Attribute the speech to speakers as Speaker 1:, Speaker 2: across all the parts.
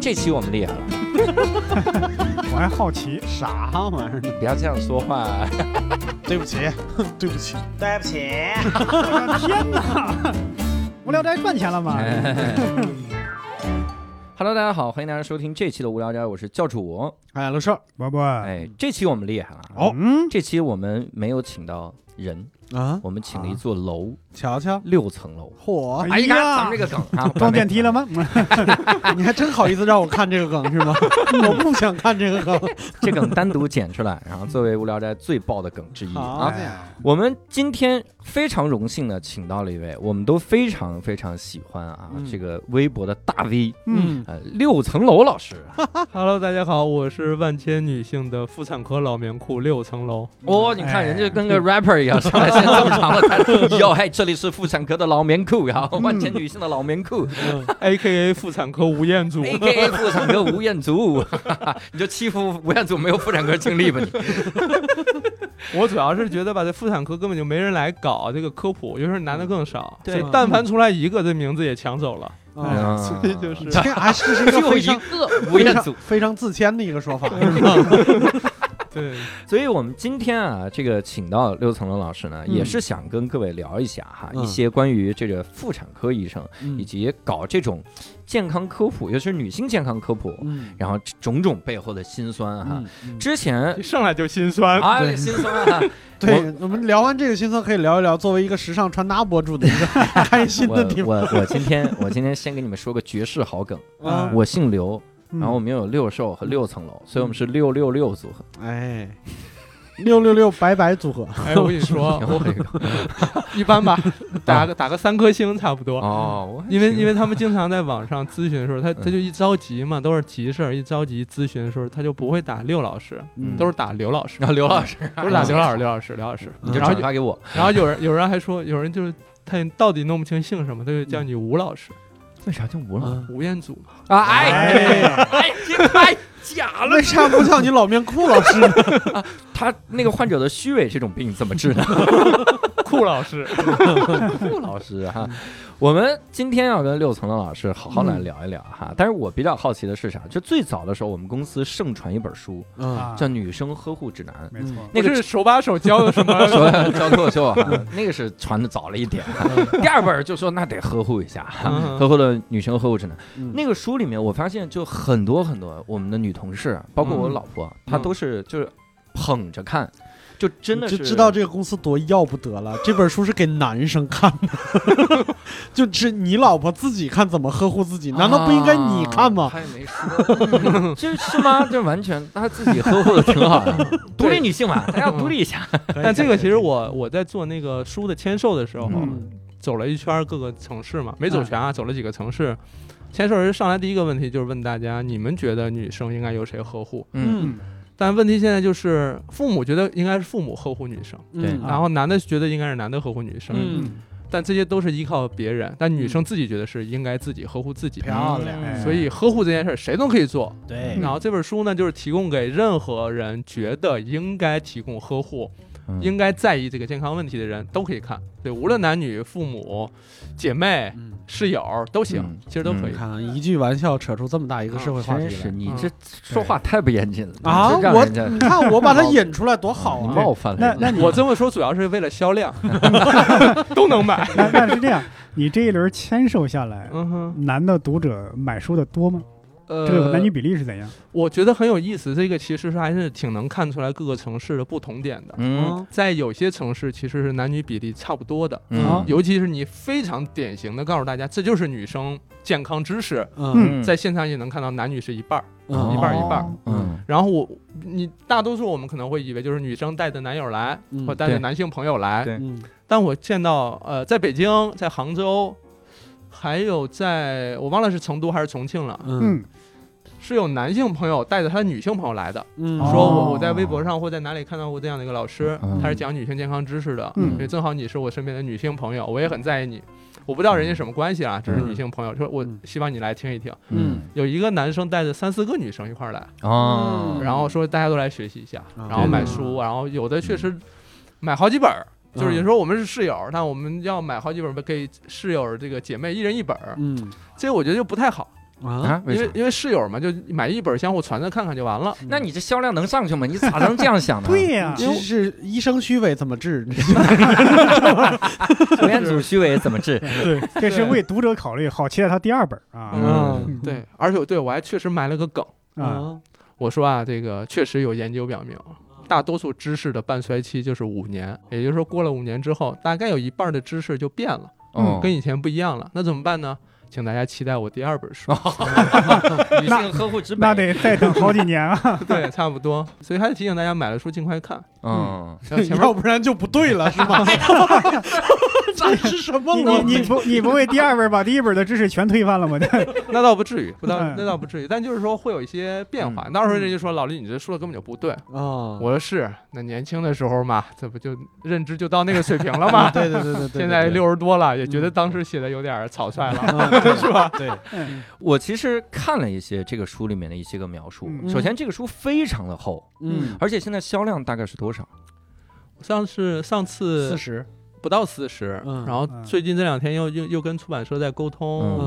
Speaker 1: 这期我们厉害了，
Speaker 2: 我还好奇，
Speaker 3: 啥玩意儿？
Speaker 1: 你不要这样说话。
Speaker 3: 对不起，对不起，
Speaker 4: 对不起，
Speaker 2: 我的天哪！无聊斋赚钱了吗？
Speaker 1: Hello，大家好，欢迎大家收听这期的无聊斋，我是教主。
Speaker 3: 哎，罗少
Speaker 2: 伯伯，哎，
Speaker 1: 哎，这期我们厉害了，
Speaker 3: 哦
Speaker 2: 嗯，
Speaker 1: 这期我们没有请到人，
Speaker 3: 啊，
Speaker 1: 我们请了一座楼，
Speaker 3: 瞧瞧，
Speaker 1: 六层楼。
Speaker 3: 嚯，
Speaker 1: 哎呀，咱们这个
Speaker 2: 呀
Speaker 1: 梗 啊，
Speaker 2: 撞电梯了
Speaker 1: 吗？
Speaker 2: 吗？
Speaker 3: 你还真好意思让我看这个梗是吗？我不想看这个梗。
Speaker 1: 这梗单独剪出来，然后作为无聊斋最爆的梗之一
Speaker 3: 好
Speaker 1: 啊。
Speaker 2: 哎
Speaker 1: 我们今天非常荣幸的请到了一位我们都非常非常喜欢啊，
Speaker 3: 嗯
Speaker 1: 这个微博的大 V，
Speaker 2: 嗯，
Speaker 1: 呃，六层楼老师。
Speaker 5: Hello，大家好，我是万千女性的妇产科老棉裤六层楼。
Speaker 1: 哦，你看人家跟个 rapper 一样，上来先这么长的台词，哟嘿，这里是妇产科的老棉裤呀，万千女性的老棉裤
Speaker 5: a K A 妇产科吴彦祖。
Speaker 1: ，A K A 妇产科吴彦祖， 你就欺负吴彦祖没有妇产科经历吧你？
Speaker 5: 我主要是觉得吧，这妇产科根本就没人来搞这个科普，尤其是男的更少。
Speaker 3: 对
Speaker 5: 这但凡出来一个，这名字也抢走了。
Speaker 1: 哎
Speaker 3: 啊，
Speaker 1: 嗯
Speaker 5: 所以就是
Speaker 3: 这还是 一个
Speaker 1: 就
Speaker 3: 非
Speaker 1: 一
Speaker 3: 常
Speaker 1: 个吴彦祖，
Speaker 3: 非常自谦的一个说法，是吗？
Speaker 5: 对，
Speaker 1: 所以我们今天啊，这个请到六层楼老师呢，
Speaker 3: 嗯
Speaker 1: 也是想跟各位聊一下哈，
Speaker 3: 嗯
Speaker 1: 一些关于这个妇产科医生以及搞这种健康科普，尤其是女性健康科普，
Speaker 3: 嗯
Speaker 1: 然后种种背后的辛酸哈。
Speaker 3: 嗯
Speaker 1: 之前
Speaker 5: 一上来就心酸。
Speaker 1: 啊，
Speaker 3: 对
Speaker 1: 心酸 啊！
Speaker 3: 对我们聊完这个心酸，可以聊一聊作为一个时尚穿搭博主的一个开心的地
Speaker 1: 我
Speaker 3: 方。
Speaker 1: 我我今天我今天先给你们说个绝世好梗，
Speaker 3: 啊
Speaker 1: 我姓刘，
Speaker 2: 嗯
Speaker 1: 然后我们又有六兽和六层楼，所以我们是六六六组合。
Speaker 3: 哎，六六六白白组合，
Speaker 5: 哎，我跟你说，
Speaker 1: 然后
Speaker 5: 我一般吧，打个打个三颗星差不多。
Speaker 1: 嗯哦，
Speaker 5: 因为因
Speaker 1: 为
Speaker 5: 为他们经常在网上咨询的时候，他他
Speaker 1: 嗯
Speaker 5: 就一着急嘛，都是急事儿，一着急咨询的时候，他就不会打六老师，
Speaker 1: 嗯
Speaker 5: 都是打刘老师嗯
Speaker 1: 然，后刘老师，啊
Speaker 5: 都是打刘老师，刘老师，刘老师。
Speaker 1: 你就
Speaker 5: 然后
Speaker 1: 转发给我，
Speaker 5: 然后有人有人还说，有人就是他到底弄不清姓什么，他就叫你吴老师、
Speaker 1: 为啥叫吴
Speaker 3: 嗯
Speaker 5: 吴彦祖。
Speaker 1: 啊？哎
Speaker 3: 哎，
Speaker 1: 哎，这太假了！
Speaker 3: 为啥不叫你老面裤老师呢？
Speaker 1: 他那个患者的虚伪这种病怎么 治呢？
Speaker 5: 酷老师，
Speaker 1: 顾老师哈，我们今天要跟六层的老师好好来聊一聊哈。但是我比较好奇的是啥？就最早的时候，我们公司盛传一本书
Speaker 3: 嗯，
Speaker 2: 啊
Speaker 1: 叫《女生呵护指南》。
Speaker 2: 没错，
Speaker 1: 那
Speaker 5: 那
Speaker 1: 个
Speaker 5: 是手把手教的什么？
Speaker 1: 说 教脱口秀啊，那个是传的早了一点。 第二本就说那得呵护一下，
Speaker 5: 嗯
Speaker 1: 呵护的女生呵护指南。
Speaker 3: 嗯
Speaker 1: 那个书里面，我发现就很多很多我们的女同事，包括我老婆，她都是就是捧着看，就真的
Speaker 3: 就是知道这个公司多要不得了。这本书是给男生看的， 就是你老婆自己看怎么呵护自己，难道不应该你看吗？
Speaker 1: 啊她也没 说，这是吗？这完全她自己呵护的挺 好的，独立女性嘛，大家独立一下。
Speaker 5: 但这个其实我我在做那个书的签售的时候，
Speaker 3: 嗯
Speaker 5: 走了一圈各个城市嘛，没走全啊，走了几个城市。签售人上来第一个问题就是问大家，你们觉得女生应该由谁呵护？
Speaker 1: 嗯，
Speaker 5: 但问题现在就是，父母觉得应该是父母呵护女生，
Speaker 1: 对
Speaker 3: 嗯
Speaker 2: 啊
Speaker 5: 然后男的觉得应该是男的呵护女生，
Speaker 3: 嗯，
Speaker 5: 但这些都是依靠别人，但女生自己觉得是应该自己呵护自己。
Speaker 3: 漂亮，嗯
Speaker 2: 嗯
Speaker 5: 所以呵护这件事儿谁都可以做。
Speaker 3: 对，
Speaker 5: 然后这本书呢，就是提供给任何人觉得应该提供呵护、
Speaker 1: 嗯
Speaker 5: 应该在意这个健康问题的人都可以看。对，无论男女、父母、姐妹、
Speaker 3: 嗯，
Speaker 5: 室友都行，
Speaker 1: 嗯
Speaker 5: 其实都可以。
Speaker 3: 看一句玩笑扯出这么大一个社会话
Speaker 1: 啊真
Speaker 3: 题
Speaker 1: 是
Speaker 3: 来
Speaker 1: 你这说话太不严谨了
Speaker 3: 啊！
Speaker 1: 这让
Speaker 3: 我
Speaker 1: 人家
Speaker 3: 你看我把它引出来多好
Speaker 1: 你
Speaker 3: 啊！
Speaker 1: 冒犯了
Speaker 2: 那
Speaker 1: 人家。
Speaker 2: 那你
Speaker 5: 我这么说主要是为了销量， 都能买。
Speaker 2: 哎那那是这样，你这一轮签售下来，
Speaker 5: 嗯哼，
Speaker 2: 男的读者买书的多吗？这个男女
Speaker 5: 呃，
Speaker 2: 比例是怎样？
Speaker 5: 我觉得很有意思，这个其实是还是挺能看出来各个城市的不同点的。
Speaker 1: 嗯
Speaker 5: 在有些城市其实是男女比例差不多的，
Speaker 1: 嗯
Speaker 5: 尤其是你非常典型的告诉大家，这就是女生健康知识，
Speaker 3: 嗯
Speaker 1: 嗯
Speaker 5: 在现场也能看到男女是一半儿。
Speaker 3: 嗯，
Speaker 1: 一半儿
Speaker 5: 一半儿
Speaker 2: 哦
Speaker 1: 嗯
Speaker 5: 然后我，你大多数我们可能会以为就是女生带着男友来，
Speaker 3: 嗯
Speaker 5: 或带着
Speaker 1: 对
Speaker 5: 男性朋友来，
Speaker 1: 对
Speaker 3: 嗯
Speaker 5: 但我见到呃，在北京、在杭州，还有在我忘了是成都还是重庆了，
Speaker 3: 嗯
Speaker 2: 嗯，
Speaker 5: 是有男性朋友带着他的女性朋友来的，
Speaker 3: 嗯，
Speaker 2: 哦
Speaker 5: 说我我在微博上或在哪里看到过这样的一个老师
Speaker 1: 嗯，
Speaker 5: 他是讲女性健康知识的，
Speaker 2: 嗯
Speaker 5: 因为正好你是我身边的女性朋友，我也很在意你，我不知道人家什么关系啊，只是女性朋友，说我
Speaker 3: 嗯
Speaker 5: 希望你来听一听。
Speaker 1: 嗯
Speaker 5: 有一个男生带着三四个女生一块儿来，
Speaker 1: 哦
Speaker 3: 嗯
Speaker 5: 然后说大家都来学习一下，
Speaker 3: 嗯
Speaker 5: 然后买书，然后有的确实买好几本儿。就是有时候我们是室友，但我们要买好几本儿给室友这个姐妹一人一本儿，
Speaker 3: 嗯
Speaker 5: 这我觉得就不太好。
Speaker 3: 啊，
Speaker 1: 啊？为
Speaker 5: 因
Speaker 1: 啥
Speaker 5: 为？因为室友嘛，就买一本相互传着看看就完了。
Speaker 1: 那你这销量能上去吗？你咋能这样想呢？
Speaker 2: 对呀、
Speaker 3: 嗯其实是医生虚伪怎么治？
Speaker 1: 吴彦祖虚伪怎么治？
Speaker 2: 对，这是为读者考虑，好期待他第二本啊
Speaker 3: 嗯
Speaker 5: 对，而且对我还确实埋了个梗，
Speaker 2: 啊！
Speaker 3: 啊，
Speaker 5: 我说啊，这个确实有研究表明，大多数知识的半衰期就是五年，也就是说过了五年之后，大概有一半的知识就变了，
Speaker 1: 哦，
Speaker 5: 跟以前不一样了。那怎么办呢？请大家期待我第二本
Speaker 3: 哦
Speaker 5: 书。
Speaker 1: 女性呵护之
Speaker 2: 那
Speaker 1: 美，
Speaker 2: 得再等好几年啊！
Speaker 5: 对，差不多。所以还是提醒大家买了书 尽快看。
Speaker 1: 嗯，
Speaker 5: 然后前面
Speaker 3: 要不然就不对了，是吧？这是什么
Speaker 2: 你
Speaker 3: 逻
Speaker 2: 你你不你不为第二本把第一本的知识全推翻了吗？
Speaker 5: 那倒不至于，不到
Speaker 3: 哎
Speaker 2: 嗯
Speaker 5: 那倒不至于，但就是说会有一些变
Speaker 3: 嗯
Speaker 5: 化。到时候人家就说老李，你这说的根本就不对。
Speaker 3: 啊？
Speaker 5: 我说是，那年轻的时候嘛，这不就认知就到那个水平了 嘛。
Speaker 3: 对对对对对，
Speaker 5: 现在
Speaker 3: 对
Speaker 5: 六十多了，也觉得当时写的有点草率了。
Speaker 3: 啊， 是吧？对，
Speaker 1: 我其实看了一些这个书里面的一些个描述。
Speaker 2: 嗯
Speaker 1: 首先，这个书非常的厚，
Speaker 3: 嗯，
Speaker 1: 而且现在销量大概是多少？
Speaker 5: 上次上次
Speaker 3: 四十，
Speaker 5: 不到四十，
Speaker 3: 嗯
Speaker 5: 然后
Speaker 2: 嗯
Speaker 5: 最近这两天又又又跟出版社在沟通，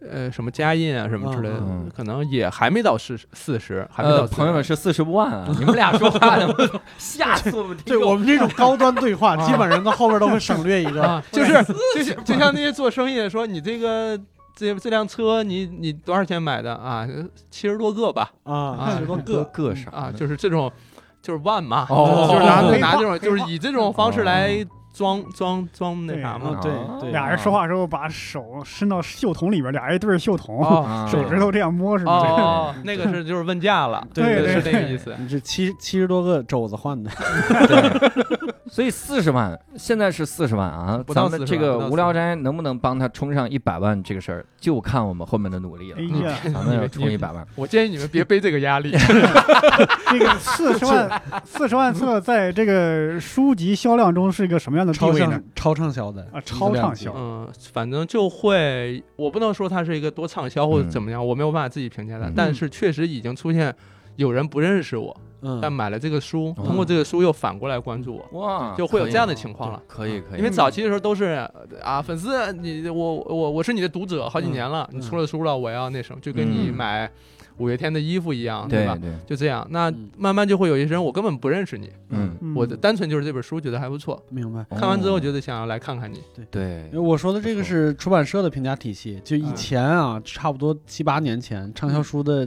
Speaker 3: 嗯
Speaker 5: 呃，什么加印啊什么之类的
Speaker 1: 嗯嗯，
Speaker 5: 可能也还没到四四十，还没
Speaker 1: 呃，
Speaker 5: 到40
Speaker 1: 朋友们。是四十万啊！你 们俩说话 呢，吓死我们听
Speaker 3: 对我
Speaker 1: 众。
Speaker 3: 们这种高端对话，
Speaker 5: 啊
Speaker 3: 基本上到后边都会省略一个。
Speaker 5: 啊，就是就像就像那些做生意的说，你这个这这辆车你你多少钱买的啊？七十多个吧，
Speaker 3: 啊，什么
Speaker 1: 各
Speaker 3: 个
Speaker 1: 个啥
Speaker 5: 啊，
Speaker 1: 呢
Speaker 5: 就是这种就是万嘛，
Speaker 1: 嗯哦
Speaker 5: 就是拿
Speaker 2: 哦
Speaker 5: 拿这种
Speaker 2: 废
Speaker 5: 就
Speaker 2: 话
Speaker 5: 是以这种方式来装装装那
Speaker 1: 哦
Speaker 5: 啥嘛。
Speaker 3: 啊，对对，
Speaker 2: 俩人说话的时候把手伸到袖筒里边，俩人对着袖筒，
Speaker 5: 哦
Speaker 1: 啊
Speaker 2: 手 指头这样 摸是吗？
Speaker 5: 哦，那个是就是问价了，
Speaker 3: 对
Speaker 5: 是
Speaker 3: 对
Speaker 5: 那个意思。
Speaker 3: 你这七七十多个肘子换的，
Speaker 1: 对所以四十万，现在是四十万啊！
Speaker 5: 不到
Speaker 1: 咱们
Speaker 5: 40
Speaker 1: 这
Speaker 5: 不
Speaker 1: 个
Speaker 5: 到
Speaker 1: 无聊斋能不能帮他冲上一百万这个事儿，就看我们后面的努力了。
Speaker 2: 哎呀，
Speaker 1: 咱们要冲一百万，
Speaker 5: 我建议你们别背这个压力。
Speaker 2: 这个四十万四十万册在这个书籍销量中是一个什么样的地
Speaker 3: 超
Speaker 2: 位呢？
Speaker 3: 畅超畅销的
Speaker 2: 啊，超畅销
Speaker 5: 嗯，反正就会，我不能说它是一个多畅销或者怎么样，我没有办法自己评价它
Speaker 1: 嗯，
Speaker 5: 但是确实已经出现有人不认识我，
Speaker 3: 嗯，
Speaker 5: 但买了这个书，
Speaker 1: 嗯
Speaker 5: 通过这个书又反过来关注我，
Speaker 1: 哇，
Speaker 5: 就会有
Speaker 1: 可以啊
Speaker 5: 这样的情况了。嗯
Speaker 1: 可以可以，
Speaker 5: 因为早期的时候都是呃啊，粉丝你我我我是你的读者，好几年了，
Speaker 3: 嗯
Speaker 5: 你出了书了，我要那什么，就跟你
Speaker 1: 嗯
Speaker 5: 买五月天的衣服一样，
Speaker 1: 对
Speaker 5: 吧？
Speaker 1: 对，
Speaker 5: 就这样，那
Speaker 3: 嗯
Speaker 5: 慢慢就会有一些人我根本不认识你，
Speaker 1: 嗯，
Speaker 2: 嗯
Speaker 5: 我的单纯就是这本书觉得还不错，
Speaker 3: 明白。
Speaker 1: 哦
Speaker 5: 嗯看完之后觉得想要来看看你。
Speaker 1: 对
Speaker 3: 因为，我说的这个是出版社的评价体系，就以前啊，差不多七八年前，畅销书的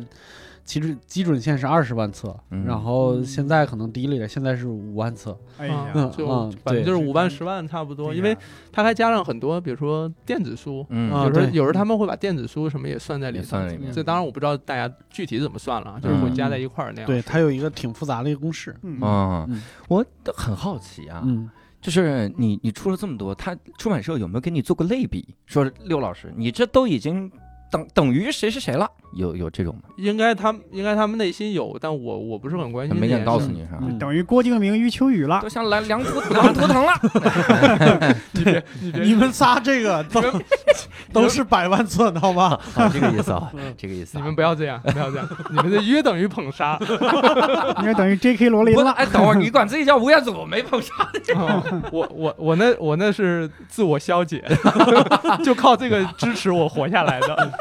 Speaker 3: 基准基准线是二十万册，
Speaker 1: 嗯
Speaker 3: 然后现在可能低了一点，现在是五万册。
Speaker 2: 哎
Speaker 5: 嗯
Speaker 2: 呀，
Speaker 5: 就
Speaker 3: 嗯
Speaker 5: 反正就是
Speaker 2: 对
Speaker 5: 五万十万差不多，
Speaker 2: 对
Speaker 5: 因
Speaker 2: 呀
Speaker 5: 为它还加上很多，比如说电子书，
Speaker 1: 嗯
Speaker 3: 啊
Speaker 5: 有时候
Speaker 3: 对
Speaker 5: 有时候他们会把电子书什么也算在里
Speaker 1: 也
Speaker 5: 面。
Speaker 1: 算在里面。嗯
Speaker 5: 这当然我不知道大家具体怎么算了啊，就是会加在一块儿那样。
Speaker 3: 对，它有一个挺复杂的一个公式。
Speaker 2: 嗯
Speaker 1: 啊
Speaker 3: 嗯，
Speaker 1: 我很好奇啊，
Speaker 3: 嗯，
Speaker 1: 就是你你出了这么多，他出版社有没有给你做过类比？说六老师，你这都已经等等于谁谁谁了？有有这种吗？
Speaker 5: 应该他们应该他们内心有，但我我哎不是很关
Speaker 1: 他
Speaker 5: 心。
Speaker 1: 没敢告诉
Speaker 5: 你，
Speaker 1: 你啥？
Speaker 3: 嗯
Speaker 2: 等于郭敬明、余秋雨了
Speaker 1: 都。像来梁图梁图腾了，
Speaker 5: 你别
Speaker 3: 你
Speaker 5: 你别
Speaker 3: 们仨这个都 都是百万册的好吧？
Speaker 1: 啊这个意思 啊，这个意思
Speaker 5: 你
Speaker 1: 啊。
Speaker 5: 们不要这样，不要这样，你们这约等于捧杀。
Speaker 2: 应该等于 J.K. 罗琳
Speaker 1: 不是，
Speaker 2: 了。
Speaker 1: 哎，等会儿你管自己叫吴彦祖没碰上，
Speaker 5: 嗯我我我那我那是自我消解， 就靠这个支持我活下来的。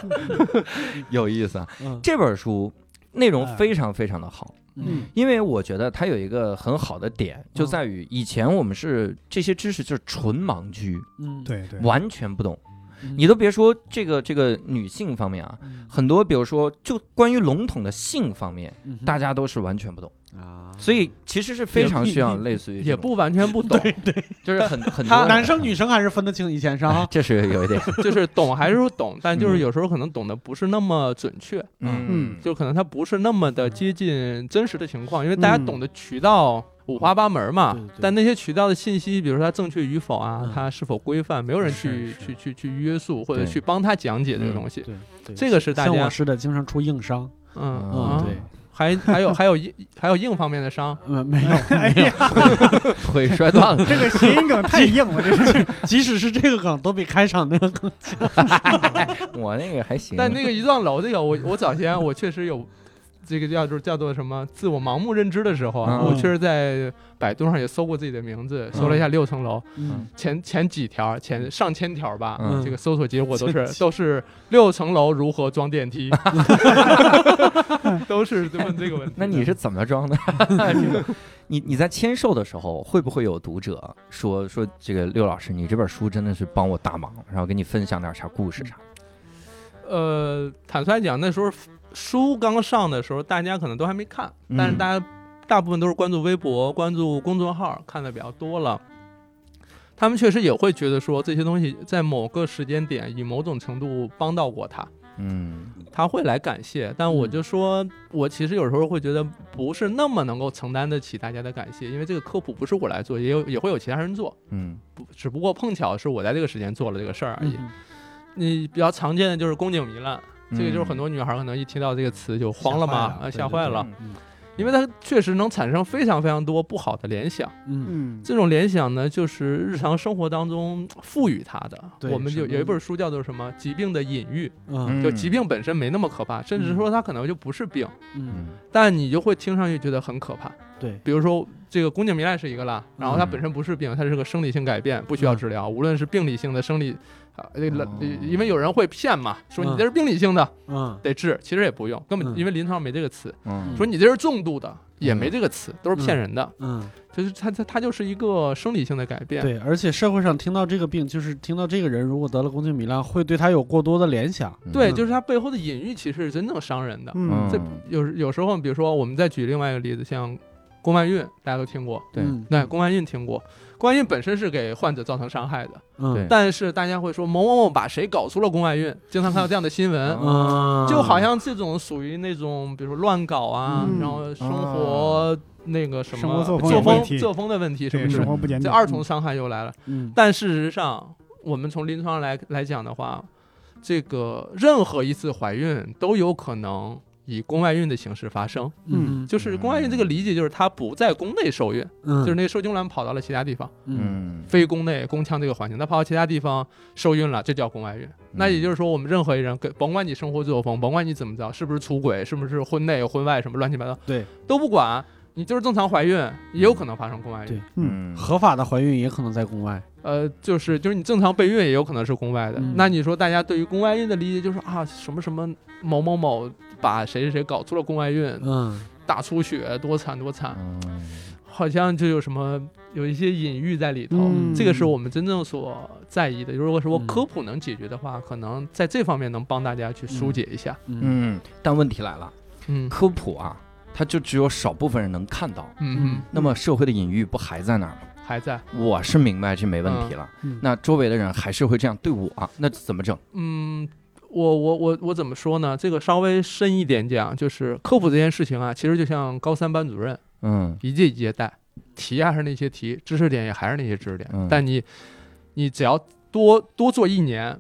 Speaker 1: 有意思啊！
Speaker 3: 嗯
Speaker 1: 这本书内容非常非常的好，
Speaker 2: 嗯，
Speaker 1: 因为我觉得它有一个很好的点，就在于以前我们是这些知识就是纯盲区，
Speaker 3: 嗯，
Speaker 2: 对对，
Speaker 1: 完全不懂。
Speaker 3: 嗯
Speaker 1: 你都别说这个这个女性方面啊，
Speaker 3: 嗯
Speaker 1: 很多比如说就关于笼统的性方面，
Speaker 3: 嗯哼
Speaker 1: 大家都是完全不懂，
Speaker 3: 啊，
Speaker 1: 所以其实是非常需要类似于这
Speaker 5: 也
Speaker 1: 种
Speaker 5: 不完全不懂，
Speaker 1: 就是很很
Speaker 5: 他
Speaker 1: 多，
Speaker 3: 男生女生还是分得清，以前是啊
Speaker 1: 哎这是有一点，
Speaker 5: 就是懂还是懂，但就是
Speaker 1: 嗯
Speaker 5: 有时候可能懂得不是那么准确，
Speaker 1: 嗯
Speaker 5: 就可能它不是那么的接近真实的情况，因为大家懂的渠道五花八门嘛。
Speaker 3: 嗯对对
Speaker 5: 但那些渠道的信息，比如说它正确与否啊，
Speaker 3: 嗯
Speaker 5: 它是否规范，没有人去
Speaker 3: 是是嗯
Speaker 5: 去去去约束或者
Speaker 1: 对
Speaker 5: 去帮他讲解这个东西。
Speaker 3: 对对，
Speaker 5: 这个是大
Speaker 3: 像我
Speaker 5: 家，
Speaker 3: 似的经常出硬伤，
Speaker 5: 嗯
Speaker 1: 嗯
Speaker 5: 啊
Speaker 3: 嗯，对，
Speaker 5: 还还有还有硬还有硬方面的伤，
Speaker 3: 嗯，没有，
Speaker 2: 哎呀，
Speaker 1: 腿摔断了。
Speaker 2: 这个谐音梗太硬了，这是。
Speaker 3: 即使是这个梗，都比开场那个梗
Speaker 1: 我那个还行，
Speaker 5: 但那个一幢楼这个，我我早前我确实有这个叫就是叫做什么自我盲目认知的时候啊，
Speaker 1: 嗯
Speaker 5: 我确实在百度上也搜过自己的名字，搜了一下六层楼，
Speaker 3: 嗯
Speaker 5: 前前几条前上千条吧，
Speaker 1: 嗯
Speaker 5: 这个搜索结果都是
Speaker 3: 前几
Speaker 5: 都是六层楼如何装 电梯，都是问这个问题。
Speaker 1: 那你是怎么装的？ 你你在签售的时候，会不会有读者说说这个六老师，你这本书真的是帮我大忙，然后给你分享点啥故事啥？
Speaker 5: 呃，坦率讲，那时候书刚上的时候，大家可能都还没看，
Speaker 1: 嗯
Speaker 5: 但是大家大部分都是关注微博、关注公众号，看的比较多了。他们确实也会觉得说这些东西在某个时间点以某种程度帮到过他，
Speaker 1: 嗯
Speaker 5: 他会来感谢。但我就说，我其实有时候会觉得不是那么能够承担得起大家的感谢，因为这个科普不是我来做，也有也会有其他人做，
Speaker 1: 嗯
Speaker 5: 不只不过碰巧是我在这个时间做了这个事儿而已。
Speaker 3: 嗯
Speaker 5: 你比较常见的就是宫颈糜烂，
Speaker 1: 嗯
Speaker 5: 这个就是很多女孩可能一听到这个词就慌了嘛，啊吓
Speaker 3: 吓
Speaker 5: 坏
Speaker 3: 坏
Speaker 5: 了，
Speaker 3: 嗯
Speaker 5: 因为它确实能产生非常非常多不好的联想。
Speaker 3: 嗯
Speaker 2: 嗯，
Speaker 5: 这种联想呢，就是日常生活当中赋予它的。嗯
Speaker 3: 对
Speaker 5: 我们有
Speaker 3: 什么
Speaker 5: 有一本书叫做什么《疾病的隐喻
Speaker 3: 嗯》，
Speaker 5: 就疾病本身没那么可怕，甚至说它可能就不是病，
Speaker 3: 嗯，
Speaker 1: 嗯
Speaker 5: 但你就会听上去觉得很可怕。
Speaker 3: 对，
Speaker 5: 比如说这个宫颈糜烂是一个啦，然后它
Speaker 1: 嗯
Speaker 5: 本身不是病，它是个生理性改变，不需要
Speaker 3: 嗯
Speaker 5: 治疗，无论是病理性的生理，啊，这个
Speaker 1: 哦
Speaker 5: 因为有人会骗嘛，说你
Speaker 3: 嗯
Speaker 5: 这是病理性的，
Speaker 3: 嗯
Speaker 5: 得治，其实也不用，根本
Speaker 3: 嗯
Speaker 5: 因为临床没这个词，
Speaker 1: 嗯
Speaker 5: 说你这是重度的。也没这个词，都是骗人的。
Speaker 3: 嗯，
Speaker 5: 就是它它它就是一个生理性的改变。
Speaker 3: 对，而啊且社会上听到这个病，就是听到这个人如果得了宫颈糜烂，会对他有过多的联想。
Speaker 5: 对
Speaker 3: 嗯
Speaker 5: 就是它背后的隐喻其实是真正伤人的。
Speaker 2: 嗯
Speaker 5: 这有有时候，比如说我们再举另外一个例子，像宫外孕，大家都听过，
Speaker 1: 对
Speaker 3: 嗯
Speaker 5: 对，宫外孕听过。宫外孕本身是给患者造成伤害的，
Speaker 3: 嗯
Speaker 1: 对
Speaker 5: 但是大家会说某某某把谁搞出了宫外孕，经常看到这样的新闻。
Speaker 1: 嗯
Speaker 3: 嗯，
Speaker 5: 就好像这种属于那种，比如说乱搞啊，
Speaker 2: 嗯
Speaker 5: 然后生活那个什
Speaker 2: 生活
Speaker 5: 么
Speaker 2: 作风
Speaker 5: 作
Speaker 2: 有问题
Speaker 5: 作风的问题，是
Speaker 2: 对
Speaker 5: 不是
Speaker 2: 生？活不简
Speaker 5: 这
Speaker 2: 单，
Speaker 5: 二重伤害又来了。
Speaker 3: 嗯
Speaker 5: 但事实上，我们从临床来来讲的话，这个任何一次怀孕都有可能以宫外孕的形式发生。
Speaker 3: 嗯
Speaker 5: 就是宫外孕这个理解，就是它不在宫内受孕，
Speaker 3: 嗯
Speaker 5: 就是那个受精卵跑到了其他地方，
Speaker 3: 嗯
Speaker 1: 嗯
Speaker 5: 非宫内宫腔这个环境，它跑到其他地方受孕了，这叫宫外孕。
Speaker 3: 嗯
Speaker 5: 那也就是说，我们任何一人，跟甭管你生活作风，甭管你怎么着，是不是出轨，是不是婚内婚外什么乱七八糟，
Speaker 3: 对，
Speaker 5: 都不管，你就是正常怀孕，也有可能发生宫外孕
Speaker 3: 对。
Speaker 1: 嗯
Speaker 3: 合法的怀孕也可能在宫外。
Speaker 5: 呃，就是就是你正常备孕也有可能是宫外的。
Speaker 3: 嗯
Speaker 5: 那你说大家对于宫外孕的理解就是啊，什么什么某某某把谁谁谁搞出了宫外孕，
Speaker 3: 嗯
Speaker 5: 大出血，多惨多惨，
Speaker 1: 嗯
Speaker 5: 好像就有什么有一些隐喻在里头。
Speaker 2: 嗯
Speaker 5: 这个是我们真正所在意的。如果说科普能解决的话，可能在这方面能帮大家去疏解一下。
Speaker 3: 嗯
Speaker 1: 嗯，但问题来了，
Speaker 5: 嗯
Speaker 1: 科普啊，它就只有少部分人能看到。
Speaker 5: 嗯
Speaker 1: 那么社会的隐喻不还在那儿吗？
Speaker 5: 嗯，还在。
Speaker 1: 我是明白这没问题了，
Speaker 3: 嗯
Speaker 1: 那周围的人还是会这样对我、啊那怎么整？
Speaker 5: 嗯，我我我我怎么说呢？这个稍微深一点讲，就是科普这件事情啊，其实就像高三班主任。
Speaker 1: 嗯
Speaker 5: 一届一届带，题啊还是那些题，知识点也还是那些知识点，
Speaker 1: 嗯
Speaker 5: 但你你只要多多做一年，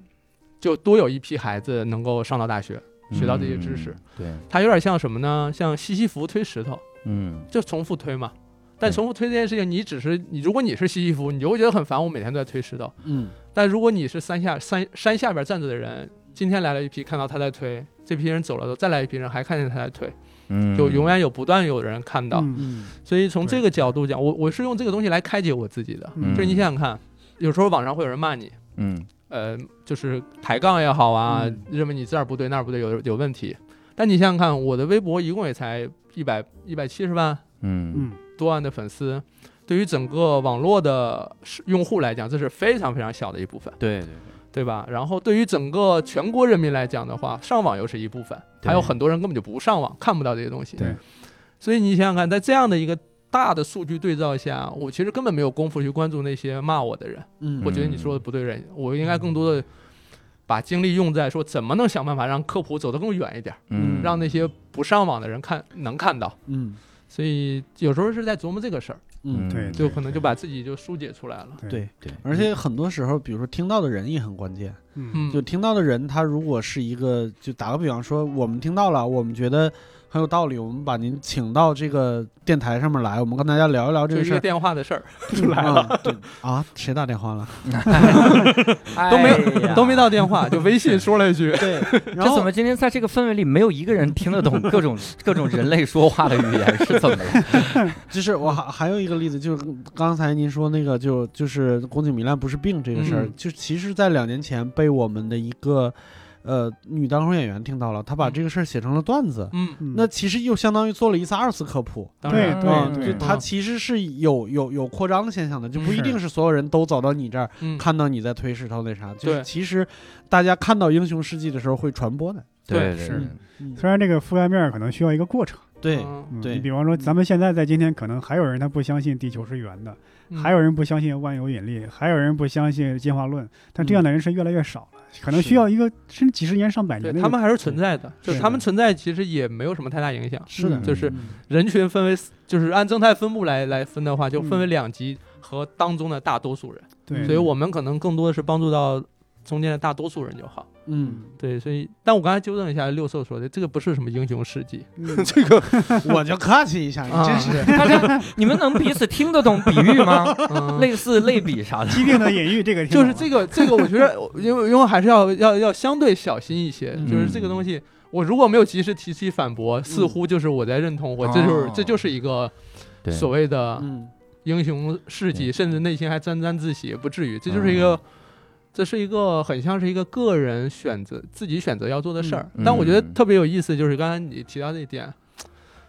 Speaker 5: 就多有一批孩子能够上到大学，学到这些知识。
Speaker 1: 嗯对，
Speaker 5: 它有点像什么呢？像西西弗推石头，
Speaker 1: 嗯
Speaker 5: 就重复推嘛。但重复推这件事情，你只是你，如果你是西西弗，你就会觉得很烦，我每天都在推石头。
Speaker 3: 嗯
Speaker 5: 但如果你是山下山山下边站着的人，今天来了一批，看到他在推，这批人走了之后，再来一批人还看见他在推，
Speaker 1: 嗯
Speaker 5: 就永远有不断有人看到。
Speaker 2: 嗯
Speaker 3: 嗯
Speaker 5: 所以从这个角度讲，我我是用这个东西来开解我自己的。
Speaker 1: 嗯
Speaker 5: 就是你想想看，有时候网上会有人骂你，
Speaker 1: 嗯
Speaker 5: 呃，就是抬杠也好啊，
Speaker 3: 嗯
Speaker 5: 认为你这儿不对那儿不对，有有问题。但你想想看，我的微博一共也才一百一百七十万
Speaker 1: 嗯
Speaker 2: 嗯
Speaker 5: 多万的粉丝，对于整个网络的使用户来讲，这是非常非常小的一部分，
Speaker 1: 对对
Speaker 5: 对吧？然后对于整个全国人民来讲的话，上网又是一部分，
Speaker 1: 对
Speaker 5: 还有很多人根本就不上网，看不到这些东西。
Speaker 1: 对
Speaker 5: 所以你想想看，在这样的一个大的数据对照下，我其实根本没有功夫去关注那些骂我的人。
Speaker 3: 嗯
Speaker 5: 我觉得你说的不对人，我应该更多
Speaker 1: 嗯
Speaker 5: 的把精力用在说怎么能想办法让科普走得更远一点，
Speaker 1: 嗯
Speaker 5: 让那些不上网的人看能看到。
Speaker 3: 嗯
Speaker 5: 所以有时候是在琢磨这个事儿，
Speaker 3: 嗯
Speaker 2: 对
Speaker 5: 就 可能就把自己就疏解出来了。
Speaker 3: 对。
Speaker 1: 对，
Speaker 3: 而且很多时候，比如说听到的人也很关键。
Speaker 2: 嗯
Speaker 5: 嗯，
Speaker 3: 就听到的人，他如果是一个，就打个比方说，我们听到了，我们觉得很有道理。我们把您请到这个电台上面来，我们跟大家聊一聊这
Speaker 5: 就
Speaker 3: 个事
Speaker 5: 约
Speaker 3: 儿。
Speaker 5: 电话的事儿，
Speaker 3: 来了、对啊，谁打电话了？
Speaker 5: 都没
Speaker 1: 哎呀
Speaker 5: 有 都没到电话，就微信说了一句，
Speaker 3: 对，然
Speaker 1: 这怎
Speaker 3: 后
Speaker 1: 么今天在这个氛围里，没有一个人听得懂各种 各种人类说话的语言是怎么了？
Speaker 3: 就是我还还有一个例子，就是刚才您说那个就就是宫颈糜烂不是病这个事儿，
Speaker 5: 嗯
Speaker 3: 就其实，在两年前被我们的一个呃女单口演员听到了，她把这个事儿写成了段子。
Speaker 5: 嗯，
Speaker 2: 嗯
Speaker 3: 那其实又相当于做了一次二次科普，
Speaker 5: 当
Speaker 2: 对
Speaker 5: 然，
Speaker 3: 嗯，
Speaker 2: 对
Speaker 3: 就
Speaker 2: 对，
Speaker 3: 它其实是有有有扩张的现象的，就不一
Speaker 1: 是
Speaker 3: 定是所有人都走到你这儿
Speaker 5: 嗯，
Speaker 3: 看到你在推石头那啥，就是
Speaker 5: 对
Speaker 3: 其实大家看到英雄事迹的时候会传播的，
Speaker 5: 对
Speaker 1: 对
Speaker 2: 是
Speaker 1: 对，
Speaker 3: 嗯
Speaker 2: 虽然这个覆盖面儿可能需要一个过程。
Speaker 3: 对，
Speaker 5: 嗯
Speaker 2: 嗯
Speaker 3: 对
Speaker 2: 你比方说，咱们现在在今天，可能还有人他不相信地球是圆的，
Speaker 5: 嗯
Speaker 2: 还有人不相信万有引力，还有人不相信进化论，但这样的人是越来越少了，可能
Speaker 3: 是
Speaker 2: 需要一个甚至几十年、上百
Speaker 5: 对
Speaker 2: 年的一个。
Speaker 5: 他们还是存在的，就是他
Speaker 3: 的
Speaker 5: 们存在其实也没有什么太大影响，
Speaker 3: 是的，
Speaker 2: 嗯
Speaker 5: 就是
Speaker 3: 嗯
Speaker 5: 人群分为四就是按正态分布来来分的话，就分为
Speaker 2: 嗯
Speaker 5: 两级和当中的大多数人，
Speaker 2: 对，
Speaker 5: 所以我们可能更多的是帮助到中间的大多数人就好。
Speaker 3: 嗯，
Speaker 5: 对，所以但我刚才纠正一下六兽说的，这个不是什么英雄事迹，
Speaker 2: 嗯
Speaker 3: 这个我就客气一下，你
Speaker 5: 啊
Speaker 3: 真是
Speaker 1: 大家你们能彼此听得懂比喻吗？
Speaker 5: 嗯、
Speaker 1: 类似类比啥的，
Speaker 2: 既定的隐喻，这个听
Speaker 5: 就是
Speaker 2: 懂了
Speaker 5: 这个这个，我觉得我因为因为还是要要要相对小心一些，
Speaker 3: 嗯
Speaker 5: 就是这个东西，我如果没有及时提起反驳，似乎就是我在认同我这就是
Speaker 1: 哦
Speaker 5: 这就是一个
Speaker 1: 对
Speaker 5: 所谓的
Speaker 3: 嗯
Speaker 5: 英雄事迹，
Speaker 1: 对
Speaker 5: 甚至内心还沾沾自喜，不至于，这就是一个。这是一个很像是一个个人选择自己选择要做的事儿，
Speaker 1: 嗯
Speaker 5: 但我觉得
Speaker 1: 嗯
Speaker 5: 特别有意思，就是刚才你提到这一点，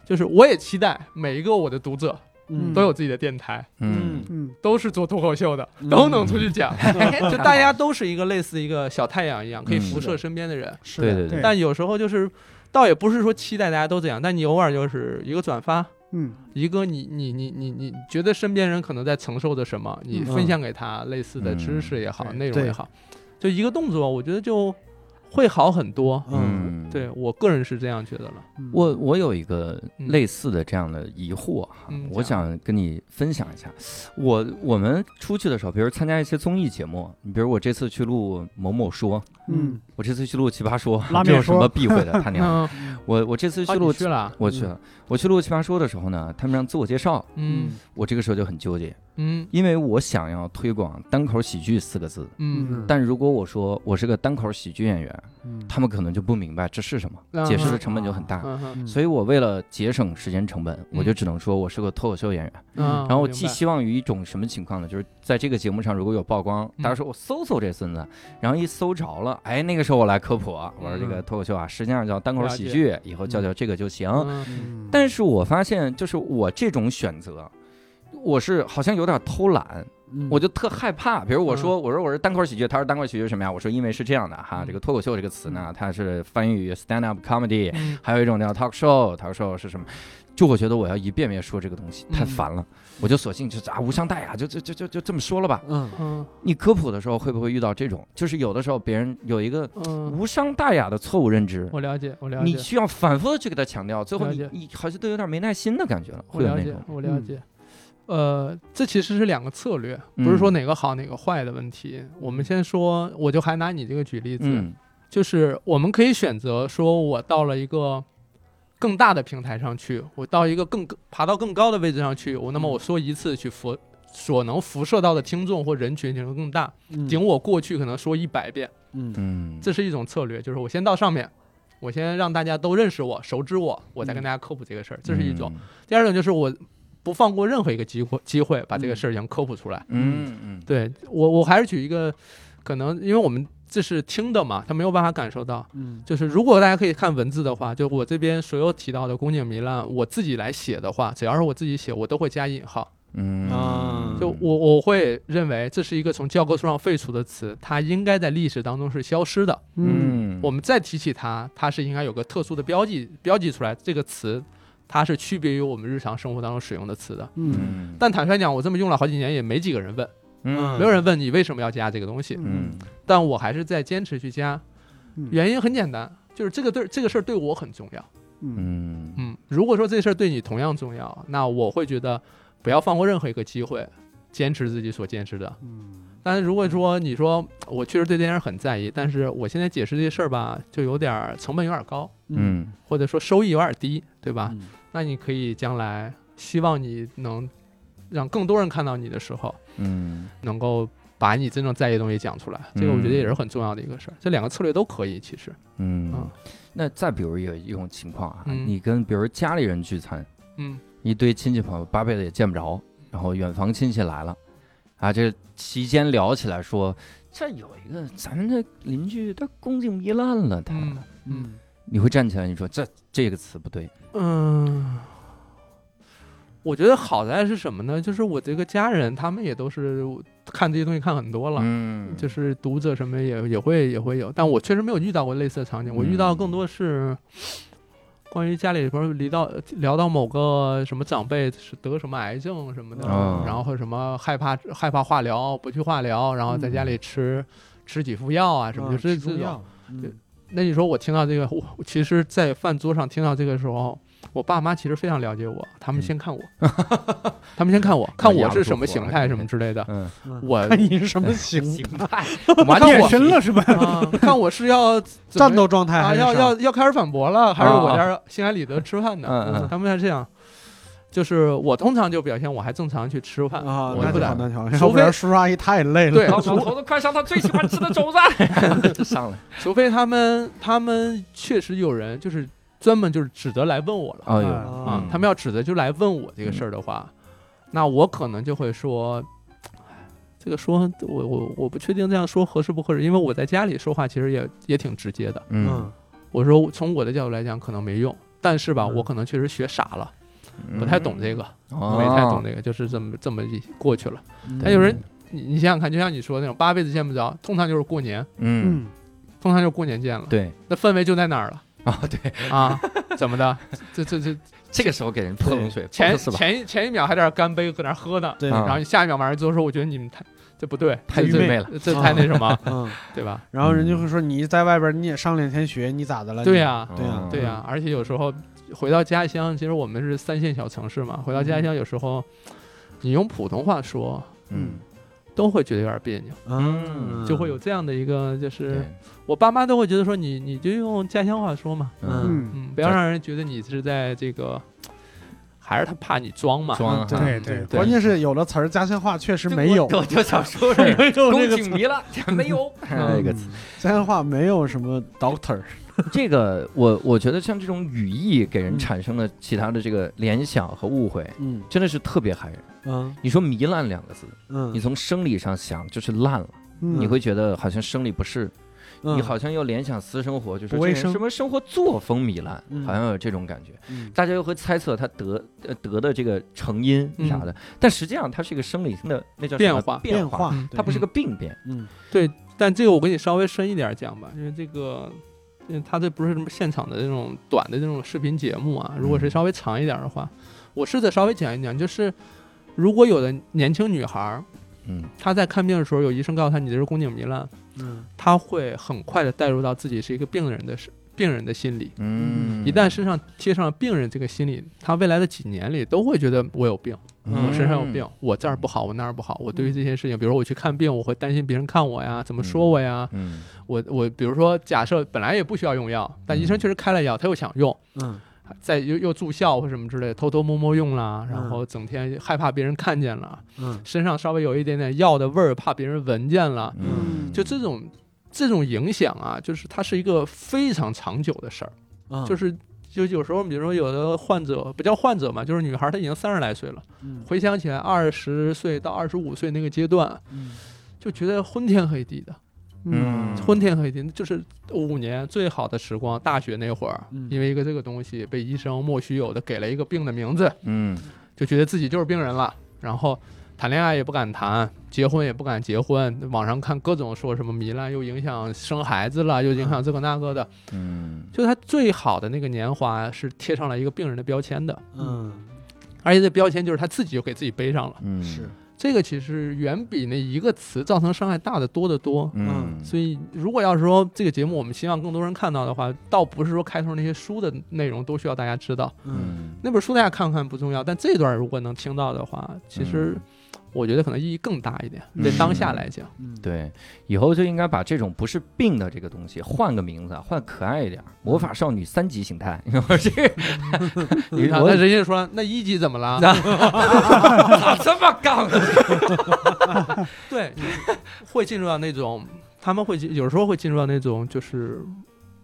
Speaker 5: 就是我也期待每一个我的读者
Speaker 3: 嗯
Speaker 5: 都有自己的电台，
Speaker 1: 嗯，
Speaker 2: 嗯，
Speaker 5: 都是做脱口秀的
Speaker 3: 嗯，
Speaker 5: 都能出去 讲，
Speaker 3: 哎
Speaker 5: 就大家都是一个类似一个小太阳一样，可以
Speaker 1: 嗯
Speaker 5: 辐射身边的人。
Speaker 3: 是
Speaker 1: 对
Speaker 3: 的
Speaker 1: 对嗯
Speaker 2: 对
Speaker 5: 但有时候就是，呃倒也不是说期待大家都这样，但你偶尔就是一个转发，
Speaker 2: 嗯，
Speaker 5: 一个你你你你你觉得身边人可能在承受着什么，你分享给他类似的知识也好，
Speaker 2: 嗯
Speaker 5: 内容也好，就一个动作，我觉得就会好很多。
Speaker 3: 嗯
Speaker 1: 嗯，
Speaker 5: 对我个人是这样觉得了。
Speaker 2: 嗯
Speaker 1: 我我有一个
Speaker 5: 嗯
Speaker 1: 类似的这样的疑惑啊哈，
Speaker 5: 嗯
Speaker 1: 我想跟你分享一下。我我们出去的时候，比如参加一些综艺节目，你比如我这次去录某某说，
Speaker 2: 嗯
Speaker 1: 我这次去录奇葩说，
Speaker 2: 拉面
Speaker 1: 这有什
Speaker 2: 说
Speaker 1: 么避讳的？他娘，
Speaker 5: 嗯，
Speaker 1: 我我这次去
Speaker 5: 啊
Speaker 1: 录
Speaker 5: 你去了啊，
Speaker 1: 我去了，我去录奇葩说的时候呢，他们让自我介绍，
Speaker 5: 嗯
Speaker 1: 我这个时候就很纠结，
Speaker 5: 嗯
Speaker 1: 因为我想要推广单口喜剧四个字，
Speaker 5: 嗯
Speaker 1: 但如果我说我是个单口喜剧演员，
Speaker 2: 嗯
Speaker 1: 他们可能就不明白这是什么，
Speaker 5: 嗯
Speaker 1: 解释的成本就很大。
Speaker 5: 嗯嗯
Speaker 1: 所以我为了节省时间成本，我就只能说我是个脱口秀演员。
Speaker 5: 嗯，
Speaker 1: 然后我
Speaker 5: 明
Speaker 1: 寄
Speaker 5: 白
Speaker 1: 希望于一种什么情况呢？就是在这个节目上如果有曝光，
Speaker 5: 嗯
Speaker 1: 大家说我搜搜这孙子，然后一搜着了，哎，那个时候我来科普，我说这
Speaker 5: 嗯
Speaker 1: 个脱口秀啊，实际上叫单口喜剧，以后叫叫这个就行。
Speaker 5: 嗯
Speaker 2: 嗯
Speaker 1: 但是我发现，就是我这种选择，我是好像有点偷懒，
Speaker 3: 嗯
Speaker 1: 我就特害怕。比如
Speaker 5: 嗯
Speaker 1: 我说，我说我是单口喜剧，他说单口喜剧是什么呀？我说因为是这样的哈，
Speaker 5: 嗯
Speaker 1: 这个脱口秀这个词呢，它是翻译于 stand up comedy，
Speaker 5: 嗯
Speaker 1: 还有一种叫 talk show。talk show 是什么？就我觉得我要一遍遍说这个东西
Speaker 5: 嗯
Speaker 1: 太烦了，我就索性就是啊无伤大雅，就就就就就这么说了吧。
Speaker 3: 嗯
Speaker 5: 嗯
Speaker 1: 你科普的时候会不会遇到这种？就是有的时候别人有一个
Speaker 5: 嗯，
Speaker 1: 无伤大雅的错误认知，
Speaker 5: 我了解，我了解，
Speaker 1: 你需要反复的去给他强调，最后
Speaker 5: 了
Speaker 1: 你
Speaker 5: 解
Speaker 1: 你好像都有点没耐心的感觉了，
Speaker 5: 我
Speaker 1: 会有
Speaker 5: 了
Speaker 1: 那
Speaker 5: 解
Speaker 1: 种，
Speaker 5: 我了
Speaker 2: 嗯
Speaker 5: 解。呃，这其实是两个策略，
Speaker 1: 嗯
Speaker 5: 不是说哪个好哪个坏的问题。我们先说，我就还拿你这个举例子，
Speaker 1: 嗯
Speaker 5: 就是我们可以选择说，我到了一个更大的平台上去，我到一个更爬到更高的位置上去，我那
Speaker 1: 嗯
Speaker 5: 么我说一次去辐所能辐射到的听众或人群可能更大，顶我过去可能说一百遍，
Speaker 3: 嗯
Speaker 1: 嗯，
Speaker 5: 这是一种策略，就是我先到上面，我先让大家都认识我、熟知我，
Speaker 1: 嗯
Speaker 5: 我再跟大家科普这个事儿，这是一种。第二种就是我不放过任何一个机会，机会把这个事情科普出来。
Speaker 1: 嗯，嗯嗯，
Speaker 5: 对我，我还是举一个，可能因为我们这是听的嘛，他没有办法感受到。
Speaker 3: 嗯
Speaker 5: 就是如果大家可以看文字的话，就我这边所有提到的宫颈糜烂，我自己来写的话，只要是我自己写，我都会加引号。
Speaker 1: 嗯
Speaker 3: 啊
Speaker 5: 就我我会认为这是一个从教科书上废除的词，它应该在历史当中是消失的。
Speaker 2: 嗯
Speaker 5: 我们再提起它，它是应该有个特殊的标记标记出来，这个词它是区别于我们日常生活当中使用的词的。
Speaker 2: 嗯
Speaker 1: 嗯，
Speaker 5: 但坦率讲，我这么用了好几年，也没几个人问，
Speaker 1: 嗯
Speaker 5: 没有人问你为什么要加这个东西，
Speaker 1: 嗯
Speaker 5: 但我还是在坚持去加。
Speaker 2: 嗯
Speaker 5: 原因很简单，就是这个对这个事儿对我很重要。
Speaker 2: 嗯
Speaker 1: 嗯
Speaker 5: 嗯，如果说这事儿对你同样重要，那我会觉得不要放过任何一个机会，坚持自己所坚持的。
Speaker 2: 嗯
Speaker 5: 但是如果说你说我确实对这件事很在意，但是我现在解释这事儿吧，就有点儿成本有点儿高，
Speaker 1: 嗯
Speaker 5: 或者说收益有点儿低，对吧？
Speaker 3: 嗯
Speaker 5: 那你可以将来希望你能让更多人看到你的时候，
Speaker 1: 嗯
Speaker 5: 能够把你真正在意的东西讲出来，这个我觉得也是很重要的一个事儿。这两个策略都可以，其实，
Speaker 1: 嗯
Speaker 5: 嗯。
Speaker 1: 那再比如有一种情况啊，
Speaker 5: 嗯
Speaker 1: 你跟比如家里人聚餐，
Speaker 5: 嗯
Speaker 1: 一堆亲戚朋友，八辈子也见不着，然后远房亲戚来了，啊，这期间聊起来说，这有一个咱们这邻居他恭敬糜烂了，他，
Speaker 5: 嗯嗯
Speaker 3: 嗯
Speaker 1: 你会站起来你说这这个词不对，
Speaker 5: 嗯，我觉得好在是什么呢？就是我这个家人他们也都是看这些东西看很多了。
Speaker 1: 嗯
Speaker 5: 就是读者什么也也会也会有，但我确实没有遇到过类似的场景，我遇到更多是关于家里边儿离到聊到某个什么长辈是得什么癌症什么的，
Speaker 1: 哦
Speaker 5: 然后或者什么害怕害怕化疗不去化疗，然后在家里吃、吃几副药啊什么，
Speaker 3: 啊
Speaker 5: 就是
Speaker 3: 吃中
Speaker 5: 这种
Speaker 3: 药。嗯
Speaker 5: 对那你说我听到这个，我我其实，在饭桌上听到这个时候，我爸妈其实非常了解我，他们先看我， 他们先看我，看我是什么形态什么之类的，
Speaker 1: 嗯，
Speaker 3: 嗯
Speaker 5: 我
Speaker 3: 看你是什么形
Speaker 1: 态，完
Speaker 5: 看
Speaker 1: 全
Speaker 2: 变
Speaker 5: 我
Speaker 2: 身了是吧？
Speaker 5: 啊，看我是要怎么
Speaker 3: 战斗状态
Speaker 5: 啊，
Speaker 3: 还是
Speaker 5: 要
Speaker 3: 啥
Speaker 5: 要要开始反驳了，还是我
Speaker 1: 啊
Speaker 5: 在这儿心安理得吃饭呢？
Speaker 1: 嗯嗯
Speaker 5: 他们还这样，就是我通常就表现我还正常去吃饭，
Speaker 3: 啊，
Speaker 5: 我
Speaker 3: 那
Speaker 5: 不
Speaker 3: 就
Speaker 5: 打
Speaker 3: 好那条，
Speaker 5: 除
Speaker 3: 要不然
Speaker 5: 非
Speaker 3: 叔叔阿姨太累 了。嗯
Speaker 5: 对
Speaker 1: 老鼠头子快上他最喜欢吃的肘子，就上来，
Speaker 5: 除非他们他们确实有人就是专门就是指责来问我了
Speaker 1: 哎呦，
Speaker 2: 啊
Speaker 5: 啊
Speaker 1: 嗯，
Speaker 5: 他们要指责就来问我这个事儿的话，那我可能就会说。这个说，我我我不确定这样说合适不合适，因为我在家里说话其实也也挺直接的。
Speaker 1: 嗯，
Speaker 3: 嗯，
Speaker 5: 我说从我的角度来讲可能没用，但是吧，
Speaker 1: 嗯
Speaker 5: 我可能确实学傻了，不太懂这个。
Speaker 1: 哦，
Speaker 5: 没太懂这个，就是这么这么一过去了。
Speaker 3: 嗯
Speaker 5: 还有人，你你想想看，就像你说的那种八辈子见不着，通常就是过年，
Speaker 1: 嗯，
Speaker 2: 嗯，
Speaker 5: 通常就是过年见了，
Speaker 1: 对
Speaker 5: 那氛围就在那儿了
Speaker 1: 啊，对，
Speaker 5: 啊？怎么的？ 这这这
Speaker 1: 这个时候给人泼冷水，
Speaker 5: 前
Speaker 1: 是吧？
Speaker 5: 前一前一秒还在那儿干杯，搁那儿喝呢，
Speaker 3: 对，
Speaker 1: 啊
Speaker 5: 然后你下一秒马上就说，我觉得你们太这不对，
Speaker 1: 太
Speaker 5: 这
Speaker 1: 愚
Speaker 5: 这
Speaker 1: 昧了，
Speaker 5: 这太那什么，
Speaker 3: 嗯，
Speaker 5: 对吧？
Speaker 3: 然后人就会说你在外边你也上两天学，你咋的
Speaker 1: 啊
Speaker 3: 了？
Speaker 5: 嗯对
Speaker 3: 你
Speaker 5: 呀，
Speaker 3: 对
Speaker 1: 嗯
Speaker 3: 呀
Speaker 1: 哦
Speaker 5: 对啊呀，而且有时候回到家乡，其实我们是三线小城市嘛，回到家乡有时候你用普通话说，
Speaker 1: 嗯，
Speaker 5: 都会觉得有点别扭，
Speaker 1: 嗯
Speaker 5: 就会有这样的一个就是
Speaker 1: 对。
Speaker 5: 我爸妈都会觉得说你你就用家乡话说嘛，
Speaker 1: 嗯，
Speaker 2: 嗯，
Speaker 5: 嗯，不要让人觉得你是在这个，还是他怕你装嘛。嗯
Speaker 1: 装啊
Speaker 3: 对
Speaker 1: 哈
Speaker 2: 对对
Speaker 5: 对
Speaker 3: 关键是有的词儿家乡话确实没有，
Speaker 1: 我就想 说是
Speaker 3: 没有
Speaker 1: 恭
Speaker 3: 这个
Speaker 1: 敬
Speaker 3: 词
Speaker 1: 糜烂，没有这个词。
Speaker 2: 嗯
Speaker 3: 家乡话没有什么 doctor，
Speaker 1: 这个我我觉得像这种语义给人
Speaker 3: 嗯
Speaker 1: 产生了其他的这个联想和误会，
Speaker 3: 嗯
Speaker 1: 真的是特别害人。
Speaker 3: 嗯
Speaker 1: 你说“糜烂”两个字，你
Speaker 3: 嗯，
Speaker 1: 从生理上想就是烂了，
Speaker 2: 嗯
Speaker 1: 你会觉得好像生理不适，
Speaker 3: 嗯
Speaker 1: 你，好像又联想私生活，就是
Speaker 3: 不卫生
Speaker 1: 什么生活作风糜烂，
Speaker 3: 嗯
Speaker 1: 好像有这种感觉。
Speaker 3: 嗯
Speaker 1: 大家又会猜测他得呃得的这个成因啥的，但实际上它是一个生理性的那叫什么
Speaker 5: 变化
Speaker 1: 变化，
Speaker 5: 嗯
Speaker 1: 它不是
Speaker 3: 个
Speaker 1: 个病变。
Speaker 3: 嗯
Speaker 5: 但这个我给你稍微深一点讲吧，因为这个，因为他这不是什么现场的这种短的这种视频节目啊，如果
Speaker 1: 嗯
Speaker 5: 是稍微长一点的话，我试着稍微讲一讲，就是如果有的年轻女孩儿
Speaker 1: 嗯
Speaker 5: 她在看病的时候，有医生告诉她你这是宫颈糜烂，
Speaker 3: 嗯
Speaker 5: 她会很快的带入到自己是一个病人的病人的心理，
Speaker 1: 嗯，
Speaker 5: 一旦身上贴上了病人这个心理，他未来的几年里都会觉得我有病，
Speaker 1: 嗯
Speaker 5: 我身上有病，我这儿不好，我那儿不好。我对于这些事情，比如说我去看病，我会担心别人看我呀，怎么说我呀？
Speaker 1: 嗯
Speaker 5: 我我比如说，假设本来也不需要用药，但医生确实开了药，他又想用，
Speaker 3: 嗯
Speaker 5: 再又又住校或什么之类，偷偷摸摸用啦，然后整天害怕别人看见了，
Speaker 3: 嗯
Speaker 5: 身上稍微有一点点药的味儿，怕别人闻见了，
Speaker 1: 嗯，
Speaker 5: 就这种这种影响啊，就是它是一个非常长久的事儿。
Speaker 3: 嗯，
Speaker 5: 就是就有时候，比如说有的患者不叫患者嘛，就是女孩她已经三十来岁了，
Speaker 3: 嗯
Speaker 5: 回想起来二十岁到二十五岁那个阶段，
Speaker 3: 嗯
Speaker 5: 就觉得昏天黑地的，
Speaker 1: 嗯
Speaker 5: 昏天黑地，就是五年最好的时光，大学那会儿
Speaker 3: 嗯，
Speaker 5: 因为一个这个东西被医生莫须有的给了一个病的名字，
Speaker 1: 嗯
Speaker 5: 就觉得自己就是病人了，然后。谈恋爱也不敢谈，结婚也不敢结婚，网上看各种说什么糜烂，又影响生孩子了，又影响这个那个的，
Speaker 1: 嗯
Speaker 5: 就他最好的那个年华是贴上了一个病人的标签的，
Speaker 3: 嗯
Speaker 5: 而且这标签就是他自己就给自己背上了。
Speaker 1: 嗯
Speaker 3: 是
Speaker 5: 这个其实远比那一个词造成伤害大得多得多。
Speaker 1: 嗯，
Speaker 5: 所以，如果要是说这个节目我们希望更多人看到的话，倒不是说开头那些书的内容都需要大家知道，
Speaker 3: 嗯
Speaker 1: 嗯
Speaker 5: 那本书大家看看不重要，但这段如果能听到的话，其实我觉得可能意义更大一点，
Speaker 1: 嗯
Speaker 5: 在当下来讲，
Speaker 3: 嗯，
Speaker 1: 对，以后就应该把这种不是病的这个东西换个名字，换可爱一点儿，魔法少女三级形态。 我这，你
Speaker 5: 那
Speaker 1: 我
Speaker 5: 那人家说那一级怎 么了？
Speaker 1: 咋这么杠？
Speaker 5: 对，会进入到那种，他们会进有时候会进入到那种，就是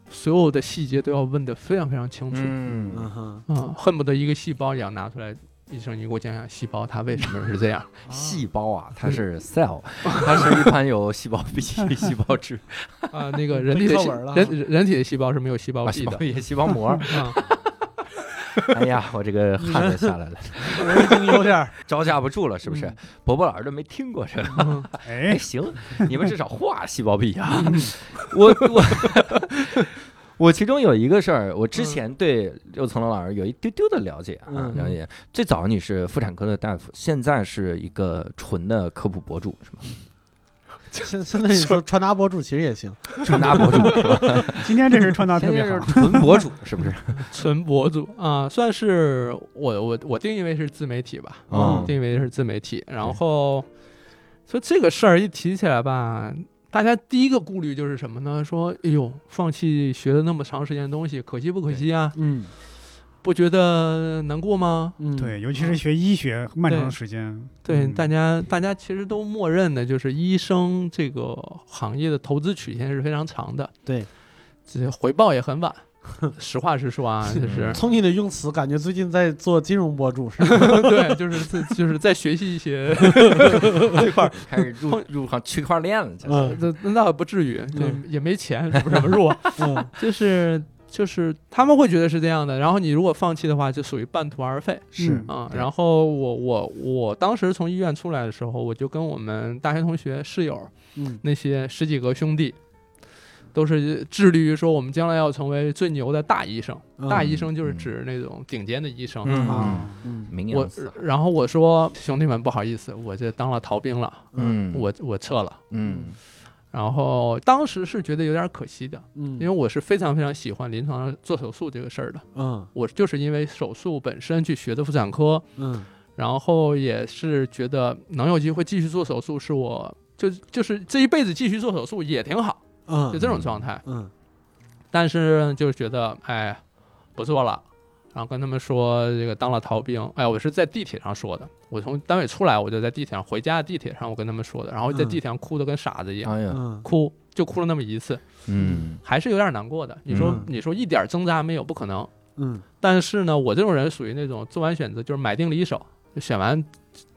Speaker 5: 所有的细节都要问得非常非常清楚，
Speaker 1: 嗯
Speaker 3: 嗯，哼，
Speaker 5: 嗯，恨不得一个细胞也要拿出来。医生，你给我讲讲细胞它为什么是这样？
Speaker 1: 细胞啊，它是 cell，它 是一盘有细胞 壁、细胞质、
Speaker 5: 啊、那个人体的
Speaker 3: 背
Speaker 5: 细
Speaker 3: 课文了
Speaker 5: 人人人体的细胞是没有细胞
Speaker 1: 啊
Speaker 5: 壁
Speaker 1: 细
Speaker 5: 的
Speaker 1: 胞。壁、细胞膜。
Speaker 5: 啊，
Speaker 1: 哎呀，我这个汗都下来了，
Speaker 3: 我已经有点儿
Speaker 1: 招架不住了，是不是
Speaker 5: 嗯？
Speaker 1: 伯伯老师都没听过这个。
Speaker 5: 嗯
Speaker 1: 哎，
Speaker 2: 哎，
Speaker 1: 行，你们至少画细胞壁啊！ 我我 我其中有一个事儿，我之前对六层楼老师有一丢丢的了解啊，
Speaker 3: 嗯
Speaker 1: 了解。最早你是妇产科的大夫，现在是一个纯的科普博主是吗？
Speaker 3: 现现在你说传达博主其实也行，
Speaker 1: 穿搭博主是吧？
Speaker 2: 今天这人穿搭特
Speaker 1: 现
Speaker 2: 别
Speaker 1: 在是
Speaker 2: 好，
Speaker 1: 纯博主是不是？
Speaker 5: 纯博主啊、算是我我我定义为是自媒体吧，
Speaker 1: 哦
Speaker 5: 定义为是自媒体。然
Speaker 1: 对
Speaker 5: 后，所以这个事儿一提起来吧，大家第一个顾虑就是什么呢？说，哎呦，放弃学了那么长时间的东西，可惜不可惜啊？
Speaker 3: 嗯
Speaker 5: 不觉得难过吗？
Speaker 3: 嗯，
Speaker 2: 对，尤其是学医学漫长
Speaker 5: 对
Speaker 2: 的时间，
Speaker 5: 对，
Speaker 2: 嗯
Speaker 5: 大家大家其实都默认的就是医生这个行业的投资曲线是非常长的，
Speaker 3: 对，
Speaker 5: 这回报也很晚。实话实说啊，就是
Speaker 3: 从你的用词感觉最近在做金融博主是 吧？
Speaker 5: 对，就是自就是在学习一些，
Speaker 1: 这块 开始入入上区块链了，这是
Speaker 3: 嗯
Speaker 5: 那那倒不至于，对
Speaker 3: 嗯，
Speaker 5: 也没钱，怎么怎么入啊，
Speaker 3: 嗯
Speaker 5: 就是就是他们会觉得是这样的，然后你如果放弃的话，就属于半途而废
Speaker 2: 是嗯
Speaker 5: 啊。
Speaker 1: 对
Speaker 5: 然后我我我当时从医院出来的时候，我就跟我们大学同学室友
Speaker 3: 嗯
Speaker 5: 那些十几个兄弟。都是致力于说我们将来要成为最牛的大医生，
Speaker 3: 嗯
Speaker 5: 大医生就是指那种顶尖的医生。
Speaker 1: 嗯
Speaker 2: 啊，
Speaker 3: 嗯
Speaker 1: 名
Speaker 5: 我
Speaker 1: 扬四海。
Speaker 5: 然后我说兄弟们不好意思，我这当了逃兵了，
Speaker 1: 嗯，
Speaker 5: 我我撤了。
Speaker 1: 嗯
Speaker 5: 然后当时是觉得有点可惜的，
Speaker 3: 嗯，
Speaker 5: 因为我是非常非常喜欢临床上做手术这个事儿的。
Speaker 3: 嗯
Speaker 5: 我就是因为手术本身去学的妇产科，
Speaker 3: 嗯
Speaker 5: 然后也是觉得能有机会继续做手术，是我就就是这一辈子继续做手术也挺好，
Speaker 3: 嗯
Speaker 5: 就这种状态。
Speaker 3: 嗯
Speaker 5: 但是就是觉得哎，不做了。然后跟他们说这个当了逃兵，哎，我是在地铁上说的。我从单位出来，我就在地铁上回家的地铁上，我跟他们说的。然后在
Speaker 3: 嗯
Speaker 5: 地铁上哭的跟傻子一样，
Speaker 1: 哎呀，
Speaker 3: 嗯
Speaker 5: 哭就哭了那么一次，
Speaker 1: 嗯
Speaker 5: 还是有点难过的。你说
Speaker 3: 嗯
Speaker 5: 你说一点挣扎没有，不可能。
Speaker 3: 嗯
Speaker 5: 但是呢，我这种人属于那种做完选择就是买定离手，就选完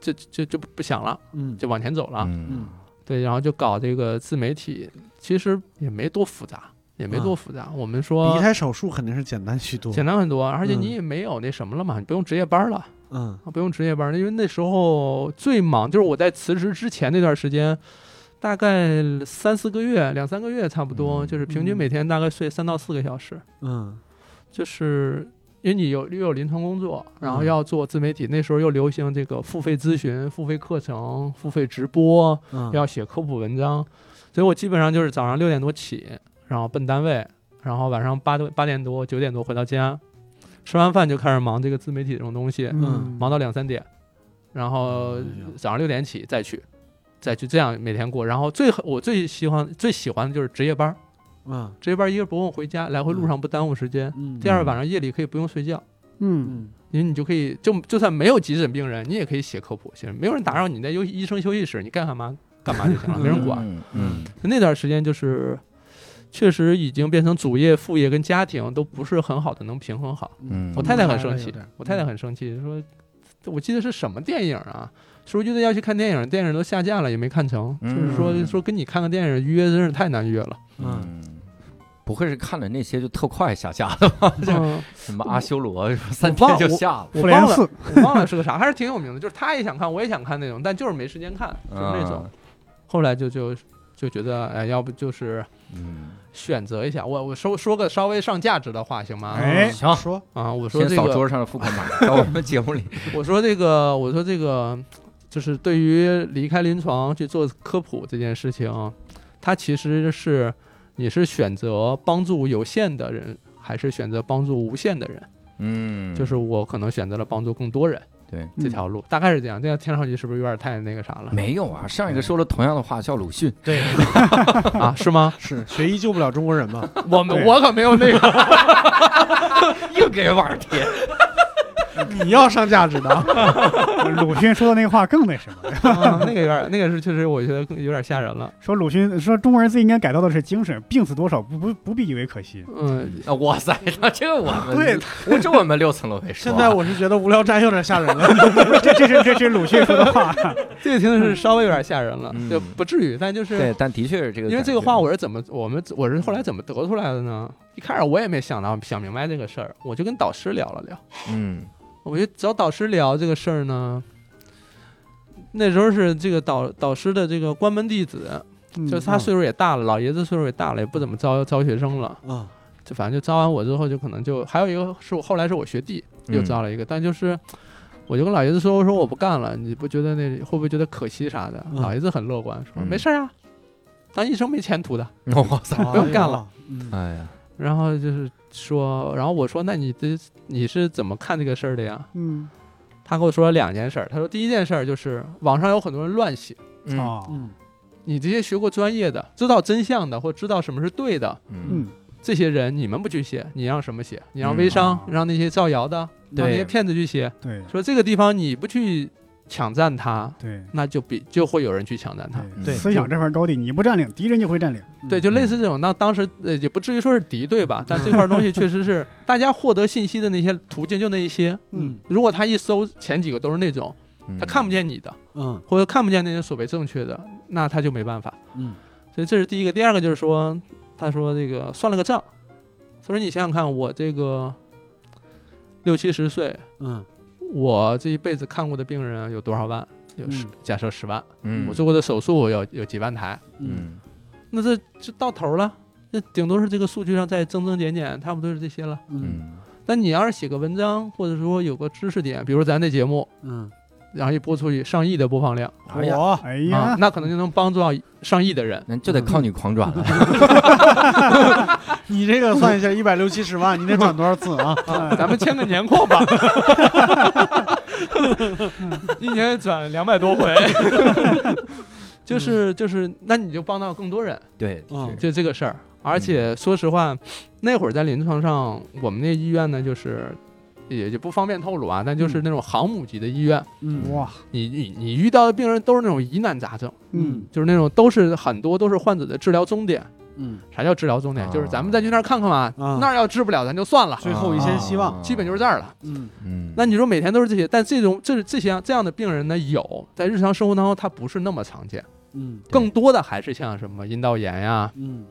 Speaker 5: 就就就就不想了，
Speaker 3: 嗯
Speaker 5: 就往前走了。
Speaker 1: 嗯
Speaker 3: 嗯
Speaker 5: 对，然后就搞这个自媒体，其实也没多复杂，也没多复杂。我们
Speaker 3: 离
Speaker 5: 说
Speaker 3: 嗯开手术肯定是简单许多，
Speaker 5: 简单很多，而且
Speaker 3: 嗯
Speaker 5: 你也没有那什么了嘛，你不用值夜班了，
Speaker 3: 嗯
Speaker 5: 啊不用值夜班了，因为那时候最忙就是我在辞职之前那段时间。大概三四个月，两三个月差不多，
Speaker 1: 嗯
Speaker 5: 就是平均
Speaker 3: 嗯
Speaker 5: 每天大概睡三到四个小时。
Speaker 3: 嗯
Speaker 5: 就是因为你有又有临床工作，然后
Speaker 3: 嗯
Speaker 5: 要做自媒体，那时候又流行这个付费咨询、付费课程、付费直播，
Speaker 3: 嗯，
Speaker 5: 要写科普文章，所以我基本上就是早上六点多起，然后奔单位，然后晚上八多八点多九点多回到家，吃完饭就开始忙这个自媒体这种东西，
Speaker 2: 嗯，
Speaker 5: 忙到两三点，然后
Speaker 3: 哎呀
Speaker 5: 早上六点起再去。再去这样每天过，然后最我最喜欢最喜欢的就是值夜班儿，
Speaker 3: 嗯
Speaker 5: 值夜班儿一个不用回家，来回路上不耽误时间，
Speaker 3: 嗯
Speaker 5: 第二晚上夜里可以不用睡觉，
Speaker 2: 嗯，
Speaker 3: 嗯
Speaker 5: 因为你就可以就就算没有急诊病人，你也可以写科普，写没有人打扰你，你在休医生休息室，你该干嘛干嘛就行了，没人管。
Speaker 1: 嗯嗯
Speaker 5: 那段时间就是确实已经变成主业、副业跟家庭都不是很好的能平衡好。
Speaker 1: 嗯
Speaker 5: 我太太
Speaker 3: 明
Speaker 5: 很
Speaker 3: 白
Speaker 5: 生
Speaker 3: 了
Speaker 5: 气
Speaker 3: 有点，
Speaker 5: 我太太很生气，说我记得是什么电影啊？说觉得要去看电影，电影都下架了也没看成，就是说
Speaker 3: 嗯
Speaker 5: 说跟你看个电影约真是太难约了。
Speaker 3: 嗯
Speaker 1: 嗯，不会是看了那些就特快下架的吧？
Speaker 5: 嗯
Speaker 1: 什么阿修罗是吧三
Speaker 5: 我
Speaker 1: 天
Speaker 5: 忘
Speaker 1: 就
Speaker 5: 了
Speaker 1: 下了，
Speaker 5: 我
Speaker 2: 复
Speaker 5: 忘
Speaker 2: 联
Speaker 5: 了
Speaker 2: 四，
Speaker 5: 我忘了是个啥，还是挺有名的，就是他也想看，我也想看那种，但就是没时间看，就是那种。
Speaker 1: 啊
Speaker 5: 后来就就就觉得，哎，要不就是
Speaker 1: 嗯，
Speaker 5: 选择一下，我我说说个稍微上价值的话行吗？
Speaker 2: 哎
Speaker 1: 行，
Speaker 3: 说
Speaker 5: 啊，我说
Speaker 1: 先
Speaker 5: 这
Speaker 1: 扫
Speaker 5: 个，
Speaker 1: 桌上的付款 码到我们节目里。
Speaker 5: 我说这个，我说这个，就是对于离开临床去做科普这件事情，它其实是你是选择帮助有限的人，还是选择帮助无限的人？
Speaker 1: 嗯，
Speaker 5: 就是我可能选择了帮助更多人，
Speaker 1: 对，
Speaker 5: 这条路，大概是这样。这样听上去是不是有点太那个啥了？
Speaker 1: 没有啊，上一个说了同样的话叫鲁迅，
Speaker 3: 对，
Speaker 5: 啊，是吗？
Speaker 3: 是学医救不了中国人嘛？
Speaker 5: 我们我可没有那个， 嗯
Speaker 1: 又给网上贴。
Speaker 3: 你要上价值的啊，
Speaker 2: 呃鲁迅说的那话更那什么，
Speaker 5: 啊那个有点，那个是确实我觉得有点吓人了。
Speaker 2: 说鲁迅说中国人最应该改造的是精神，病死多少不不不必以为可惜。
Speaker 5: 嗯，
Speaker 1: 啊哇塞，那这个我 们
Speaker 3: 对，
Speaker 1: 我这我们六层楼没说
Speaker 3: 现
Speaker 1: 啊。
Speaker 3: 在我是觉得无聊斋有点吓人了。
Speaker 2: 这这是这是鲁迅说的话，
Speaker 5: 这个听的是稍微有点吓人了，
Speaker 1: 嗯
Speaker 5: 就不至于，但就是
Speaker 1: 对，但的确是这个感觉，
Speaker 5: 因为这个话我是怎么，我们我是后来怎么得出来的呢？一开始我也没想到想明白这个事儿，我就跟导师聊了聊。
Speaker 1: 嗯
Speaker 5: 我就找导师聊这个事儿呢，那时候是这个导导师的这个关门弟子，
Speaker 1: 嗯
Speaker 2: 嗯
Speaker 5: 就是
Speaker 2: 啊
Speaker 5: 他岁数也大了，老爷子岁数也大了，也不怎么招招学生了。
Speaker 3: 啊，
Speaker 5: 就反正就招完我之后，就可能就还有一个是我后来是我学弟
Speaker 1: 嗯
Speaker 5: 又招了一个，但就是我就跟老爷子说，我说我不干了，你不觉得那会不会觉得可惜啥的？
Speaker 3: 嗯
Speaker 5: 老爷子很乐观，说
Speaker 1: 嗯
Speaker 5: 没事儿啊，当医生没前途的。
Speaker 1: 哇塞，
Speaker 5: 不用干了
Speaker 3: 哎呀。
Speaker 1: 哎呀，
Speaker 5: 然后就是说，然后我说那你这你是怎么看这个事儿的呀？
Speaker 2: 嗯
Speaker 5: 他跟我说了两件事儿，他说第一件事儿就是网上有很多人乱写，
Speaker 1: 嗯
Speaker 2: 哦
Speaker 3: 嗯
Speaker 5: 你这些学过专业的、知道真相的或知道什么是对的
Speaker 1: 嗯
Speaker 2: 嗯
Speaker 5: 这些人，你们不去写，你让什么写？你让
Speaker 1: 嗯
Speaker 5: 微商
Speaker 2: 啊，
Speaker 5: 让那些造谣的，让那
Speaker 1: 对
Speaker 5: 些骗子去写。
Speaker 2: 对
Speaker 5: 说这个地方你不去抢占它，
Speaker 2: 对
Speaker 5: 那就比就会有人去抢占它。
Speaker 1: 对
Speaker 2: 思想这块高地你不占领，敌人就会占领。
Speaker 5: 对，就类似这种。那当时呃也不至于说是敌对吧，但这块东西确实是大家获得信息的那些途径就那一些。
Speaker 3: 嗯
Speaker 5: 如果他一搜前几个都是那种
Speaker 1: 嗯，
Speaker 5: 他看不见你的，
Speaker 3: 嗯
Speaker 5: 或者看不见那些所谓正确的，那他就没办法。
Speaker 3: 嗯
Speaker 5: 所以这是第一个。第二个就是说，他说这个算了个账，他说你想想看，我这个六七十岁，
Speaker 3: 嗯
Speaker 5: 我这一辈子看过的病人有多少万？有十，
Speaker 3: 嗯
Speaker 5: 假设十万。
Speaker 1: 嗯，
Speaker 5: 我做过的手术有有几万台，
Speaker 3: 嗯
Speaker 1: 嗯
Speaker 5: 那这这到头了，那顶多是这个数据上再增增减减，差不多是这些了。
Speaker 3: 嗯
Speaker 1: 嗯
Speaker 5: 但你要是写个文章，或者说有个知识点，比如咱这节目，
Speaker 3: 嗯，
Speaker 5: 然后一播出去上亿的播放量
Speaker 1: 哎呀，
Speaker 3: 我
Speaker 2: 哎
Speaker 5: 啊
Speaker 2: 呀，，
Speaker 5: 那可能就能帮助到上亿的人。
Speaker 1: 那就得靠你狂转了。
Speaker 5: 嗯
Speaker 3: 你这个算一下，一百六七十万，你 得转多少次啊？
Speaker 2: 哎
Speaker 5: 咱们签个年框吧， 一年转两百 多回，
Speaker 2: 嗯
Speaker 5: 就是就是，那你就帮到更多人，
Speaker 1: 对，
Speaker 3: 嗯
Speaker 1: 是
Speaker 5: 就这个事儿。而且
Speaker 2: 嗯
Speaker 5: 说实话，那会儿在临床上，我们那医院呢，就是也就不方便透露
Speaker 2: 嗯
Speaker 5: 啊，但就是那种航母级的医院，
Speaker 3: 嗯
Speaker 2: 哇，
Speaker 5: 你你你遇到的病人都是那种疑难杂症，
Speaker 2: 嗯
Speaker 5: 就是那种都是很多都是患者的治疗终点。
Speaker 3: 嗯，
Speaker 5: 啥叫治疗终点？
Speaker 1: 啊
Speaker 5: 就是咱们再去那儿看看嘛，
Speaker 3: 啊
Speaker 5: 那儿要治不了咱就算了，
Speaker 3: 最后一线希望
Speaker 1: 啊
Speaker 5: 基本就是这儿了。
Speaker 3: 嗯
Speaker 1: 嗯，
Speaker 5: 那你说每天都是这些，但这种这这些这样的病人呢，有在日常生活当中他不是那么常见，
Speaker 3: 嗯
Speaker 1: 对
Speaker 5: 更多的还是像什么阴道炎呀、
Speaker 3: 嗯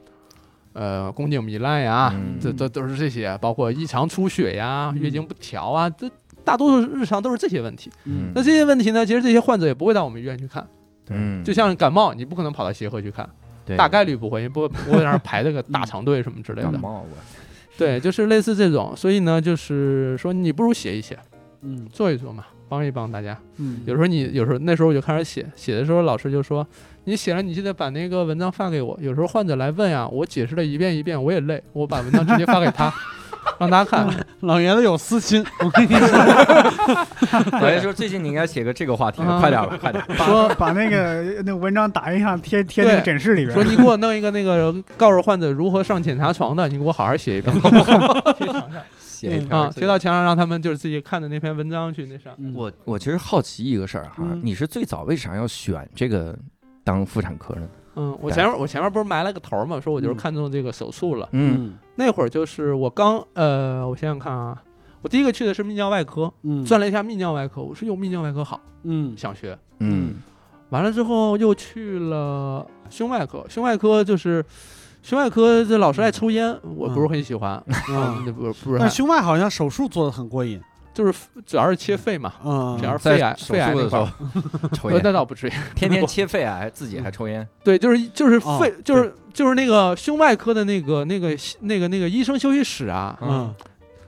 Speaker 5: 呃宫颈糜烂呀，
Speaker 1: 嗯
Speaker 5: 这这都是这些，包括异常出血呀、
Speaker 3: 嗯
Speaker 5: 月经不调啊，这大多数日常都是这些问题。
Speaker 1: 嗯
Speaker 5: 那这些问题呢，其实这些患者也不会到我们医院去看，
Speaker 1: 嗯，
Speaker 5: 就像感冒，你不可能跑到协和去看，
Speaker 1: 对
Speaker 5: 大概率不会，也不会不会让人排这个大长队什么之类
Speaker 1: 感
Speaker 5: 的。
Speaker 1: 冒啊 我，
Speaker 5: 对，就是类似这种，所以呢，就是说你不如写一写，
Speaker 3: 嗯
Speaker 5: 做一做嘛，帮一帮大家。
Speaker 3: 嗯
Speaker 5: 有时候你有时候那时候我就开始写，写的时候老师就说你写了你记得把那个文章发给我。有时候患者来问啊，我解释了一遍一遍，我也累，我把文章直接发给他，让他看。
Speaker 3: 老爷子有私 心，我跟你说，
Speaker 1: 我就说最近你应该写个这个话题，
Speaker 5: 啊
Speaker 1: 快点吧，快点。
Speaker 2: 把把那个那文章打印上贴贴那个诊室里
Speaker 5: 说
Speaker 2: 边，
Speaker 5: 你给我弄一个那个告诉患者如何上检查床的，你给我好好写一遍
Speaker 1: 写一
Speaker 5: 啊
Speaker 1: 篇，
Speaker 5: 贴到墙上，让他们就是自己看的那篇文章去那啥。
Speaker 1: 我我其实好奇一个事儿哈
Speaker 3: 嗯，
Speaker 1: 你是最早为啥要选这个当妇产科呢？
Speaker 5: 嗯，我前面我前面不是埋了个头嘛，说我就是
Speaker 3: 嗯
Speaker 5: 看中这个手术了。
Speaker 1: 嗯
Speaker 5: 那会儿就是我刚呃，我想想看啊，我第一个去的是泌尿外科，
Speaker 3: 嗯
Speaker 5: 转了一下泌尿外科，我说有泌尿外科好，
Speaker 3: 嗯
Speaker 5: 想学。
Speaker 1: 嗯
Speaker 5: 完了之后又去了胸外科，胸外科就是胸外科这老师爱抽烟，我不是很喜欢，
Speaker 3: 啊，
Speaker 5: 嗯、不是不是
Speaker 3: 但
Speaker 5: 很，
Speaker 3: 胸外好像手术做的很过瘾
Speaker 5: 就是主要是切肺嘛，
Speaker 3: 啊
Speaker 5: 主要是
Speaker 1: 在
Speaker 5: 肺癌
Speaker 1: 手
Speaker 5: 肺癌
Speaker 1: 术
Speaker 5: 那
Speaker 1: 的时
Speaker 5: 块儿，
Speaker 1: 候 抽
Speaker 5: 呃
Speaker 1: 烟，
Speaker 5: 那倒不至于，
Speaker 1: 天天切肺癌，自己还抽 烟。
Speaker 5: 对，就是就是
Speaker 3: 哦
Speaker 5: 肺、就是就是那个胸外科的那个那个那个那个医生休息室啊。
Speaker 3: 嗯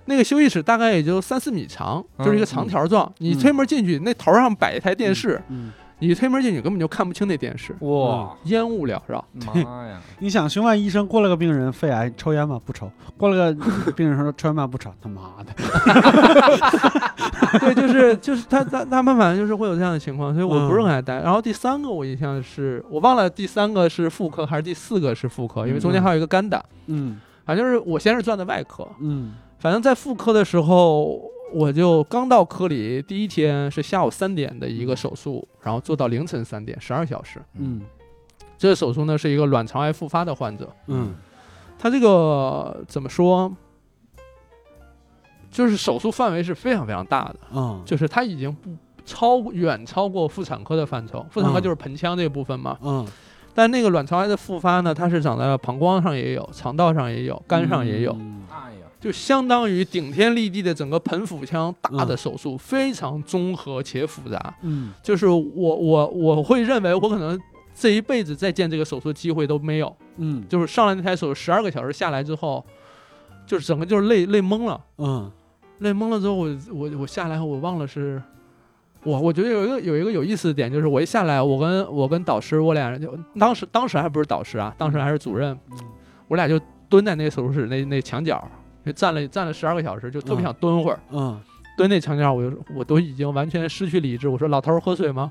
Speaker 5: 那个休息室大概也就三四米长，就是一个长条状。你推门进去，那头上摆一台电视，
Speaker 3: 嗯
Speaker 5: 你推门进去根本就看不清那电视，
Speaker 1: 哇，
Speaker 5: 烟雾缭绕。
Speaker 1: 嗯妈呀，
Speaker 3: 你想，胸外医生过了个病人肺癌，抽烟吗？不抽。过了个病人说抽烟吗？不抽。他妈的，
Speaker 5: 对，就是就是他他他们反正就是会有这样的情况，所以我
Speaker 3: 嗯
Speaker 5: 不是很爱待。然后第三个我印象是我忘了第三个是妇科还是第四个是妇科，因为中间还有一个肝胆，
Speaker 3: 嗯
Speaker 5: 反正就是我先是转的外科，
Speaker 3: 嗯
Speaker 5: 反正在妇科的时候。我就刚到科里第一天是下午三点的一个手术，然后做到凌晨三点，十二小时。
Speaker 3: 嗯
Speaker 5: 这个手术呢是一个卵巢癌复发的患者，
Speaker 3: 嗯
Speaker 5: 他这个怎么说？就是手术范围是非常非常大的，
Speaker 3: 嗯
Speaker 5: 就是他已经不超远超过妇产科的范畴，妇产科就是盆腔这部分嘛。
Speaker 3: 嗯
Speaker 5: 但那个卵巢癌的复发呢，它是长在了膀胱上也有，肠道上也有，肝上也有，
Speaker 3: 嗯
Speaker 1: 哎呀，
Speaker 5: 就相当于顶天立地的整个盆腹腔大的手术，非常综合且复杂。
Speaker 3: 嗯
Speaker 5: 就是我我我会认为我可能这一辈子再见这个手术机会都没有，
Speaker 3: 嗯
Speaker 5: 就是上来那台手术十二个小时下来之后，就是整个就是累累懵了，
Speaker 3: 嗯
Speaker 5: 累懵了之后我，我我下来我忘了是，我我觉得有一个有一个有意思的点就是我一下来，我跟我跟导师我俩人就当时当时还不是导师啊，当时还是主任，我俩就蹲在那个手术室那那墙角。就站了站了十二个小时，就特别想蹲会儿，
Speaker 3: 嗯
Speaker 5: 蹲那墙角，我就我都已经完全失去理智。我说：“老头儿喝水吗？”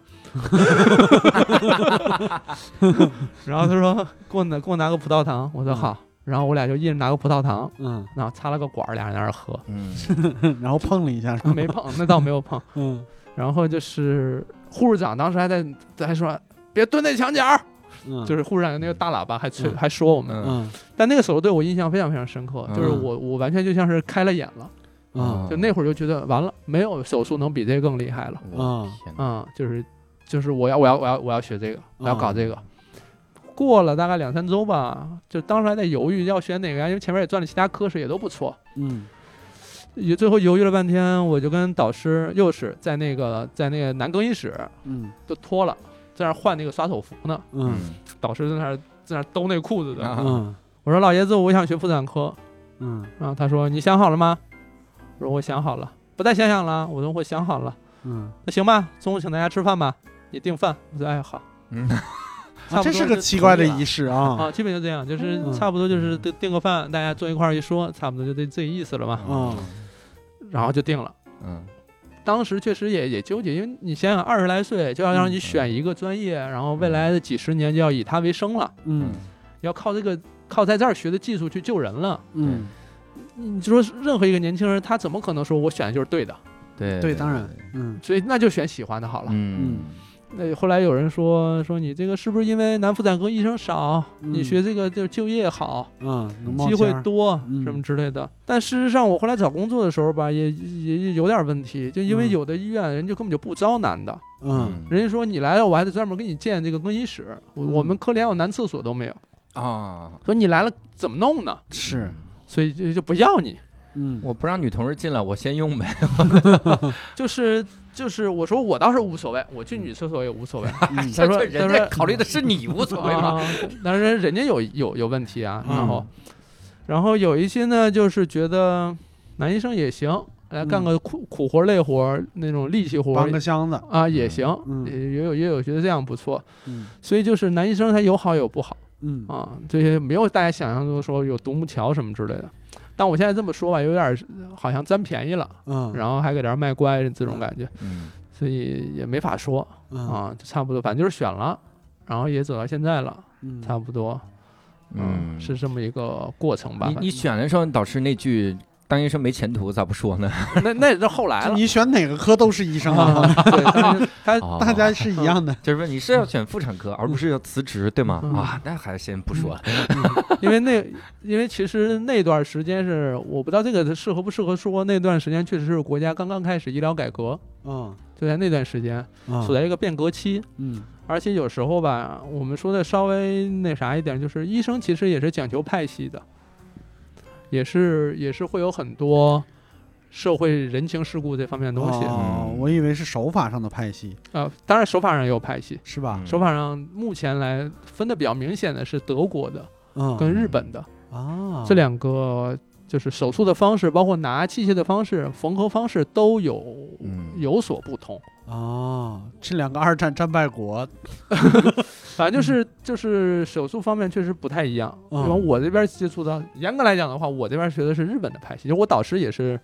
Speaker 5: 然后他说：“给我拿给我拿个葡萄糖。”我说：“
Speaker 3: 嗯
Speaker 5: 好。”然后我俩就一人拿个葡萄糖，
Speaker 3: 嗯
Speaker 5: 然后擦了个管儿，俩人在那儿喝，
Speaker 1: 嗯，
Speaker 3: 嗯，然后碰了一下，
Speaker 5: 没碰，那倒没有碰。
Speaker 3: 嗯
Speaker 5: 然后就是护士长当时还在还说别蹲在墙角儿，
Speaker 3: 嗯，
Speaker 5: 就是是护士长那个大喇叭还催、
Speaker 3: 嗯
Speaker 5: 还说我们。
Speaker 1: 嗯
Speaker 3: 嗯
Speaker 5: 但那个手术对我印象非常非常深刻，就是
Speaker 3: 嗯
Speaker 5: 我我完全就像是开了眼了，
Speaker 3: 嗯
Speaker 1: 嗯
Speaker 5: 就那会儿就觉得完了，没有手术能比这个更厉害了。
Speaker 1: 我天哪，
Speaker 5: 嗯，就是就是我要我要我要我要学这个，我要搞这个。过了大概两三周吧，就当时还在犹豫要选哪个呀，因为前面也转了其他科室也都不错，
Speaker 3: 嗯
Speaker 5: 也最后犹豫了半天，我就跟导师又是在那个在那个男更衣室
Speaker 3: 嗯
Speaker 5: 就脱了，在那儿换那个刷手服呢。
Speaker 3: 嗯
Speaker 5: 导师在那儿在那儿兜那裤子的。
Speaker 1: 啊
Speaker 3: 嗯
Speaker 5: 我说老爷子，我想学妇产科。
Speaker 3: 嗯
Speaker 5: 然后他说你想好了吗？我说我想好了，不再想想了。我说我想好了。
Speaker 3: 嗯，
Speaker 5: 那行吧，中午请大家吃饭吧，你订饭。我说哎好。
Speaker 1: 嗯
Speaker 3: 啊
Speaker 5: 差不多
Speaker 3: 这是个
Speaker 5: 就
Speaker 3: 奇怪的
Speaker 5: 同意了
Speaker 3: 仪式啊。
Speaker 5: 啊，基本就这样，就是
Speaker 3: 嗯
Speaker 5: 差不多就是订订个饭，大家坐一块儿一说，差不多就这这意思了嘛。
Speaker 3: 嗯
Speaker 5: 然后就定了。
Speaker 1: 嗯
Speaker 5: 当时确实也也纠结，因为你想想二十来岁就要让你
Speaker 1: 嗯
Speaker 5: 选一个专业，然后未来的几十年就要以它为生了，
Speaker 3: 嗯
Speaker 5: 要靠这个靠在这儿学的技术去救人了。
Speaker 3: 嗯，
Speaker 5: 你就说任何一个年轻人，他怎么可能说我选的就是对的？
Speaker 1: 对
Speaker 3: 对，当然，嗯
Speaker 5: 所以那就选喜欢的好了。
Speaker 1: 嗯
Speaker 5: 那后来有人说说你这个是不是因为男妇产科医生少，你
Speaker 3: 嗯
Speaker 5: 学这个就是就业好，
Speaker 3: 嗯，能冒
Speaker 5: 机会
Speaker 3: 尖儿
Speaker 5: 多
Speaker 3: 嗯
Speaker 5: 什么之类的。但事实上，我后来找工作的时候吧，也也也有点问题，就因为
Speaker 3: 嗯
Speaker 5: 有的医院人就根本就不招男的，
Speaker 3: 嗯
Speaker 5: 人家说你来了，我还得专门给你建这个更衣室，我
Speaker 3: 嗯
Speaker 5: 我们科连有男厕所都没有，
Speaker 1: 啊，
Speaker 5: 说你来了怎么弄呢？
Speaker 3: 是
Speaker 5: 所以就就不要你，
Speaker 3: 嗯
Speaker 1: 我不让女同事进来，我先用 呗。
Speaker 5: 就是就是我说我倒是无所谓，我去女厕所也无所 谓。
Speaker 3: 嗯
Speaker 5: 他说
Speaker 1: 人
Speaker 5: 他
Speaker 1: 家
Speaker 5: 说
Speaker 1: 考虑的是你，无 所谓嘛。
Speaker 5: 啊，但是人家有有有问题啊，
Speaker 3: 哦嗯
Speaker 5: 然后、然后有一些呢，就是觉得男医生也行，来干个苦、苦活累活那种力气活
Speaker 3: 搬嗯个箱子，
Speaker 5: 啊也行，
Speaker 3: 嗯
Speaker 5: 也也有也有觉得这样不错，
Speaker 3: 嗯
Speaker 5: 所以就是男医生他有好有不好
Speaker 3: 嗯
Speaker 5: 啊，这些没有大家想象中说有独木桥什么之类的。但我现在这么说吧，有点儿好像占便宜了，
Speaker 3: 嗯
Speaker 5: 然后还给这儿卖乖这种感觉，
Speaker 1: 嗯
Speaker 5: 所以也没法说
Speaker 3: 嗯
Speaker 5: 啊，就差不多，反正就是选了，然后也走到现在了，
Speaker 3: 嗯
Speaker 5: 差不多。嗯，
Speaker 1: 嗯，
Speaker 5: 是这么一个过程吧
Speaker 1: 你。你选的时候，导师那句“当医生没前途”咋不说呢？
Speaker 5: 反正那那是后来
Speaker 3: 就
Speaker 5: 了。
Speaker 3: 你选哪个科都是医生
Speaker 5: 啊
Speaker 3: 啊，，
Speaker 5: 对，但 是他
Speaker 1: 哦
Speaker 3: 大家是一样的。
Speaker 1: 就是说你是要选妇产科，而不是要辞职，对吗？
Speaker 5: 嗯
Speaker 1: 啊，那还先不说了。
Speaker 5: 因为那因为其实那段时间是我不知道这个适合不适合说，那段时间确实是国家刚刚开始医疗改革，
Speaker 3: 嗯
Speaker 5: 就在那段时间处
Speaker 3: 嗯
Speaker 5: 在一个变革期，
Speaker 3: 嗯
Speaker 5: 而且有时候吧，我们说的稍微那啥一点，就是医生其实也是讲求派系的，也是也是会有很多社会人情世故这方面的东西啊、
Speaker 3: 哦，我以为是手法上的派系，
Speaker 5: 当然手法上也有派系，
Speaker 3: 是吧？
Speaker 5: 手法上目前来分的比较明显的是德国的
Speaker 3: 嗯
Speaker 5: 跟日本的、
Speaker 3: 啊，
Speaker 5: 这两个，就是手术的方式，包括拿器械的方式、缝合方式都有、
Speaker 1: 嗯
Speaker 5: 有所不同。
Speaker 3: 哦，这两个二战战败国，
Speaker 5: 反正就是就是手术方面确实不太一样。
Speaker 3: 嗯
Speaker 5: 因为我这边接触到，严格来讲的话，我这边学的是日本的派系，就我导师也是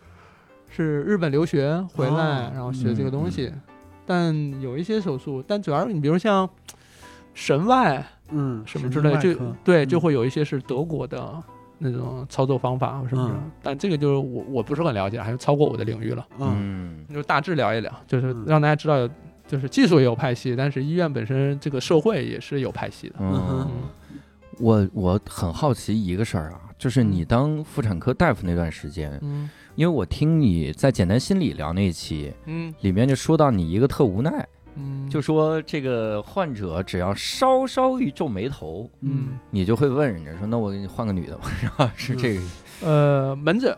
Speaker 5: 是日本留学回来，
Speaker 3: 哦嗯
Speaker 5: 然后学这个东西。但有一些手术，但主要是你比如像神外
Speaker 3: 嗯，
Speaker 5: 什么
Speaker 3: 神
Speaker 5: 之
Speaker 3: 经
Speaker 5: 类，
Speaker 3: 外
Speaker 5: 就
Speaker 3: 科
Speaker 5: 对
Speaker 3: 嗯
Speaker 5: 就会有一些是德国的那种操作方法啊什么的。
Speaker 3: 嗯
Speaker 5: 但这个就是我我不是很了解，还是超过我的领域了。
Speaker 3: 嗯
Speaker 1: 嗯
Speaker 5: 就大致聊一聊，就是
Speaker 3: 嗯
Speaker 5: 让大家知道有，就是技术也有派系，但是医院本身这个社会也是有派系的。
Speaker 1: 嗯
Speaker 3: 哼
Speaker 5: 嗯，
Speaker 1: 我我很好奇一个事儿啊，就是你当妇产科大夫那段时间，
Speaker 5: 嗯
Speaker 1: 因为我听你在简单心理聊那一期
Speaker 5: 嗯
Speaker 1: 里面就说到你一个特无奈，
Speaker 5: 嗯，
Speaker 1: 就说这个患者只要稍稍一皱眉头，
Speaker 5: 嗯
Speaker 1: 你就会问人家说：“那我给你换个女的吧？” 然后是这个，
Speaker 5: 呃，门诊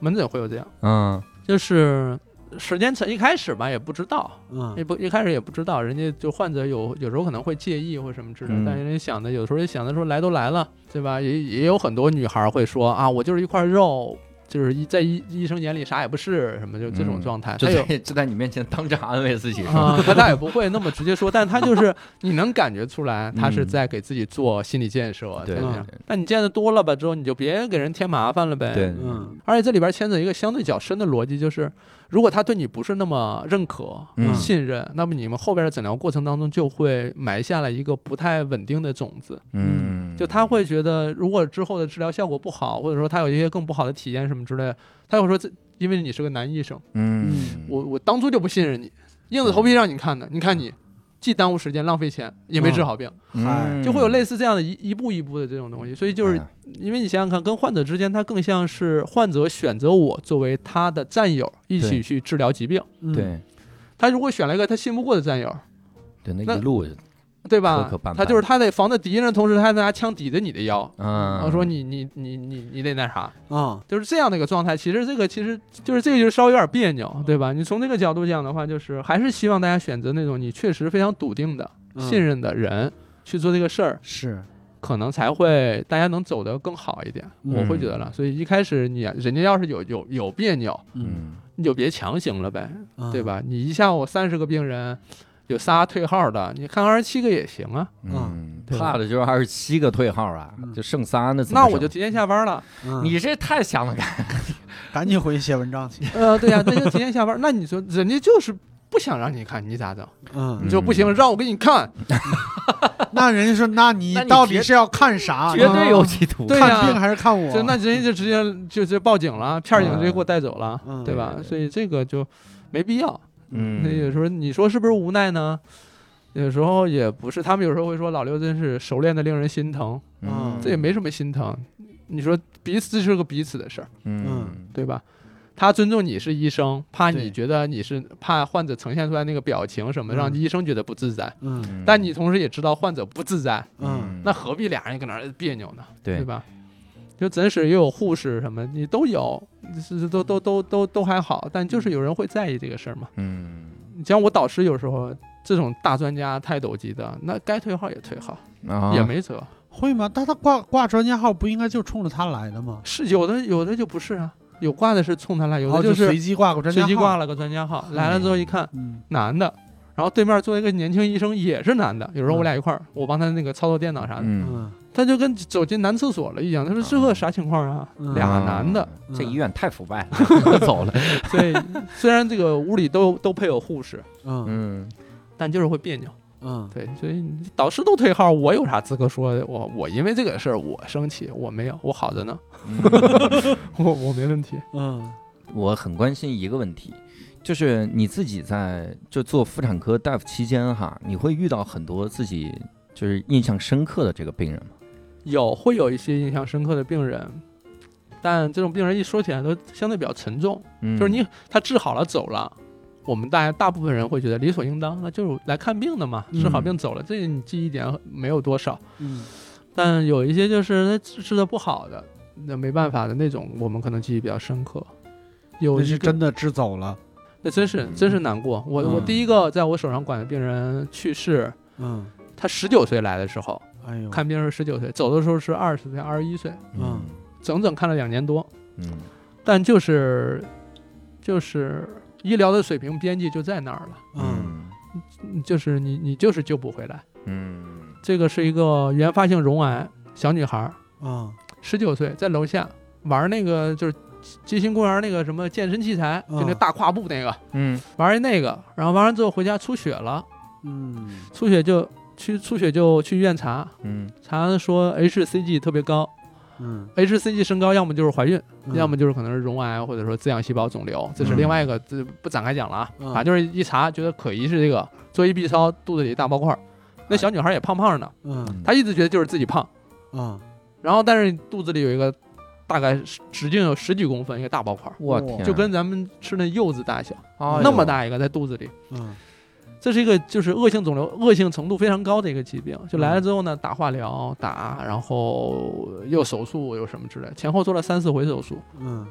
Speaker 5: 门诊会有这样，
Speaker 1: 嗯
Speaker 5: 就是时间长一开始吧也不知道，
Speaker 3: 嗯
Speaker 5: 也不一开始也不知道，人家就患者有有时候可能会介意或什么之类的，
Speaker 1: 嗯
Speaker 5: 但人家想的有时候也想的说来都来了，对吧？也也有很多女孩会说啊，我就是一块肉。就是一在医医生眼里啥也不是，什么就这种
Speaker 1: 嗯
Speaker 5: 状态。
Speaker 1: 就
Speaker 5: 她哎有
Speaker 1: 在 就在你面前当着安慰自己说：“
Speaker 5: 啊，他倒也不会那么直接说，但他就是你能感觉出来，他是在给自己做心理建设。
Speaker 1: 嗯对
Speaker 5: 在这
Speaker 1: 对
Speaker 5: 样那你见的多了吧之后，你就别给人添麻烦了呗。
Speaker 1: 对，
Speaker 3: 嗯
Speaker 5: 而且这里边牵扯一个相对较深的逻辑，就是如果他对你不是那么认可、
Speaker 1: 嗯
Speaker 5: 信任，那么你们后边的诊疗过程当中就会埋下了一个不太稳定的种子。
Speaker 1: 嗯，
Speaker 5: 就他会觉得，如果之后的治疗效果不好，或者说他有一些更不好的体验什么之类的，他又说这因为你是个男医生。
Speaker 1: 嗯，
Speaker 5: 我我当初就不信任你，硬着头皮让你看的。你看你，既耽误时间浪费钱，也没治好病，
Speaker 1: 嗯
Speaker 5: 就会有类似这样的一一步一步的这种东西。所以就是
Speaker 1: 哎
Speaker 5: 因为你想想看，跟患者之间，他更像是患者选择我作为他的战友，一起
Speaker 1: 对
Speaker 5: 去治疗疾病。
Speaker 3: 嗯，
Speaker 1: 对
Speaker 5: 他如果选了一个他信不过的战友，
Speaker 1: 对那
Speaker 5: 那
Speaker 1: 一路
Speaker 5: 对吧
Speaker 1: 磕磕绊绊？
Speaker 5: 他就是他得防着敌人的同时，他还拿枪抵着你的腰。啊
Speaker 1: 嗯，
Speaker 5: 我说你你你你你得那啥，
Speaker 3: 啊，
Speaker 5: 就是这样的一个状态。其实这个其实就是这个，就是稍微有点别扭，对吧？你从这个角度讲的话，就是还是希望大家选择那种你确实非常笃定的、
Speaker 3: 嗯
Speaker 5: 信任的人去做这个事儿，
Speaker 3: 是
Speaker 5: 可能才会大家能走得更好一点。
Speaker 3: 嗯
Speaker 5: 我会觉得了，所以一开始你啊人家要是有有有别扭，
Speaker 3: 嗯，
Speaker 1: 嗯
Speaker 5: 你就别强行了呗，
Speaker 3: 啊
Speaker 5: 对？吧？你一下我三十个病人。有仨退号的，你看二十七个也行啊。
Speaker 1: 嗯，
Speaker 5: 对吧
Speaker 1: 怕的就是二十七个退号啊
Speaker 3: 嗯，
Speaker 1: 就剩仨那怎么
Speaker 5: 那我就
Speaker 1: 整
Speaker 5: 提前下班了。
Speaker 3: 嗯
Speaker 1: 你这太想得开，
Speaker 3: 赶紧回去写文章 去。
Speaker 5: 呃，对呀、那就提前下班。那你说人家就是不想让你看，你咋整？
Speaker 3: 嗯
Speaker 5: 你，就不行，
Speaker 1: 嗯
Speaker 5: 让我给你看，
Speaker 3: 那人家说，那你
Speaker 1: 那你
Speaker 3: 到底
Speaker 1: 绝
Speaker 3: 是要看啥？
Speaker 1: 绝对有
Speaker 3: 啊
Speaker 1: 企图。
Speaker 5: 对呀
Speaker 3: 看病还是看我？
Speaker 5: 就那人家就直接就就报警了，片儿警直接给我带走了，
Speaker 3: 嗯
Speaker 5: 对吧？
Speaker 1: 对对对
Speaker 5: 所以这个就没必要。
Speaker 1: 嗯
Speaker 5: 那有时候你说是不是无奈呢？有时候也不是，他们有时候会说老刘真是熟练的令人心疼，
Speaker 1: 嗯
Speaker 5: 啊这也没什么心疼。你说彼此这是个彼此的事儿，
Speaker 1: 嗯
Speaker 5: 对吧？他尊重你是医生，怕
Speaker 3: 对
Speaker 5: 你觉得你是怕患者呈现出来那个表情什么，
Speaker 3: 嗯
Speaker 5: 让医生觉得不自在。
Speaker 3: 嗯
Speaker 5: 但你同时也知道患者不自在，
Speaker 3: 嗯
Speaker 5: 那何必俩人搁那儿别扭呢？
Speaker 1: 对
Speaker 5: 对吧？就诊室也有护士什么，你都有，是都都都都都还好，但就是有人会在意这个事儿嘛。
Speaker 1: 嗯
Speaker 5: 你像我导师有时候这种大专家泰斗级的，那该退号也退号，
Speaker 1: 啊
Speaker 5: 也没辙。
Speaker 3: 会吗？但他挂挂专家号不应该就冲着他来的吗？
Speaker 5: 是有的有的就不是啊，有挂的是冲他来，有
Speaker 3: 哦
Speaker 5: 的
Speaker 3: 就是随机挂个专家
Speaker 5: 随
Speaker 3: 号。
Speaker 5: 机挂了个专家号，来了之后一看
Speaker 3: 嗯
Speaker 5: 男的，然后对面坐一个年轻医生也是男的，有时候我俩一块儿，我帮他那个操作电脑啥的，
Speaker 1: 嗯，
Speaker 3: 嗯
Speaker 5: 他就跟走进男厕所了一样，他说这个啥情况 啊？
Speaker 3: 嗯
Speaker 5: 俩男的，
Speaker 1: 啊
Speaker 3: 嗯
Speaker 1: 这医院太腐败了，我走了。
Speaker 5: 所以 虽然这个屋里都都配有护士，
Speaker 3: 嗯
Speaker 1: 嗯，
Speaker 5: 但就是会别扭。
Speaker 3: 嗯
Speaker 5: 对，所以导师都退号，我有啥资格说我我因为这个事儿我生气？我没有，我好着呢，
Speaker 1: 嗯
Speaker 5: 我我没问题。
Speaker 3: 嗯
Speaker 1: 我很关心一个问题，就是你自己在就做妇产科大夫期间哈，你会遇到很多自己就是印象深刻的这个病人吗？
Speaker 5: 有会有一些印象深刻的病人，但这种病人一说起来都相对比较沉重，
Speaker 1: 嗯
Speaker 5: 就是你他治好了走了。我们大大部分人会觉得理所应当，那就是来看病的嘛，
Speaker 3: 嗯
Speaker 5: 治好病走了，这你记忆点没有多少。
Speaker 3: 嗯
Speaker 5: 但有一些就是那治治的不好的，那没办法的那种，我们可能记忆比较深刻。有
Speaker 3: 那
Speaker 5: 一
Speaker 3: 是
Speaker 5: 个
Speaker 3: 真的支走了。
Speaker 5: 那真是真是难过。我、我
Speaker 3: 嗯
Speaker 5: 第一个在我手上管的病人去世，
Speaker 3: 嗯，
Speaker 5: 他十九岁来的时候
Speaker 3: 哎呦，
Speaker 5: 看病是十九岁，走的时候是二十岁、二十一岁，
Speaker 1: 嗯
Speaker 5: 整整看了两年多。
Speaker 1: 嗯
Speaker 5: 但就是就是医疗的水平边际就在那儿了，
Speaker 3: 嗯
Speaker 5: 嗯就是你你就是救不回来。
Speaker 1: 嗯
Speaker 5: 这个是一个原发性溶癌小女孩，
Speaker 3: 啊
Speaker 5: 十九岁，在楼下玩那个就是街心公园那个什么健身器材，就那
Speaker 3: 嗯
Speaker 5: 大跨步那个，
Speaker 1: 嗯
Speaker 5: 玩一那个，然后玩完之后回家出血了，
Speaker 3: 嗯
Speaker 5: 出血就去出血就去医院查，
Speaker 1: 嗯
Speaker 5: 查说 hCG 特别高
Speaker 3: 嗯，
Speaker 5: ，hCG 升高要么就是怀孕，
Speaker 3: 嗯
Speaker 5: 要么就是可能是溶癌或者说滋养细胞肿瘤，这是
Speaker 1: 嗯
Speaker 5: 另外一个，这不展开讲了啊，
Speaker 3: 嗯
Speaker 5: 反正就是一查觉得可疑是这个，做一 B 超肚子里一大包块儿，
Speaker 3: 哎
Speaker 5: 那小女孩也胖胖的，
Speaker 3: 嗯
Speaker 5: 她一直觉得就是自己胖。
Speaker 3: 啊
Speaker 5: 然后但是肚子里有一个大概是直径有十几公分一个大包块儿，
Speaker 1: 我天，啊
Speaker 5: 就跟咱们吃那柚子大小、
Speaker 1: 哎呦
Speaker 5: 那么大一个在肚子里。
Speaker 3: 嗯
Speaker 5: 这是一个就是恶性肿瘤，恶性程度非常高的一个疾病。就来了之后呢，打化疗，打，然后又手术，又什么之类，前后做了三四回手术，
Speaker 3: 嗯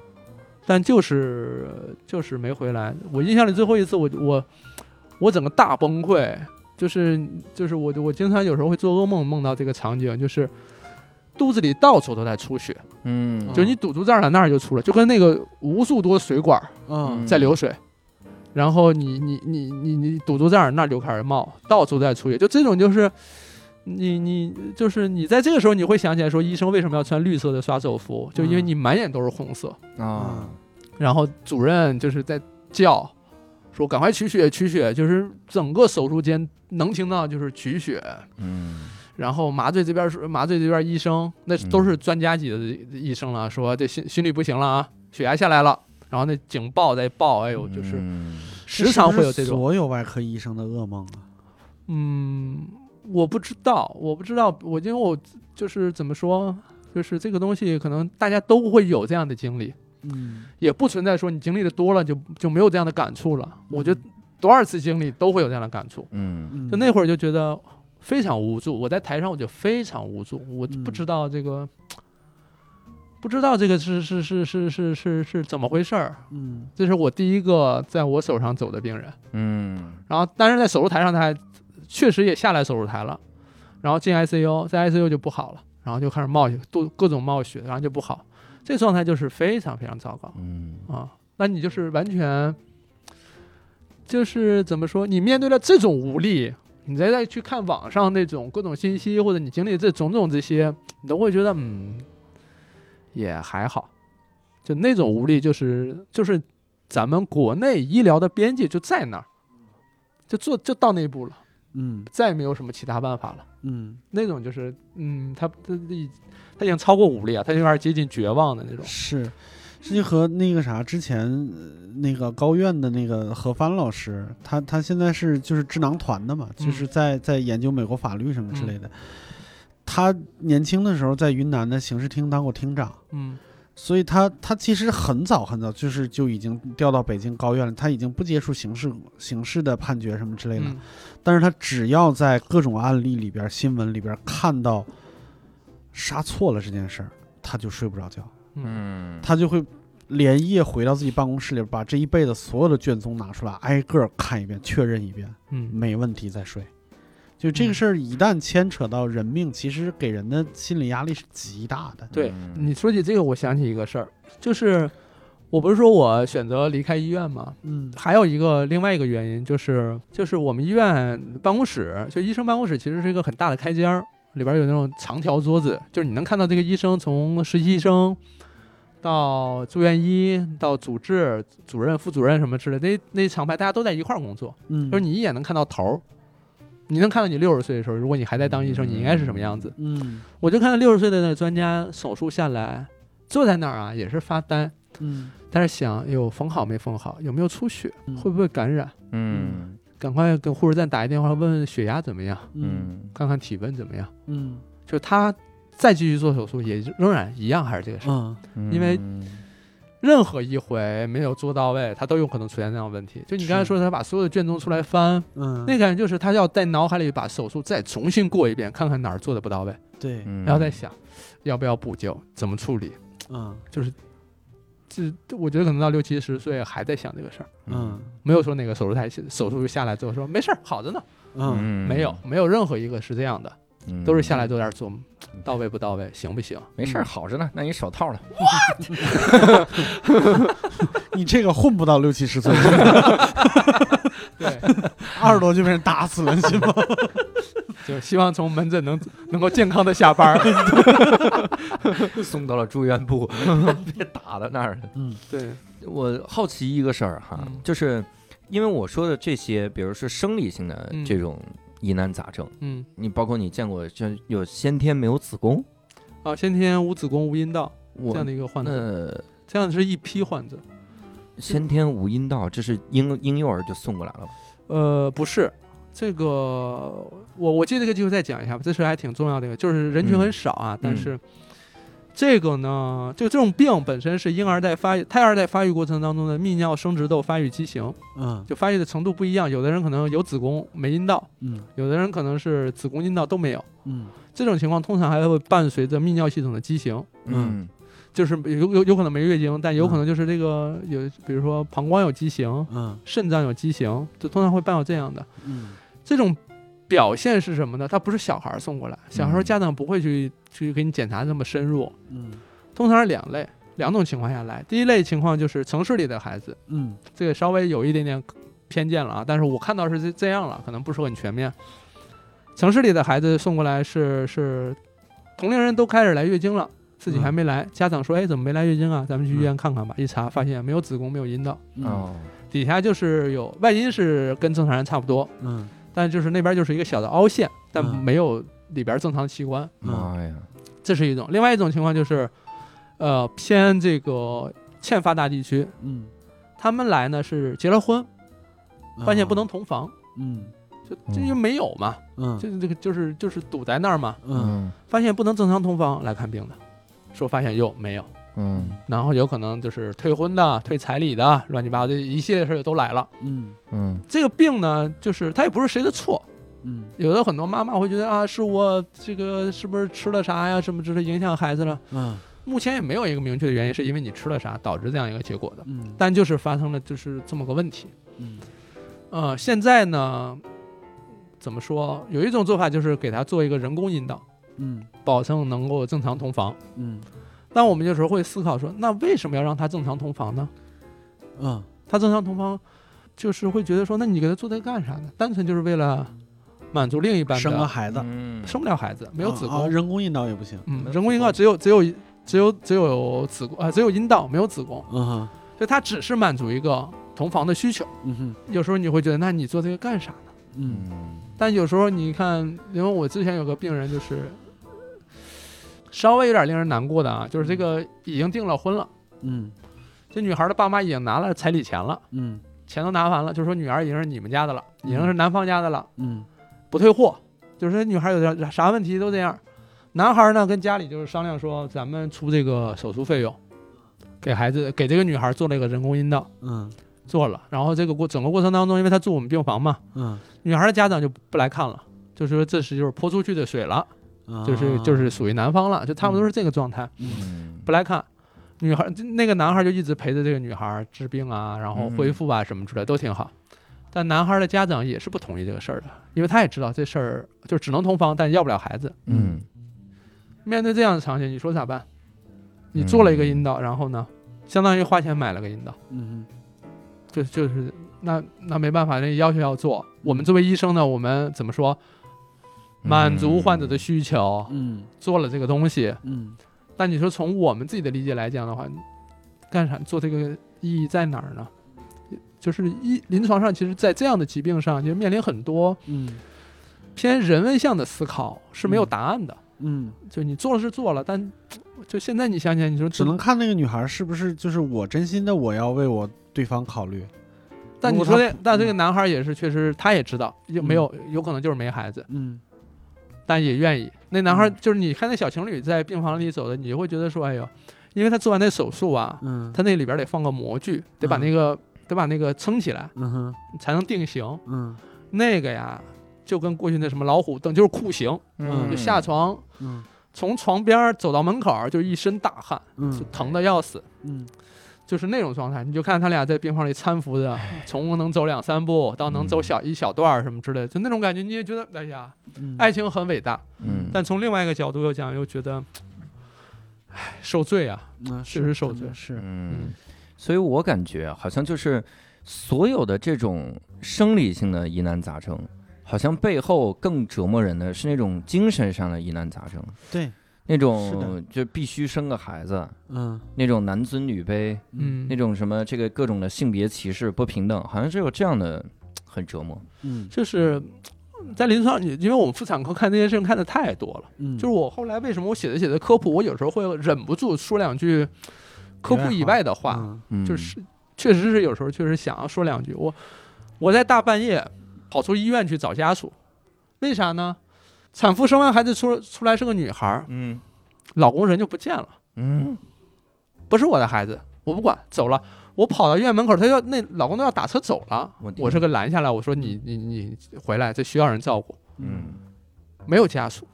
Speaker 5: 但就是就是没回来。我印象里最后一次我，我我整个大崩溃，就是就是我我经常有时候会做噩梦，梦到这个场景，就是肚子里到处都在出血，
Speaker 1: 嗯
Speaker 5: 就是你堵住这儿了，那儿就出了，就跟那个无数多水管儿
Speaker 3: 嗯
Speaker 5: 在流水，然后你你你你你堵住这儿，那儿就开始冒，到处在出血，就这种就是。你你就是你，在这个时候你会想起来说，医生为什么要穿绿色的刷手服？就因为
Speaker 3: 嗯
Speaker 5: 你满眼都是红色。
Speaker 1: 啊
Speaker 5: 然后主任就是在叫，说赶快取血取血，就是整个手术间能听到就是取血，
Speaker 1: 嗯
Speaker 5: 然后麻醉这边说麻醉这边医生，那
Speaker 1: 嗯
Speaker 5: 都是专家级的医生了，说这心心率不行了啊，血压下来了，然后那警报在报，哎呦，就是
Speaker 1: 嗯
Speaker 5: 时常会有这
Speaker 3: 是不是
Speaker 5: 种，
Speaker 3: 所有外科医生的噩梦啊。
Speaker 5: 嗯，我不知道，我不知道，我因为嗯我就是怎么说，就是这个东西可能大家都会有这样的经历，
Speaker 3: 嗯
Speaker 5: 也不存在说你经历的多了就就没有这样的感触了。我觉得多少次经历都会有这样的感触。
Speaker 1: 嗯
Speaker 3: 嗯
Speaker 5: 就那会儿就觉得非常无助，我在台上我就非常无助，我
Speaker 3: 嗯
Speaker 5: 不知道这个，不知道这个是是是是是是是怎么回事儿。
Speaker 3: 嗯
Speaker 5: 这是我第一个在我手上走的病人，
Speaker 1: 嗯
Speaker 5: 然后但是在手术台上他还确实也下来手术台了，然后进 ICU，在 ICU 就不好了，然后就开始冒血，肚各种冒血，然后就不好，这状态就是非常非常糟糕。
Speaker 1: 嗯
Speaker 5: 啊，那你就是完全，就是怎么说？你面对了这种无力，你再再去看网上那种各种信息，或者你经历这种种这些，你都会觉得嗯，也还好。就那种无力，就是就是咱们国内医疗的边界就在那儿，就做就到那一步了，
Speaker 3: 嗯
Speaker 5: 再也没有什么其他办法了。
Speaker 3: 嗯，
Speaker 5: 那种就是，嗯，他他他已经超过无力啊，他有点接近绝望的那种。
Speaker 3: 是。这就和那个啥，之前呃那个高院的那个何帆老师，他他现在是就是智囊团的嘛，
Speaker 5: 嗯
Speaker 3: 就是在在研究美国法律什么之类的。他年轻的时候在云南的刑事厅当过厅长，
Speaker 5: 嗯
Speaker 3: 所以他他其实很早很早就是就已经调到北京高院了，他已经不接触刑事刑事的判决什么之类的，
Speaker 5: 嗯
Speaker 3: 但是他只要在各种案例里边、新闻里边看到杀错了这件事儿，他就睡不着觉，
Speaker 5: 嗯
Speaker 1: 嗯
Speaker 3: 他就会连夜回到自己办公室里，把这一辈子所有的卷宗拿出来，挨个儿看一遍，确认一遍，
Speaker 5: 嗯
Speaker 3: 没问题再睡。就这个事儿一旦牵扯到人命，其实给人的心理压力是极大的。
Speaker 5: 对
Speaker 1: 嗯
Speaker 5: 你说起这个，我想起一个事儿，就是我不是说我选择离开医院吗？
Speaker 3: 嗯
Speaker 5: 还有一个另外一个原因就是，就是我们医院办公室，就医生办公室其实是一个很大的开间儿，里边有那种长条桌子，就是你能看到这个医生从实习医生到住院医到主治、主任、副主任什么之类的，那那一长排大家都在一块儿工作，
Speaker 3: 嗯，
Speaker 5: 就是你一眼能看到头儿。你能看到你六十岁的时候，如果你还在当医生，你应该是什么样子？
Speaker 3: 嗯
Speaker 5: 我就看到六十岁的那个专家手术下来，坐在那儿啊，也是发呆，
Speaker 3: 嗯
Speaker 5: 但是想，哎呦，缝好没缝好，有没有出血，
Speaker 3: 嗯
Speaker 5: 会不会感染？
Speaker 1: 嗯
Speaker 5: 赶快跟护士站打一电话，问问血压怎么样，
Speaker 3: 嗯
Speaker 1: 嗯
Speaker 5: 看看体温怎么样。
Speaker 3: 嗯
Speaker 5: 就他再继续做手术，也仍然一样还是这个事儿。
Speaker 3: 嗯
Speaker 1: 因
Speaker 5: 因为任何一回没有做到位，他都有可能出现这样的问题。就你刚才
Speaker 3: 是
Speaker 5: 说，他把所有的卷宗出来翻，
Speaker 3: 嗯，
Speaker 5: 那感觉就是他要在脑海里把手术再重新过一遍，看看哪儿做的不到位，
Speaker 3: 对，
Speaker 5: 然后再想要不要补救，怎么处理。
Speaker 3: 嗯
Speaker 5: 这这我觉得可能到六七十岁还在想这个事儿。
Speaker 3: 嗯
Speaker 5: 没有说哪个手术台手术下来之后说没事儿，好着呢，
Speaker 3: 嗯
Speaker 1: 嗯
Speaker 5: 没有，没有任何一个是这样的，都是下来都在那儿做，到位不到位，行不行？
Speaker 1: 没事儿，好着呢。那你手套呢？
Speaker 3: 你这个混不到六七十岁，
Speaker 5: 对，
Speaker 3: 二十多就被人打死了，你信吗？
Speaker 5: 就希望从门诊能能够健康的下班儿。
Speaker 1: 送到了住院 部，别打到那儿了。
Speaker 3: 嗯
Speaker 5: 对，
Speaker 1: 我好奇一个事儿哈
Speaker 5: 嗯，
Speaker 1: 就是因为我说的这些，比如说生理性的
Speaker 5: 嗯
Speaker 1: 这种疑难杂症，
Speaker 5: 嗯，
Speaker 1: 你包括你见过，就有先天没有子宫，
Speaker 5: 啊，先天无子宫无阴道这
Speaker 1: 我嗯
Speaker 5: 样的一个患者，
Speaker 1: 那
Speaker 5: 这样是一批患者。
Speaker 1: 先天无阴道，这是婴婴幼儿就送过来了吧。
Speaker 5: 呃，不是，这个我我借这个机会再讲一下吧，这是还挺重要的一个，就是人群很少啊，但是。这个呢，就这种病本身是婴儿在发育、胎儿在发育过程当中的泌尿生殖窦发育畸形，
Speaker 3: 嗯
Speaker 5: 就发育的程度不一样。有的人可能有子宫没阴道，
Speaker 3: 嗯
Speaker 5: 有的人可能是子宫阴道都没有。
Speaker 3: 嗯
Speaker 5: 这种情况通常还会伴随着泌尿系统的畸形，
Speaker 1: 嗯
Speaker 5: 就是有有有可能没月经，但有可能就是这个有，比如说膀胱有畸形，
Speaker 3: 嗯
Speaker 5: 肾脏有畸形，就通常会伴有这样的。
Speaker 3: 嗯
Speaker 5: 这种表现是什么呢？它不是小孩儿送过来，小孩儿
Speaker 1: 嗯
Speaker 5: 家长不会去去给你检查这么深入，
Speaker 3: 嗯
Speaker 5: 通常是两类两种情况下来。第一类情况就是城市里的孩子，
Speaker 3: 嗯
Speaker 5: 这个稍微有一点点偏见了啊，但是我看到是这这样了，可能不是很全面。城市里的孩子送过来是是，同龄人都开始来月经了，自己还没来，家长说，哎，怎么没来月经啊？咱们去医院看看吧。一查发现没有子宫，没有阴道，
Speaker 3: 嗯
Speaker 1: 哦，
Speaker 5: 啊底下就是有外阴是跟正常人差不多，
Speaker 3: 嗯
Speaker 5: 但就是那边就是一个小的凹陷，但
Speaker 3: 嗯
Speaker 5: 没有里边正常器官，
Speaker 1: 妈呀，
Speaker 5: 这是一种。另外一种情况就是，呃，偏这个欠发达地区，
Speaker 3: 嗯，
Speaker 5: 他们来呢是结了婚，发现不能同房，
Speaker 3: 嗯
Speaker 5: 就这就没有嘛，
Speaker 3: 嗯
Speaker 5: 就这个就是就是堵在那儿嘛，
Speaker 3: 嗯
Speaker 5: 发现不能正常同房来看病的，说发现哟没有，
Speaker 1: 嗯
Speaker 5: 然后有可能就是退婚的、退彩礼的，乱七八糟这一系列事儿都来了。
Speaker 3: 嗯
Speaker 1: 嗯
Speaker 5: 这个病呢，就是它也不是谁的错，
Speaker 3: 嗯
Speaker 5: 有的很多妈妈会觉得啊，是我这个是不是吃了啥呀，什么之类影响孩子了。
Speaker 3: 嗯
Speaker 5: 目前也没有一个明确的原因，是因为你吃了啥导致这样一个结果的，
Speaker 3: 嗯
Speaker 5: 但就是发生了就是这么个问题。
Speaker 3: 嗯
Speaker 5: 呃，现在呢，怎么说？有一种做法就是给他做一个人工阴道，
Speaker 3: 嗯
Speaker 5: 保证能够正常同房。
Speaker 3: 嗯
Speaker 5: 但我们有时候会思考说，那为什么要让他正常同房呢？
Speaker 3: 嗯
Speaker 5: 他正常同房，就是会觉得说，那你给他做这干啥呢？单纯就是为了满足另一半的
Speaker 3: 生个孩子啊哦
Speaker 1: 嗯
Speaker 5: 生不了孩子，没有子宫，
Speaker 3: 人工阴道也不行，
Speaker 5: 嗯，
Speaker 1: 没有
Speaker 5: 人工阴道
Speaker 1: 子
Speaker 5: 只有只有只有只有子宫啊、只有阴道没有子宫，
Speaker 3: 嗯哼
Speaker 5: 所以它只是满足一个同房的需求。
Speaker 3: 嗯哼
Speaker 5: 有时候你会觉得，那你做这个干啥呢？
Speaker 3: 嗯
Speaker 1: 嗯
Speaker 5: 但有时候你看，因为我之前有个病人就是稍微有点令人难过的啊，
Speaker 1: 嗯
Speaker 5: 就是这个已经订了婚了，
Speaker 3: 嗯
Speaker 5: 这女孩的爸妈已经拿了彩礼钱了，
Speaker 3: 嗯
Speaker 5: 钱都拿完了，就说女儿已经是你们家的了，已经是男方家的了，
Speaker 3: 嗯
Speaker 5: 不退货。就是说女孩有点啥问题都这样。男孩呢跟家里就是商量说，咱们出这个手术费用，给孩子给这个女孩做了一个人工阴道，
Speaker 3: 嗯
Speaker 5: 做了。然后这个过整个过程当中，因为她住我们病房嘛，
Speaker 3: 嗯
Speaker 5: 女孩的家长就不来看了，就说这是就是泼出去的水了，
Speaker 3: 嗯，
Speaker 5: 就是就是属于男方了，就差不多是这个状态，
Speaker 1: 嗯
Speaker 5: 不来看。女孩那个男孩就一直陪着这个女孩治病啊，然后恢复啊什么之类都挺好。但男孩的家长也是不同意这个事儿的，因为他也知道这事儿就只能同房，但要不了孩子。
Speaker 1: 嗯
Speaker 5: 面对这样的场景，你说咋办？你做了一个阴道，然后呢，相当于花钱买了个阴道，
Speaker 3: 嗯
Speaker 5: 就就是那那没办法，那要求要做。我们作为医生呢，我们怎么说，
Speaker 1: 嗯
Speaker 5: 满足患者的需求，
Speaker 3: 嗯
Speaker 5: 做了这个东西。
Speaker 3: 嗯
Speaker 5: 但你说从我们自己的理解来讲的话，干啥做这个意义在哪儿呢？就是医临床上，其实，在这样的疾病上，就面临很多
Speaker 3: 嗯
Speaker 5: 偏人文向的思考是没有答案的。
Speaker 3: 嗯，
Speaker 5: 就你做了是做了，但就现在你想想，你说
Speaker 3: 只能看那个女孩是不是就是我真心的我要为我对方考虑，
Speaker 5: 但
Speaker 3: 如
Speaker 5: 你
Speaker 3: 果
Speaker 5: 说
Speaker 3: 他
Speaker 5: 这，但这个男孩也是，确实他也知道，有没有有可能就是没孩子，
Speaker 3: 嗯
Speaker 5: 但也愿意。那男孩
Speaker 3: 嗯
Speaker 5: 就是你看那小情侣在病房里走的，你就会觉得说，哎呦，因为他做完那手术啊，
Speaker 3: 嗯
Speaker 5: 他那里边得放个模具，得把那个得把那个撑起来
Speaker 3: 嗯哼
Speaker 5: 才能定型。
Speaker 3: 嗯
Speaker 5: 那个呀，就跟过去那什么老虎凳就是酷刑，
Speaker 1: 嗯
Speaker 5: 就下床
Speaker 3: 嗯
Speaker 5: 从床边儿走到门口儿就一身大汗，就
Speaker 3: 嗯
Speaker 5: 疼的要死。
Speaker 3: 嗯
Speaker 5: 就是那种状态，你就看他俩在病房里搀扶着，从能走两三
Speaker 1: 嗯
Speaker 5: 步到能走小一小段儿什么之类的，就那种感觉，你也觉得哎呀，
Speaker 3: 嗯，
Speaker 5: 爱情很伟大，
Speaker 1: 嗯嗯，
Speaker 5: 但从另外一个角度又讲，又觉得，唉，受罪啊。
Speaker 3: 那
Speaker 5: 确实受罪
Speaker 3: 是
Speaker 1: 嗯，所以我感觉好像就是所有的这种生理性的疑难杂症，好像背后更折磨人的是那种精神上的疑难杂症，
Speaker 3: 对，
Speaker 1: 那
Speaker 3: 是的
Speaker 1: 种就必须生个孩子，
Speaker 3: 嗯
Speaker 1: 那种男尊女卑，
Speaker 5: 嗯，
Speaker 1: 那种什么这个各种的性别歧视不平等，好像只有这样的很折磨。
Speaker 3: 嗯
Speaker 5: 就是在临床，你因为我们妇产科看这些事情看的太多了。
Speaker 3: 嗯，
Speaker 5: 就是我后来为什么我写着写着科普，我有时候会忍不住说两句科普以外的话，
Speaker 3: 嗯
Speaker 1: 嗯，
Speaker 5: 就是确实是有时候确实想要说两句。我我在大半夜跑出医院去找家属，为啥呢？产妇生完孩子出出来是个女孩儿，
Speaker 1: 嗯
Speaker 5: 老公人就不见了，
Speaker 1: 嗯
Speaker 5: 不是我的孩子，我不管，走了。我跑到医院门口，他要那老公都要打车走了
Speaker 1: 我，天
Speaker 5: 我这个拦下来，我说你你你回来，这需要人照顾，
Speaker 1: 嗯
Speaker 5: 没有家属。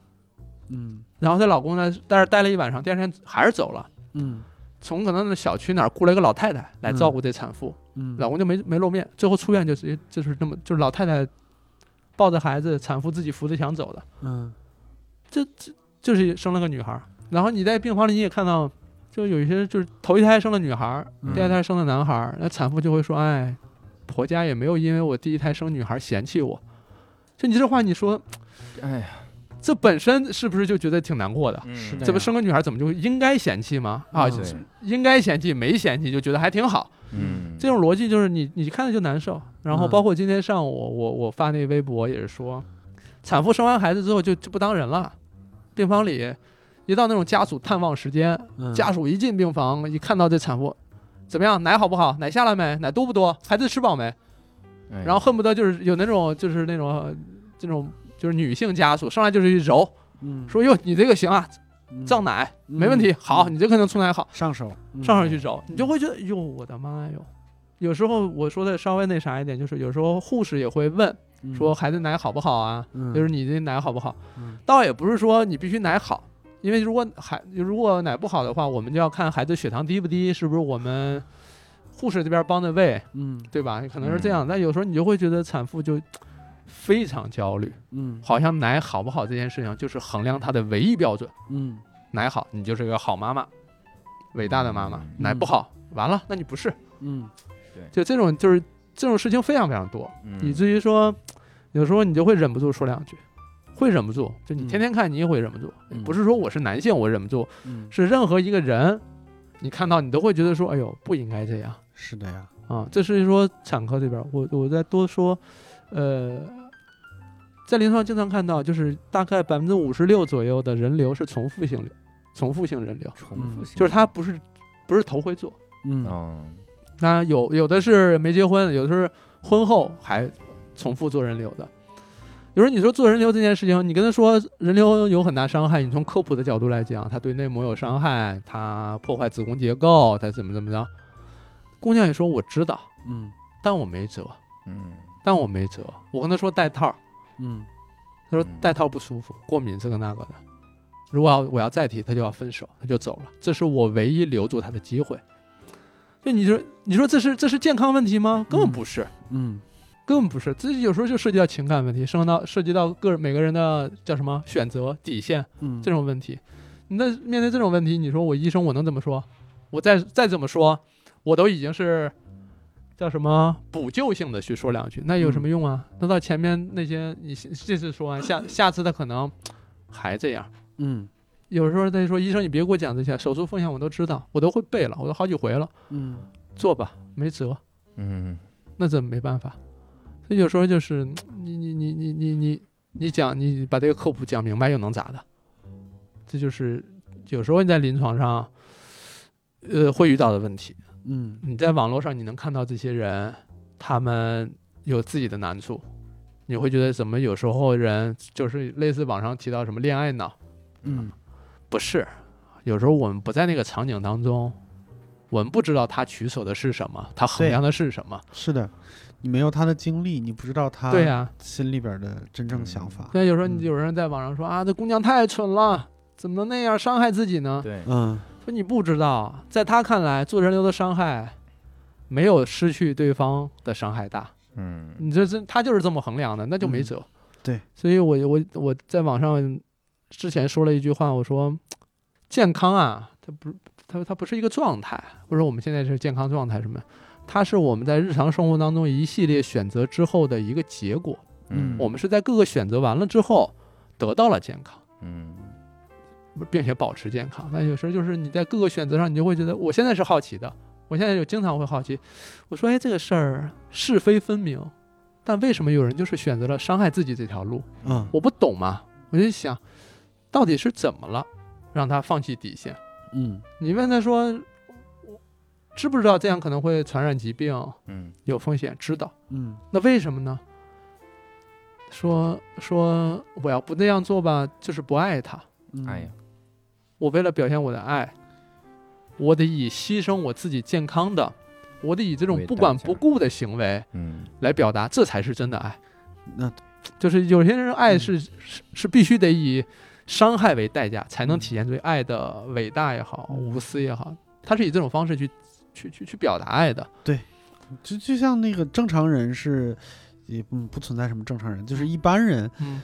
Speaker 3: 嗯
Speaker 5: 然后她老公呢，在那儿待了一晚上，第二天还是走了。
Speaker 3: 嗯
Speaker 5: 从可能那小区哪儿雇了一个老太太来照顾这产妇，
Speaker 3: 嗯，
Speaker 5: 老公就没没露面，最后出院就直接就是那么就是老太太抱着孩子，产妇自己扶着墙走的，
Speaker 3: 嗯
Speaker 5: 就是生了个女孩儿。然后你在病房里你也看到，就有一些就是头一胎生了女孩儿，
Speaker 3: 嗯
Speaker 5: 第二胎生了男孩儿，那产妇就会说：“哎，婆家也没有因为我第一胎生女孩儿嫌弃我。”就你这话，你说
Speaker 1: 哎呀，
Speaker 5: 这本身是不是就觉得挺难过的？
Speaker 1: 嗯
Speaker 3: 是的
Speaker 5: 怎么生个女孩儿怎么就应该嫌弃吗？啊，
Speaker 3: 啊嗯
Speaker 1: 对，
Speaker 5: 应该嫌弃没嫌弃就觉得还挺好。
Speaker 1: 嗯，
Speaker 5: 这种逻辑就是你你看着就难受。然后
Speaker 3: 嗯
Speaker 5: 包括今天上午我我我发那微博也是说，产妇生完孩子之后就就不当人了，病房里一到那种家属探望时间，
Speaker 3: 嗯
Speaker 5: 家属一进病房一看到这产妇。怎么样？奶好不好？奶下来没？奶多不多？孩子吃饱没？
Speaker 1: 哎
Speaker 5: 然后恨不得就是有那种就是那种这种就是女性家属上来就是一揉，
Speaker 3: 嗯
Speaker 5: 说哟你这个行啊，
Speaker 3: 嗯
Speaker 5: 胀奶
Speaker 3: 嗯
Speaker 5: 没问题，好，
Speaker 3: 嗯
Speaker 5: 你这个能出奶好。
Speaker 3: 上手
Speaker 5: 上上去找，你就会觉得哟，我的妈哟！有时候我说的稍微那啥一点，就是有时候护士也会问
Speaker 3: 嗯
Speaker 5: 说孩子奶好不好啊，就
Speaker 3: 就是
Speaker 5: 你这奶好不好
Speaker 3: 嗯？
Speaker 5: 倒也不是说你必须奶好，因为如果孩如果奶不好的话，我们就要看孩子血糖低不低，是不是我们护士这边帮的喂，
Speaker 3: 嗯
Speaker 5: 对吧？可能是这样。但有时候你就会觉得产妇就非常焦虑，
Speaker 3: 嗯
Speaker 5: 好像奶好不好这件事情就是衡量她的唯一标准。
Speaker 3: 嗯
Speaker 5: 奶好，你就是个好妈妈，伟大的妈妈；
Speaker 1: 嗯
Speaker 5: 奶不好，完了，那你不是。
Speaker 3: 嗯
Speaker 5: 就这种就是这种事情非常非常多，以
Speaker 1: 嗯
Speaker 5: 至于说有时候你就会忍不住说两句，会忍不住，就你天天看你也会忍不住，
Speaker 3: 嗯
Speaker 5: 不是说我是男性我忍不住，
Speaker 3: 嗯，
Speaker 5: 是任何一个人你看到你都会觉得说，哎呦不应该这样
Speaker 3: 是的呀，
Speaker 5: 啊，这是说产科这边，我我再多说，呃。在临床经常看到，就是大概百分之五十六左右的人流是重复性流，重复性人流，
Speaker 1: 重复性
Speaker 5: 就是他不是不是头回做，
Speaker 3: 嗯
Speaker 1: 嗯
Speaker 5: 那有有的是没结婚，有的是婚后还重复做人流的。有时候你说做人流这件事情，你跟他说人流有很大伤害，你从科普的角度来讲，它对内膜有伤害，它破坏子宫结构，它怎么怎么着。姑娘也说我知道，
Speaker 3: 嗯
Speaker 5: 但我没辙，
Speaker 1: 嗯
Speaker 5: 但我没辙。我跟她说戴套，
Speaker 3: 嗯
Speaker 5: 她说
Speaker 1: 嗯
Speaker 5: 戴套不舒服，过敏这个那个的。如果要我要再提，她就要分手，她就走了。这是我唯一留住她的机会。就你说，你说这是这是健康问题吗？根本不是。
Speaker 3: 嗯
Speaker 5: 根本不是，这有时候就涉及到情感问题，涉及到涉及到个人每个人的叫什么选择底线
Speaker 3: 嗯
Speaker 5: 这种问题。那面对这种问题，你说我医生我能怎么说？我再再怎么说，我都已经是叫什么补救性的去说两句，那有什么用啊？那到前面那些你这次说完，下下次他可能还这样。
Speaker 3: 嗯
Speaker 5: 有时候他就说医生你别给我讲这些，手术风险我都知道，我都会背了，我都好几回了，
Speaker 3: 嗯
Speaker 5: 做吧，没辙。
Speaker 1: 嗯
Speaker 5: 那怎么没办法？所以有时候就是嗯你你你你你你你讲你把这个科普讲明白又能咋的？这就是有时候你在临床上，呃，会遇到的问题。
Speaker 3: 嗯
Speaker 5: 你在网络上你能看到这些人，他们有自己的难处，你会觉得怎么有时候人就是类似网上提到什么恋爱脑，
Speaker 3: 嗯
Speaker 5: 不是，有时候我们不在那个场景当中，我们不知道他取舍的是什么，他衡
Speaker 3: 对
Speaker 5: 量的是什么。
Speaker 3: 是的，你没有他的经历，你不知道他
Speaker 5: 对啊呀、
Speaker 3: 心里边的真正想法，
Speaker 5: 那有时候
Speaker 3: 嗯
Speaker 5: 你有人在网上说啊，这姑娘太蠢了，怎么能那样伤害自己呢？
Speaker 1: 对
Speaker 3: 嗯
Speaker 5: 说你不知道，在他看来，做人流的伤害没有失去对方的伤害大。
Speaker 1: 嗯
Speaker 5: 你这这他就是这么衡量的，那就没辙。
Speaker 3: 对，
Speaker 5: 所以我我我在网上之前说了一句话，我说健康啊，它不它它不是一个状态，或者我们现在是健康状态什么，它是我们在日常生活当中一系列选择之后的一个结果。
Speaker 1: 嗯
Speaker 5: 我们是在各个选择完了之后得到了健康，
Speaker 1: 嗯
Speaker 5: 并且保持健康。那有时候就是你在各个选择上，你就会觉得我现在是好奇的，我现在就经常会好奇，我说哎这个事儿是非分明，但为什么有人就是选择了伤害自己这条路？
Speaker 3: 嗯
Speaker 5: 我不懂嘛，我就想，到底是怎么了，让他放弃底线？
Speaker 3: 嗯
Speaker 5: 你问他说，我知不知道这样可能会传染疾病，
Speaker 1: 嗯
Speaker 5: 有风险？知道。
Speaker 3: 嗯
Speaker 5: 那为什么呢？说说我要不那样做吧，就是不爱他。
Speaker 3: 嗯，
Speaker 1: 哎呀，
Speaker 5: 我为了表现我的爱，我得以牺牲我自己健康的，我得以这种
Speaker 1: 为
Speaker 5: 不管
Speaker 1: 代价
Speaker 5: 不顾的行为
Speaker 1: 嗯
Speaker 5: 来表达，这才是真的爱。
Speaker 3: 那
Speaker 5: 就是有些人爱
Speaker 3: 嗯
Speaker 5: 是、是是必须得以伤害为代价，才能体现对爱的伟大也好、
Speaker 3: 嗯
Speaker 5: 无私也好，他是以这种方式去去去去表达爱的。
Speaker 3: 就就像那个正常人是，也嗯不存在什么正常人，就是一般人
Speaker 5: 嗯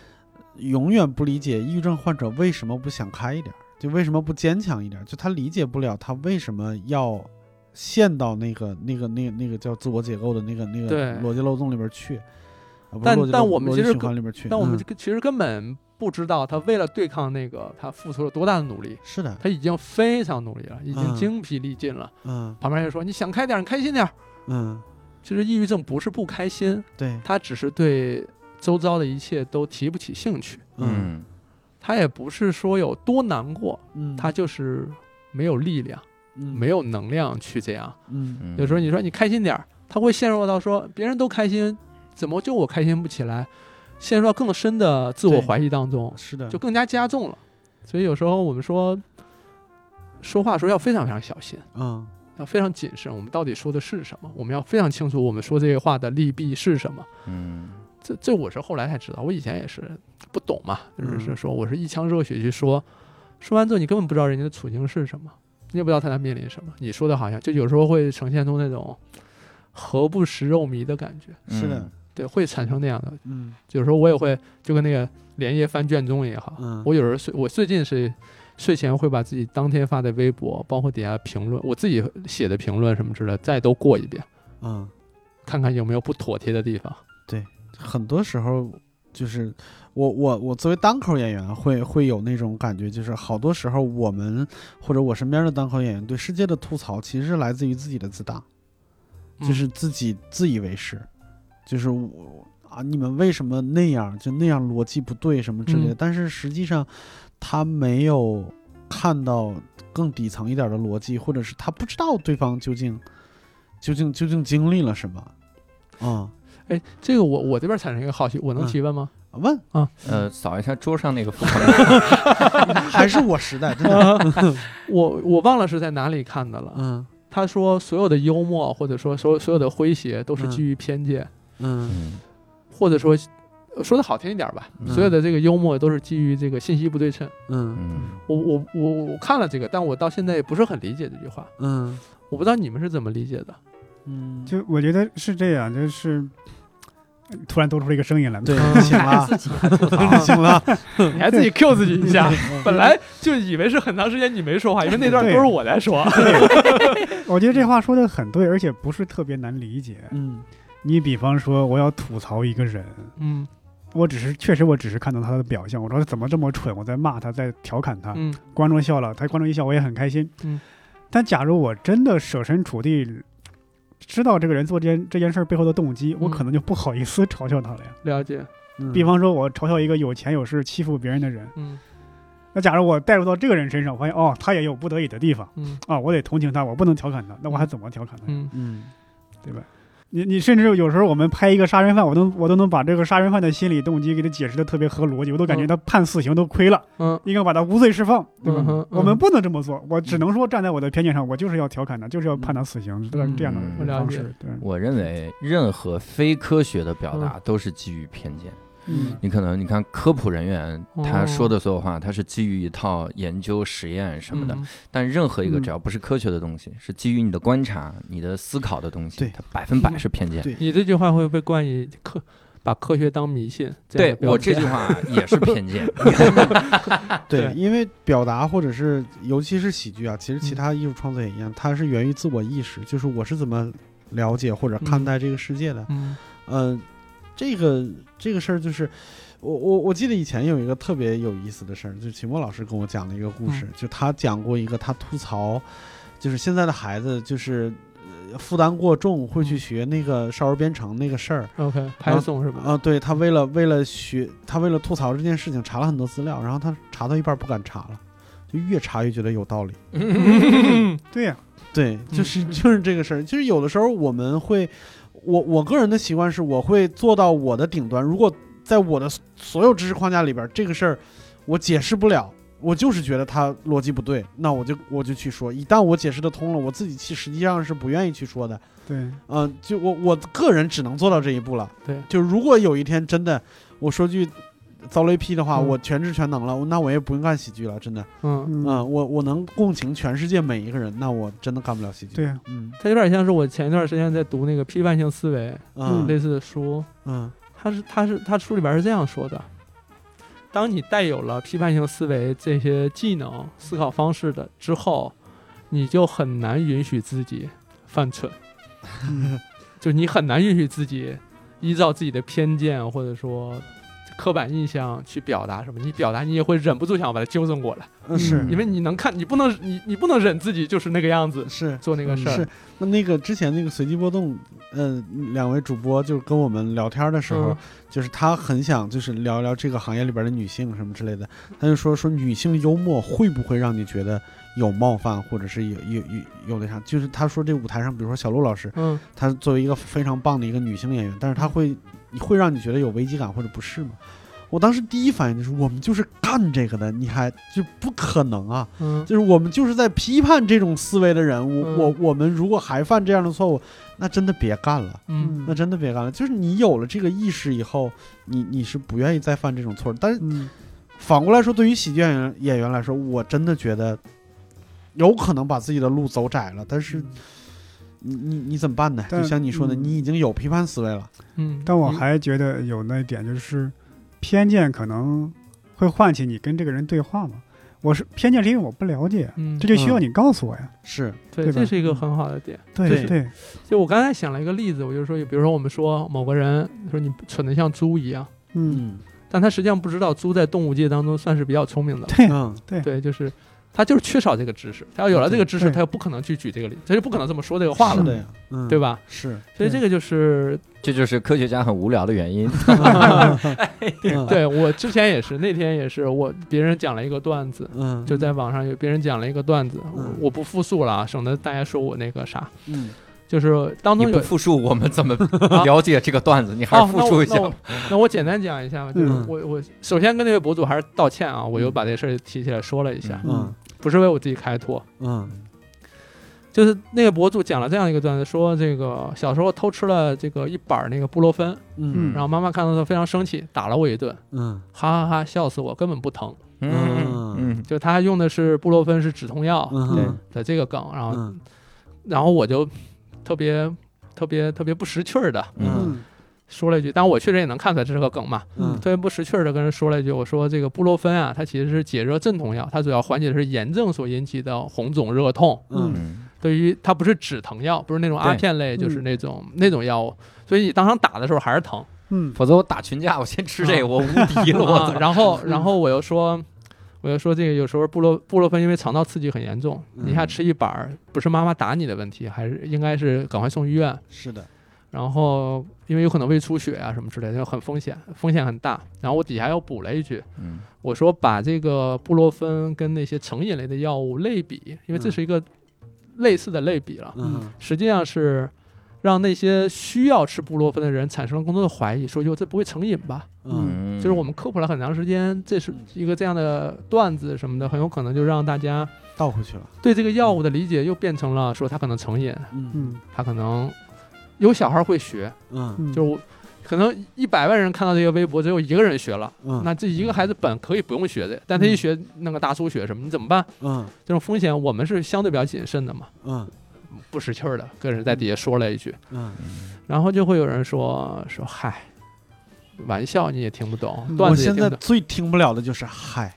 Speaker 3: 永远不理解抑郁症患者为什么不想开一点儿，就为什么不坚强一点儿，就他理解不了他为什么要陷到那个那个那个那个叫自我解构的那个那
Speaker 5: 对
Speaker 3: 个逻辑漏洞里边儿去。啊不是
Speaker 5: 但
Speaker 3: 逻辑
Speaker 5: 但
Speaker 3: 漏
Speaker 5: 我们
Speaker 3: 逻
Speaker 5: 其
Speaker 3: 辑
Speaker 5: 实
Speaker 3: 循
Speaker 5: 更
Speaker 3: 环里边儿去，
Speaker 5: 但我们
Speaker 3: 嗯
Speaker 5: 这个其实根本不知道他为了对抗那个，他付出了多大的努力。
Speaker 3: 是的，
Speaker 5: 他已经非常努力了，已经
Speaker 3: 嗯
Speaker 5: 精疲力尽了。
Speaker 3: 嗯
Speaker 5: 旁边人说：“你想开点儿，你开心点儿。
Speaker 3: 嗯，”
Speaker 5: 其实抑郁症不是不开心，
Speaker 3: 对，
Speaker 5: 他只是对周遭的一切都提不起兴趣。
Speaker 3: 嗯
Speaker 1: 嗯
Speaker 5: 他也不是说有多难过，
Speaker 3: 嗯，
Speaker 5: 他就是没有力量，没
Speaker 3: 有，
Speaker 5: 有能量去这样。
Speaker 3: 嗯
Speaker 1: 嗯，
Speaker 5: 有时候你说你开心点儿，他会陷入到说别人都开心，怎么就我开心不起来？陷入到更深的自我怀疑当中，
Speaker 3: 是的，
Speaker 5: 就更加加重了。所以有时候我们说说话的时候要非常非常小心，
Speaker 3: 嗯
Speaker 5: 要非常谨慎。我们到底说的是什么？我们要非常清楚我们说这些话的利弊是什么。
Speaker 1: 嗯
Speaker 5: 这这我是后来才知道，我以前也是不懂嘛，就是
Speaker 3: 嗯
Speaker 5: 是说我是一腔热血去说，说完之后你根本不知道人家的处境是什么，你也不知道他在面临什么，你说的好像就有时候会呈现出那种何不食肉糜的感觉，
Speaker 1: 嗯
Speaker 3: 是的，
Speaker 5: 对，会产生那样的。
Speaker 3: 嗯
Speaker 5: 有时候我也会就跟那个连夜翻卷宗也好，
Speaker 3: 嗯
Speaker 5: 我有时候睡我最近是睡前会把自己当天发的微博，包括底下评论，我自己写的评论什么之类的，再都过一遍，
Speaker 3: 嗯，
Speaker 5: 看看有没有不妥帖的地方。
Speaker 3: 很多时候就是我我我作为单口演员会会有那种感觉，就是好多时候我们或者我身边的单口演员对世界的吐槽，其实是来自于自己的自大，
Speaker 2: 嗯
Speaker 3: 就是自己自以为是，就是我啊，你们为什么那样？就那样逻辑不对什么之类的。
Speaker 5: 嗯
Speaker 3: 但是实际上，他没有看到更底层一点的逻辑，或者是他不知道对方究竟究竟究竟经历了什么。啊、
Speaker 5: 哎，这个我我这边产生一个好奇，我能
Speaker 3: 嗯
Speaker 5: 提问吗？
Speaker 3: 问
Speaker 1: 呃，扫一下桌上那个符号，
Speaker 3: 还是我时代，真的，
Speaker 5: 我我忘了是在哪里看的了。
Speaker 3: 嗯
Speaker 5: 他说所有的幽默或者说所有所有的诙谐都是基于偏见，
Speaker 3: 嗯
Speaker 1: 嗯
Speaker 5: 或者说呃说的好听一点吧，
Speaker 3: 嗯
Speaker 5: 所有的这个幽默都是基于这个信息不对称。
Speaker 3: 嗯
Speaker 1: 嗯
Speaker 5: 我我我我看了这个，但我到现在也不是很理解这句话，
Speaker 3: 嗯
Speaker 5: 我不知道你们是怎么理解 的。
Speaker 3: 嗯，
Speaker 2: 就我觉得是这样，就是突然多出了一个声音来，
Speaker 3: 对，
Speaker 5: 嗯
Speaker 3: 行了，
Speaker 4: 自己
Speaker 3: 行了，
Speaker 5: 啊你还自己 Q 自己一下，
Speaker 3: 嗯
Speaker 5: 本来就以为是很长时间你没说话，因为那段都
Speaker 2: 对
Speaker 5: 是我在说。
Speaker 2: 我觉得这话说的很对，而且不是特别难理解。
Speaker 3: 嗯
Speaker 2: 你比方说，我要吐槽一个人，
Speaker 5: 嗯
Speaker 2: 我只是确实我只是看到他的表象，我说他怎么这么蠢，我在骂他，在调侃他，
Speaker 5: 嗯
Speaker 2: 观众笑了，他观众一笑，我也很开心。
Speaker 5: 嗯，
Speaker 2: 但假如我真的设身处地知道这个人做这件这件事儿背后的动机，我
Speaker 5: 嗯
Speaker 2: 可能就不好意思嘲笑他了呀。
Speaker 5: 了解。
Speaker 3: 嗯，
Speaker 2: 比方说，我嘲笑一个有钱有势欺负别人的人，
Speaker 5: 嗯
Speaker 2: 那假如我带入到这个人身上，我发现哦，他也有不得已的地方
Speaker 5: 嗯
Speaker 2: 啊，我得同情他，我不能调侃他，那我还怎么调侃他？
Speaker 5: 嗯
Speaker 3: 嗯
Speaker 2: 对吧？你你甚至有时候我们拍一个杀人犯，我都我都能把这个杀人犯的心理动机给他解释的特别合逻辑，我都感觉
Speaker 5: 嗯
Speaker 2: 他判死刑都亏了，
Speaker 5: 嗯
Speaker 2: 应该把他无罪释放，对吧？
Speaker 5: 嗯哼，
Speaker 2: 我们不能这么做，我只能说站在我的偏见上，我就是要调侃他，就是要判他死刑，这样这样
Speaker 1: 嗯
Speaker 2: 的
Speaker 1: 我
Speaker 5: 嗯了
Speaker 2: 方
Speaker 5: 解
Speaker 2: 式，对，
Speaker 1: 我认为任何非科学的表达都是基于偏见。
Speaker 2: 嗯
Speaker 1: 你可能你看科普人员
Speaker 5: 哦
Speaker 1: 他说的所有话，他是基于一套研究实验什么的，
Speaker 5: 嗯
Speaker 1: 但任何一个
Speaker 2: 嗯
Speaker 1: 只要不是科学的东西，是基于你的观察、你的思考的东西
Speaker 3: 对，
Speaker 1: 它百分百
Speaker 5: 嗯
Speaker 1: 是偏见。
Speaker 3: 对
Speaker 5: 你这句话会被冠以科把科学当迷信。样
Speaker 1: 对
Speaker 5: 的标
Speaker 1: 我这
Speaker 5: 签
Speaker 1: 句话也是偏见，
Speaker 3: 对
Speaker 5: 对，
Speaker 3: 因为表达或者是尤其是喜剧啊，其实其
Speaker 5: 嗯
Speaker 3: 他艺术创作也一样，它是源于自我意识，就是我是怎么了解或者看
Speaker 5: 嗯
Speaker 3: 待这个世界的。
Speaker 5: 嗯
Speaker 3: 嗯，这个这个事儿就是，我我我记得以前有一个特别有意思的事儿，就秦墨老师跟我讲了一个故
Speaker 5: 嗯
Speaker 3: 事，就他讲过一个他吐槽，就是现在的孩子就是。呃负担过重，会去
Speaker 5: 嗯
Speaker 3: 学那个少儿编程那个事儿
Speaker 5: ，OK，拍
Speaker 1: 嗯
Speaker 5: 送是吧？
Speaker 3: 啊、对他为了为了学，他为了吐槽这件事情查了很多资料，然后他查到一半儿不敢查了，就越查越觉得有道理。
Speaker 2: 对呀、
Speaker 3: 对，就是就是这个事儿。就是有的时候我们会，我我个人的习惯是，我会做到我的顶端。如果在我的所有知识框架里边儿，这个事儿我解释不了，我就是觉得它逻辑不对，那我就我就去说。一旦我解释的通了，我自己其实际上是不愿意去说的。
Speaker 2: 对，
Speaker 3: 嗯、就我我个人只能做到这一步了。
Speaker 5: 对
Speaker 3: 就如果有一天真的我说句遭雷劈的话，
Speaker 5: 嗯
Speaker 3: 我全知全能了，那我也不用干喜剧了，真的。
Speaker 5: 嗯，
Speaker 3: 嗯、，我我能共情全世界每一个人，那我真的干不了喜剧。
Speaker 2: 对呀、
Speaker 3: 嗯
Speaker 5: 它有点像是我前一段时间在读那个批判性思维
Speaker 3: 嗯
Speaker 5: 类似的书，
Speaker 3: 嗯
Speaker 5: 它是它是它书里边是这样说的：当你带有了批判性思维这些技能、思考方式的之后，你就很难允许自己犯蠢，就你很难允许自己依照自己的偏见或者说。刻板印象去表达什么？你表达，你也会忍不住想要把它纠正过来，
Speaker 3: 嗯是
Speaker 5: 因为你能看，你不能，你你不能忍自己就是那个样子
Speaker 3: 是
Speaker 5: 做那个事儿。
Speaker 3: 是。那那个之前那个随机波动，呃，两位主播就是跟我们聊天的时候，
Speaker 5: 嗯
Speaker 3: 就是他很想就是聊一聊这个行业里边的女性什么之类的，他就说说女性幽默会不会让你觉得有冒犯，或者是有有有有那啥？就是他说这舞台上，比如说小鹿老师，
Speaker 5: 嗯
Speaker 3: 她作为一个非常棒的一个女性演员，但是她会会让你觉得有危机感或者不适吗？我当时第一反应就是，我们就是干这个的，你还就不可能啊！
Speaker 5: 嗯
Speaker 3: 就是我们就是在批判这种思维的人，我、
Speaker 5: 嗯
Speaker 3: 我我们如果还犯这样的错误，那真的别干了，
Speaker 5: 嗯
Speaker 3: 那真的别干了。就是你有了这个意识以后，你你是不愿意再犯这种错的。但是
Speaker 2: 嗯，
Speaker 3: 反过来说，对于喜剧演员演员来说，我真的觉得有可能把自己的路走窄了，但
Speaker 2: 嗯
Speaker 3: 是你你你怎么办呢？
Speaker 2: 但
Speaker 3: 就像你说的，
Speaker 2: 嗯
Speaker 3: 你已经有批判思维了，
Speaker 5: 嗯，
Speaker 2: 但我
Speaker 5: 你
Speaker 2: 还觉得有那一点就是，嗯偏见可能会唤起你跟这个人对话嘛。我是偏见是因为我不了解，
Speaker 5: 嗯，
Speaker 2: 这就需要你告诉我呀。
Speaker 3: 是
Speaker 5: 对，
Speaker 2: 对吧
Speaker 5: 这是一个很好的点。
Speaker 2: 对
Speaker 3: 嗯对
Speaker 2: 对，
Speaker 5: 就我刚才想了一个例子，我就说，比如说我们说某个人说你蠢得像猪一样，
Speaker 2: 嗯，
Speaker 5: 但他实际上不知道猪在动物界当中算是比较聪明的。
Speaker 2: 对
Speaker 3: 嗯
Speaker 5: 对，就是他就是缺少这个知识，他要有了这个知识，
Speaker 2: 对
Speaker 5: 他又不可能去举这个例，他就不可能这么说这个 话
Speaker 3: 是
Speaker 5: 了，
Speaker 3: 的呀，嗯，
Speaker 5: 对？吧？
Speaker 3: 是，
Speaker 5: 所以这个就是，
Speaker 1: 这就是科学家很无聊的原因。
Speaker 3: 嗯，
Speaker 5: 对我之前也是，那天也是，我别人讲了一个段子。
Speaker 3: 嗯，
Speaker 5: 就在网上有别人讲了一个段子，我
Speaker 3: 嗯
Speaker 5: 我不复述了啊，省得大家说我那个啥，
Speaker 3: 嗯。
Speaker 5: 就是当
Speaker 1: 你
Speaker 5: 中
Speaker 1: 不
Speaker 5: 有
Speaker 1: 复述我们 怎么了解这个段子，你还
Speaker 5: 哦，
Speaker 1: 是复述一下
Speaker 5: 那 我
Speaker 1: 吧。
Speaker 5: 那我那我简单讲一下吧，就是
Speaker 3: 嗯
Speaker 5: 我我首先跟那位博主还是道歉啊，我又把这事儿提起来说了一下，
Speaker 3: 嗯
Speaker 5: 不是为我自己开脱，
Speaker 3: 嗯
Speaker 5: 就是那个博主讲了这样一个段子，说这个小时候偷吃了这个一板儿那个布洛芬，
Speaker 3: 嗯
Speaker 5: 然后妈妈看到他非常生气，打了我一顿，
Speaker 3: 嗯
Speaker 5: 哈哈哈，笑死我，根本不疼。
Speaker 1: 嗯嗯
Speaker 5: 就他用的是布洛芬是止痛药
Speaker 3: 嗯
Speaker 1: 对
Speaker 3: 哼
Speaker 5: 的这个梗，然后
Speaker 3: 嗯
Speaker 5: 然后我就特别特别特别不识趣儿的
Speaker 1: 嗯，
Speaker 3: 嗯
Speaker 5: 说了一句，但我确实也能看出来这是个梗嘛，
Speaker 3: 嗯
Speaker 5: 特别不识趣儿的跟人说了一句，我说这个布洛芬啊，它其实是解热镇痛药，它主要缓解的是炎症所引起的红肿热痛。
Speaker 3: 嗯
Speaker 1: 嗯
Speaker 5: 对于它不是止疼药，不是那种阿片类，
Speaker 2: 对
Speaker 5: 就是那种、那种药物，所以你当场打的时候还是疼。
Speaker 2: 嗯
Speaker 1: 否则我打群架，我先吃这个，我无敌了，哎我
Speaker 5: 啊
Speaker 1: 操！、
Speaker 5: 然后然后我又说，我又说这个有时候布洛布洛芬因为肠道刺激很严重，
Speaker 3: 嗯
Speaker 5: 你一下吃一板儿，不是妈妈打你的问题，还是应该是赶快送医院。
Speaker 3: 是的，
Speaker 5: 然后因为有可能胃出血啊什么之类的，就很风险，风险很大。然后我底下又补了一句，
Speaker 1: 嗯
Speaker 5: 我说把这个布洛芬跟那些成瘾类的药物类比，因为这
Speaker 3: 嗯
Speaker 5: 是一个类似的类比了，
Speaker 3: 嗯
Speaker 5: 实际上是让那些需要吃布洛芬的人产生了更多的怀疑，说哟这不会成瘾吧？
Speaker 1: 嗯，
Speaker 3: 嗯
Speaker 5: 就是我们科普了很长时间，这是一个这样的段子什么的，很有可能就让大家
Speaker 3: 倒回去了，
Speaker 5: 对这个药物的理解又变成了说它可能成瘾，
Speaker 3: 嗯
Speaker 2: 嗯
Speaker 5: 它可能有小孩会学，
Speaker 3: 嗯
Speaker 2: 嗯，
Speaker 5: 就我可能一百万人看到这个微博，只有一个人学了。
Speaker 3: 嗯
Speaker 5: 那这一个孩子本可以不用学的，但他一学弄个大出血什么，你怎么办？
Speaker 3: 嗯
Speaker 5: 这种风险我们是相对比较谨慎的嘛，
Speaker 3: 嗯
Speaker 5: 不识趣儿的跟人在底下说了一句，
Speaker 3: 嗯
Speaker 5: 然后就会有人说说嗨，玩笑你也听不懂，
Speaker 3: 嗯
Speaker 5: 段
Speaker 3: 我
Speaker 5: 子也
Speaker 3: 现
Speaker 5: 听
Speaker 3: 在
Speaker 5: 不懂。
Speaker 3: 最听不了的就是 嗨，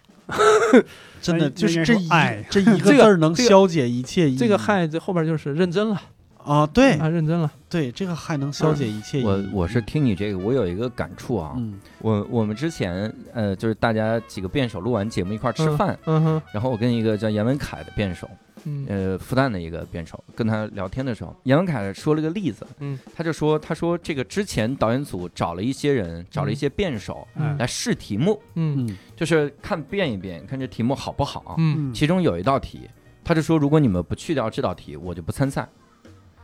Speaker 3: 真的
Speaker 2: 那
Speaker 3: 就是
Speaker 2: 应
Speaker 3: 这
Speaker 2: 该说
Speaker 3: 一
Speaker 2: 哎
Speaker 3: 这一个
Speaker 5: 这
Speaker 3: 字
Speaker 5: 个
Speaker 3: 儿能
Speaker 5: 这个
Speaker 3: 消解一切
Speaker 5: 这个
Speaker 3: 抑郁
Speaker 5: 嗨，这后边就是认真了
Speaker 3: 啊，嗯对
Speaker 5: 啊，认真了。
Speaker 3: 对，这个嗨能消解一切抑郁。
Speaker 1: 我我是听你这个，我有一个感触啊。
Speaker 3: 嗯
Speaker 1: 我我们之前呃，就是大家几个辩手录完节目一块儿吃饭，
Speaker 5: 嗯哼，
Speaker 1: 然后我跟一个叫严文凯的辩手，
Speaker 5: 嗯
Speaker 1: 呃，复旦的一个辩手，跟他聊天的时候，严文凯说了个例子，
Speaker 5: 嗯，
Speaker 1: 他就说他说这个之前导演组找了一些人，找了一些辩手
Speaker 5: 嗯
Speaker 1: 来试题目，
Speaker 5: 嗯
Speaker 3: 嗯
Speaker 1: 就是看辩一辩，看这题目好不好。
Speaker 5: 嗯
Speaker 2: 嗯，
Speaker 1: 其中有一道题，他就说如果你们不去掉这道题，我就不参赛。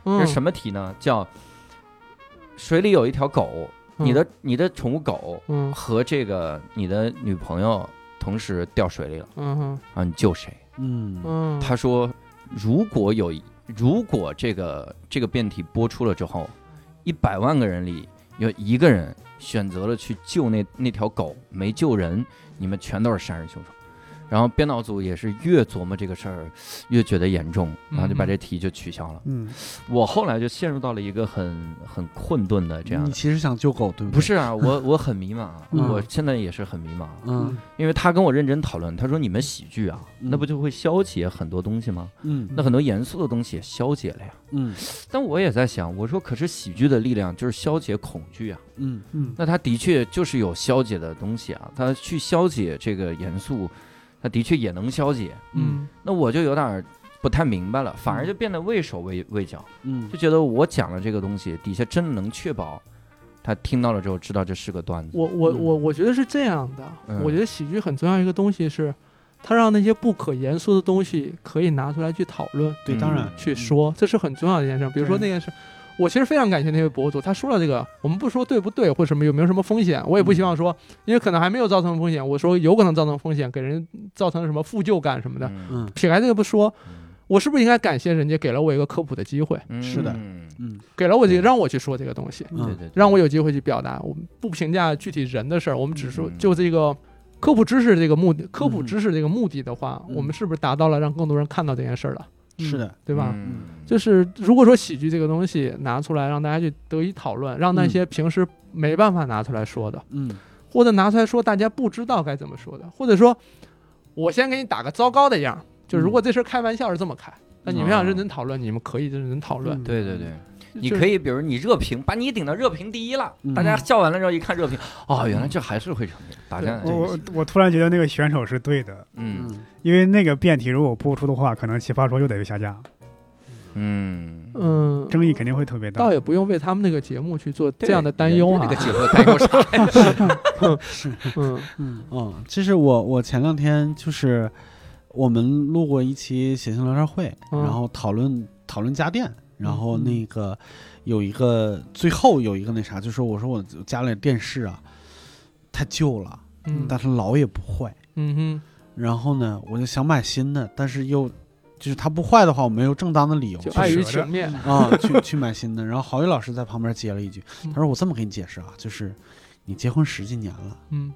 Speaker 5: 嗯，
Speaker 1: 这是什么题呢？叫水里有一条狗，
Speaker 5: 嗯
Speaker 1: 你的你的宠物狗
Speaker 5: 嗯
Speaker 1: 和这个你的女朋友同时掉水里了
Speaker 5: 嗯哼
Speaker 1: 啊，你救谁？
Speaker 3: 嗯
Speaker 5: 嗯，
Speaker 1: 他说，如果有一如果这个这个辩题播出了之后，一百万个人里有一个人选择了去救那那条狗，没救人，你们全都是杀人凶手。然后编导组也是越琢磨这个事儿，越觉得严重，然后就把
Speaker 5: 嗯
Speaker 1: 这题就取消了。
Speaker 2: 嗯，
Speaker 1: 我后来就陷入到了一个很很混沌的这样
Speaker 3: 你
Speaker 1: 的。
Speaker 3: 其实想救狗对
Speaker 1: 不
Speaker 3: 对？
Speaker 1: 是啊，我我很迷茫 啊，
Speaker 3: 嗯
Speaker 1: 我现在也是很迷茫，啊
Speaker 3: 嗯
Speaker 1: 因为他跟我认真讨论，他说你们喜剧啊，
Speaker 3: 嗯
Speaker 1: 那不就会消解很多东西吗？
Speaker 3: 嗯
Speaker 1: 那很多严肃的东西也消解了呀。
Speaker 3: 嗯
Speaker 1: 但我也在想，我说可是喜剧的力量就是消解恐惧啊，
Speaker 3: 嗯
Speaker 2: 嗯，
Speaker 1: 那它的确就是有消解的东西啊，它去消解这个严肃，它的确也能消解。
Speaker 5: 嗯
Speaker 1: 那我就有点儿不太明白了，反而就变得畏手畏畏脚，
Speaker 3: 嗯
Speaker 1: 就觉得我讲了这个东西，底下真的能确保他听到了之后知道这是个段子。
Speaker 5: 我我
Speaker 3: 嗯
Speaker 5: 我我觉得是这样的，
Speaker 1: 嗯
Speaker 5: 我觉得喜剧很重要一个东西是，它让那些不可严肃的东西可以拿出来去讨论、
Speaker 3: 对，
Speaker 1: 嗯
Speaker 3: 当然
Speaker 5: 去说，这是很重要的一件事。比如说那
Speaker 2: 对
Speaker 5: 件事，我其实非常感谢那位博主，他说了这个，我们不说对不对或什么有没有什么风险，我也
Speaker 1: 嗯
Speaker 5: 不希望说，因为可能还没有造成风险，我说有可能造成风险，给人造成什么负疚感什么的，
Speaker 1: 嗯
Speaker 3: 嗯
Speaker 5: 撇开这个不说，
Speaker 1: 嗯
Speaker 5: 我是不是应该感谢人家给了我一个科普的机会，
Speaker 1: 嗯
Speaker 3: 是的
Speaker 1: 嗯
Speaker 3: 嗯
Speaker 5: 给了我这个
Speaker 1: 嗯
Speaker 5: 让我去说这个东西？
Speaker 1: 对对
Speaker 3: 嗯
Speaker 1: 对，
Speaker 5: 让我有机会去表达。我们不评价具体人的事儿，我们只说
Speaker 1: 嗯
Speaker 5: 就这个科普知识这个目的，科普
Speaker 3: 嗯
Speaker 5: 知识这个目的的话，
Speaker 3: 嗯
Speaker 5: 我们是不是达到了让更多人看到这件事儿了，
Speaker 3: 是的，
Speaker 5: 对吧？
Speaker 1: 嗯
Speaker 5: 就是如果说喜剧这个东西拿出来让大家去得以讨论，让那些平时没办法拿出来说的，
Speaker 3: 嗯
Speaker 5: 或者拿出来说大家不知道该怎么说的，或者说，我先给你打个糟糕的样儿，就是如果这事儿开玩笑是这么开，那你们想认真讨论，你们可以认真讨论
Speaker 2: 嗯。
Speaker 1: 对对对。你
Speaker 5: 就是
Speaker 1: 可以，比如你热评，把你顶到热评第一了，
Speaker 3: 嗯
Speaker 1: 大家笑完了之后一看热评，哦，原来这还是会成的，打架这
Speaker 2: 我
Speaker 1: 个
Speaker 2: 我，我突然觉得那个选手是对的，
Speaker 1: 嗯
Speaker 3: 嗯
Speaker 2: 因为那个辩题如果播出的话，可能奇葩说又得被下架，
Speaker 1: 嗯，
Speaker 5: 嗯，
Speaker 2: 争议肯定会特别大
Speaker 5: 倒。也不用为他们那个节目去做
Speaker 1: 对
Speaker 5: 这样的担忧啊
Speaker 1: 这。个结合担忧啥？
Speaker 5: 嗯
Speaker 2: 嗯
Speaker 3: 嗯，其实我我前两天就是我们录过一期写信聊天会，
Speaker 5: 嗯
Speaker 3: 然后讨论讨论家电，然后
Speaker 5: 嗯
Speaker 3: 那个有一个最后有一个那啥，就说我说我家里电视啊太旧了，
Speaker 5: 嗯
Speaker 3: 但是老也不坏。
Speaker 5: 嗯
Speaker 3: 然后呢，我就想买新的，但是又就是它不坏的话，我没有正当的理由
Speaker 5: 哼，就
Speaker 3: 去
Speaker 5: 碍于
Speaker 2: 舍得
Speaker 5: 情面，
Speaker 3: 啊、去去买新的。然后郝宇老师在旁边接了一句，
Speaker 5: 嗯
Speaker 3: 他说：“我这么给你解释啊，就是你结婚十几年了，
Speaker 5: 嗯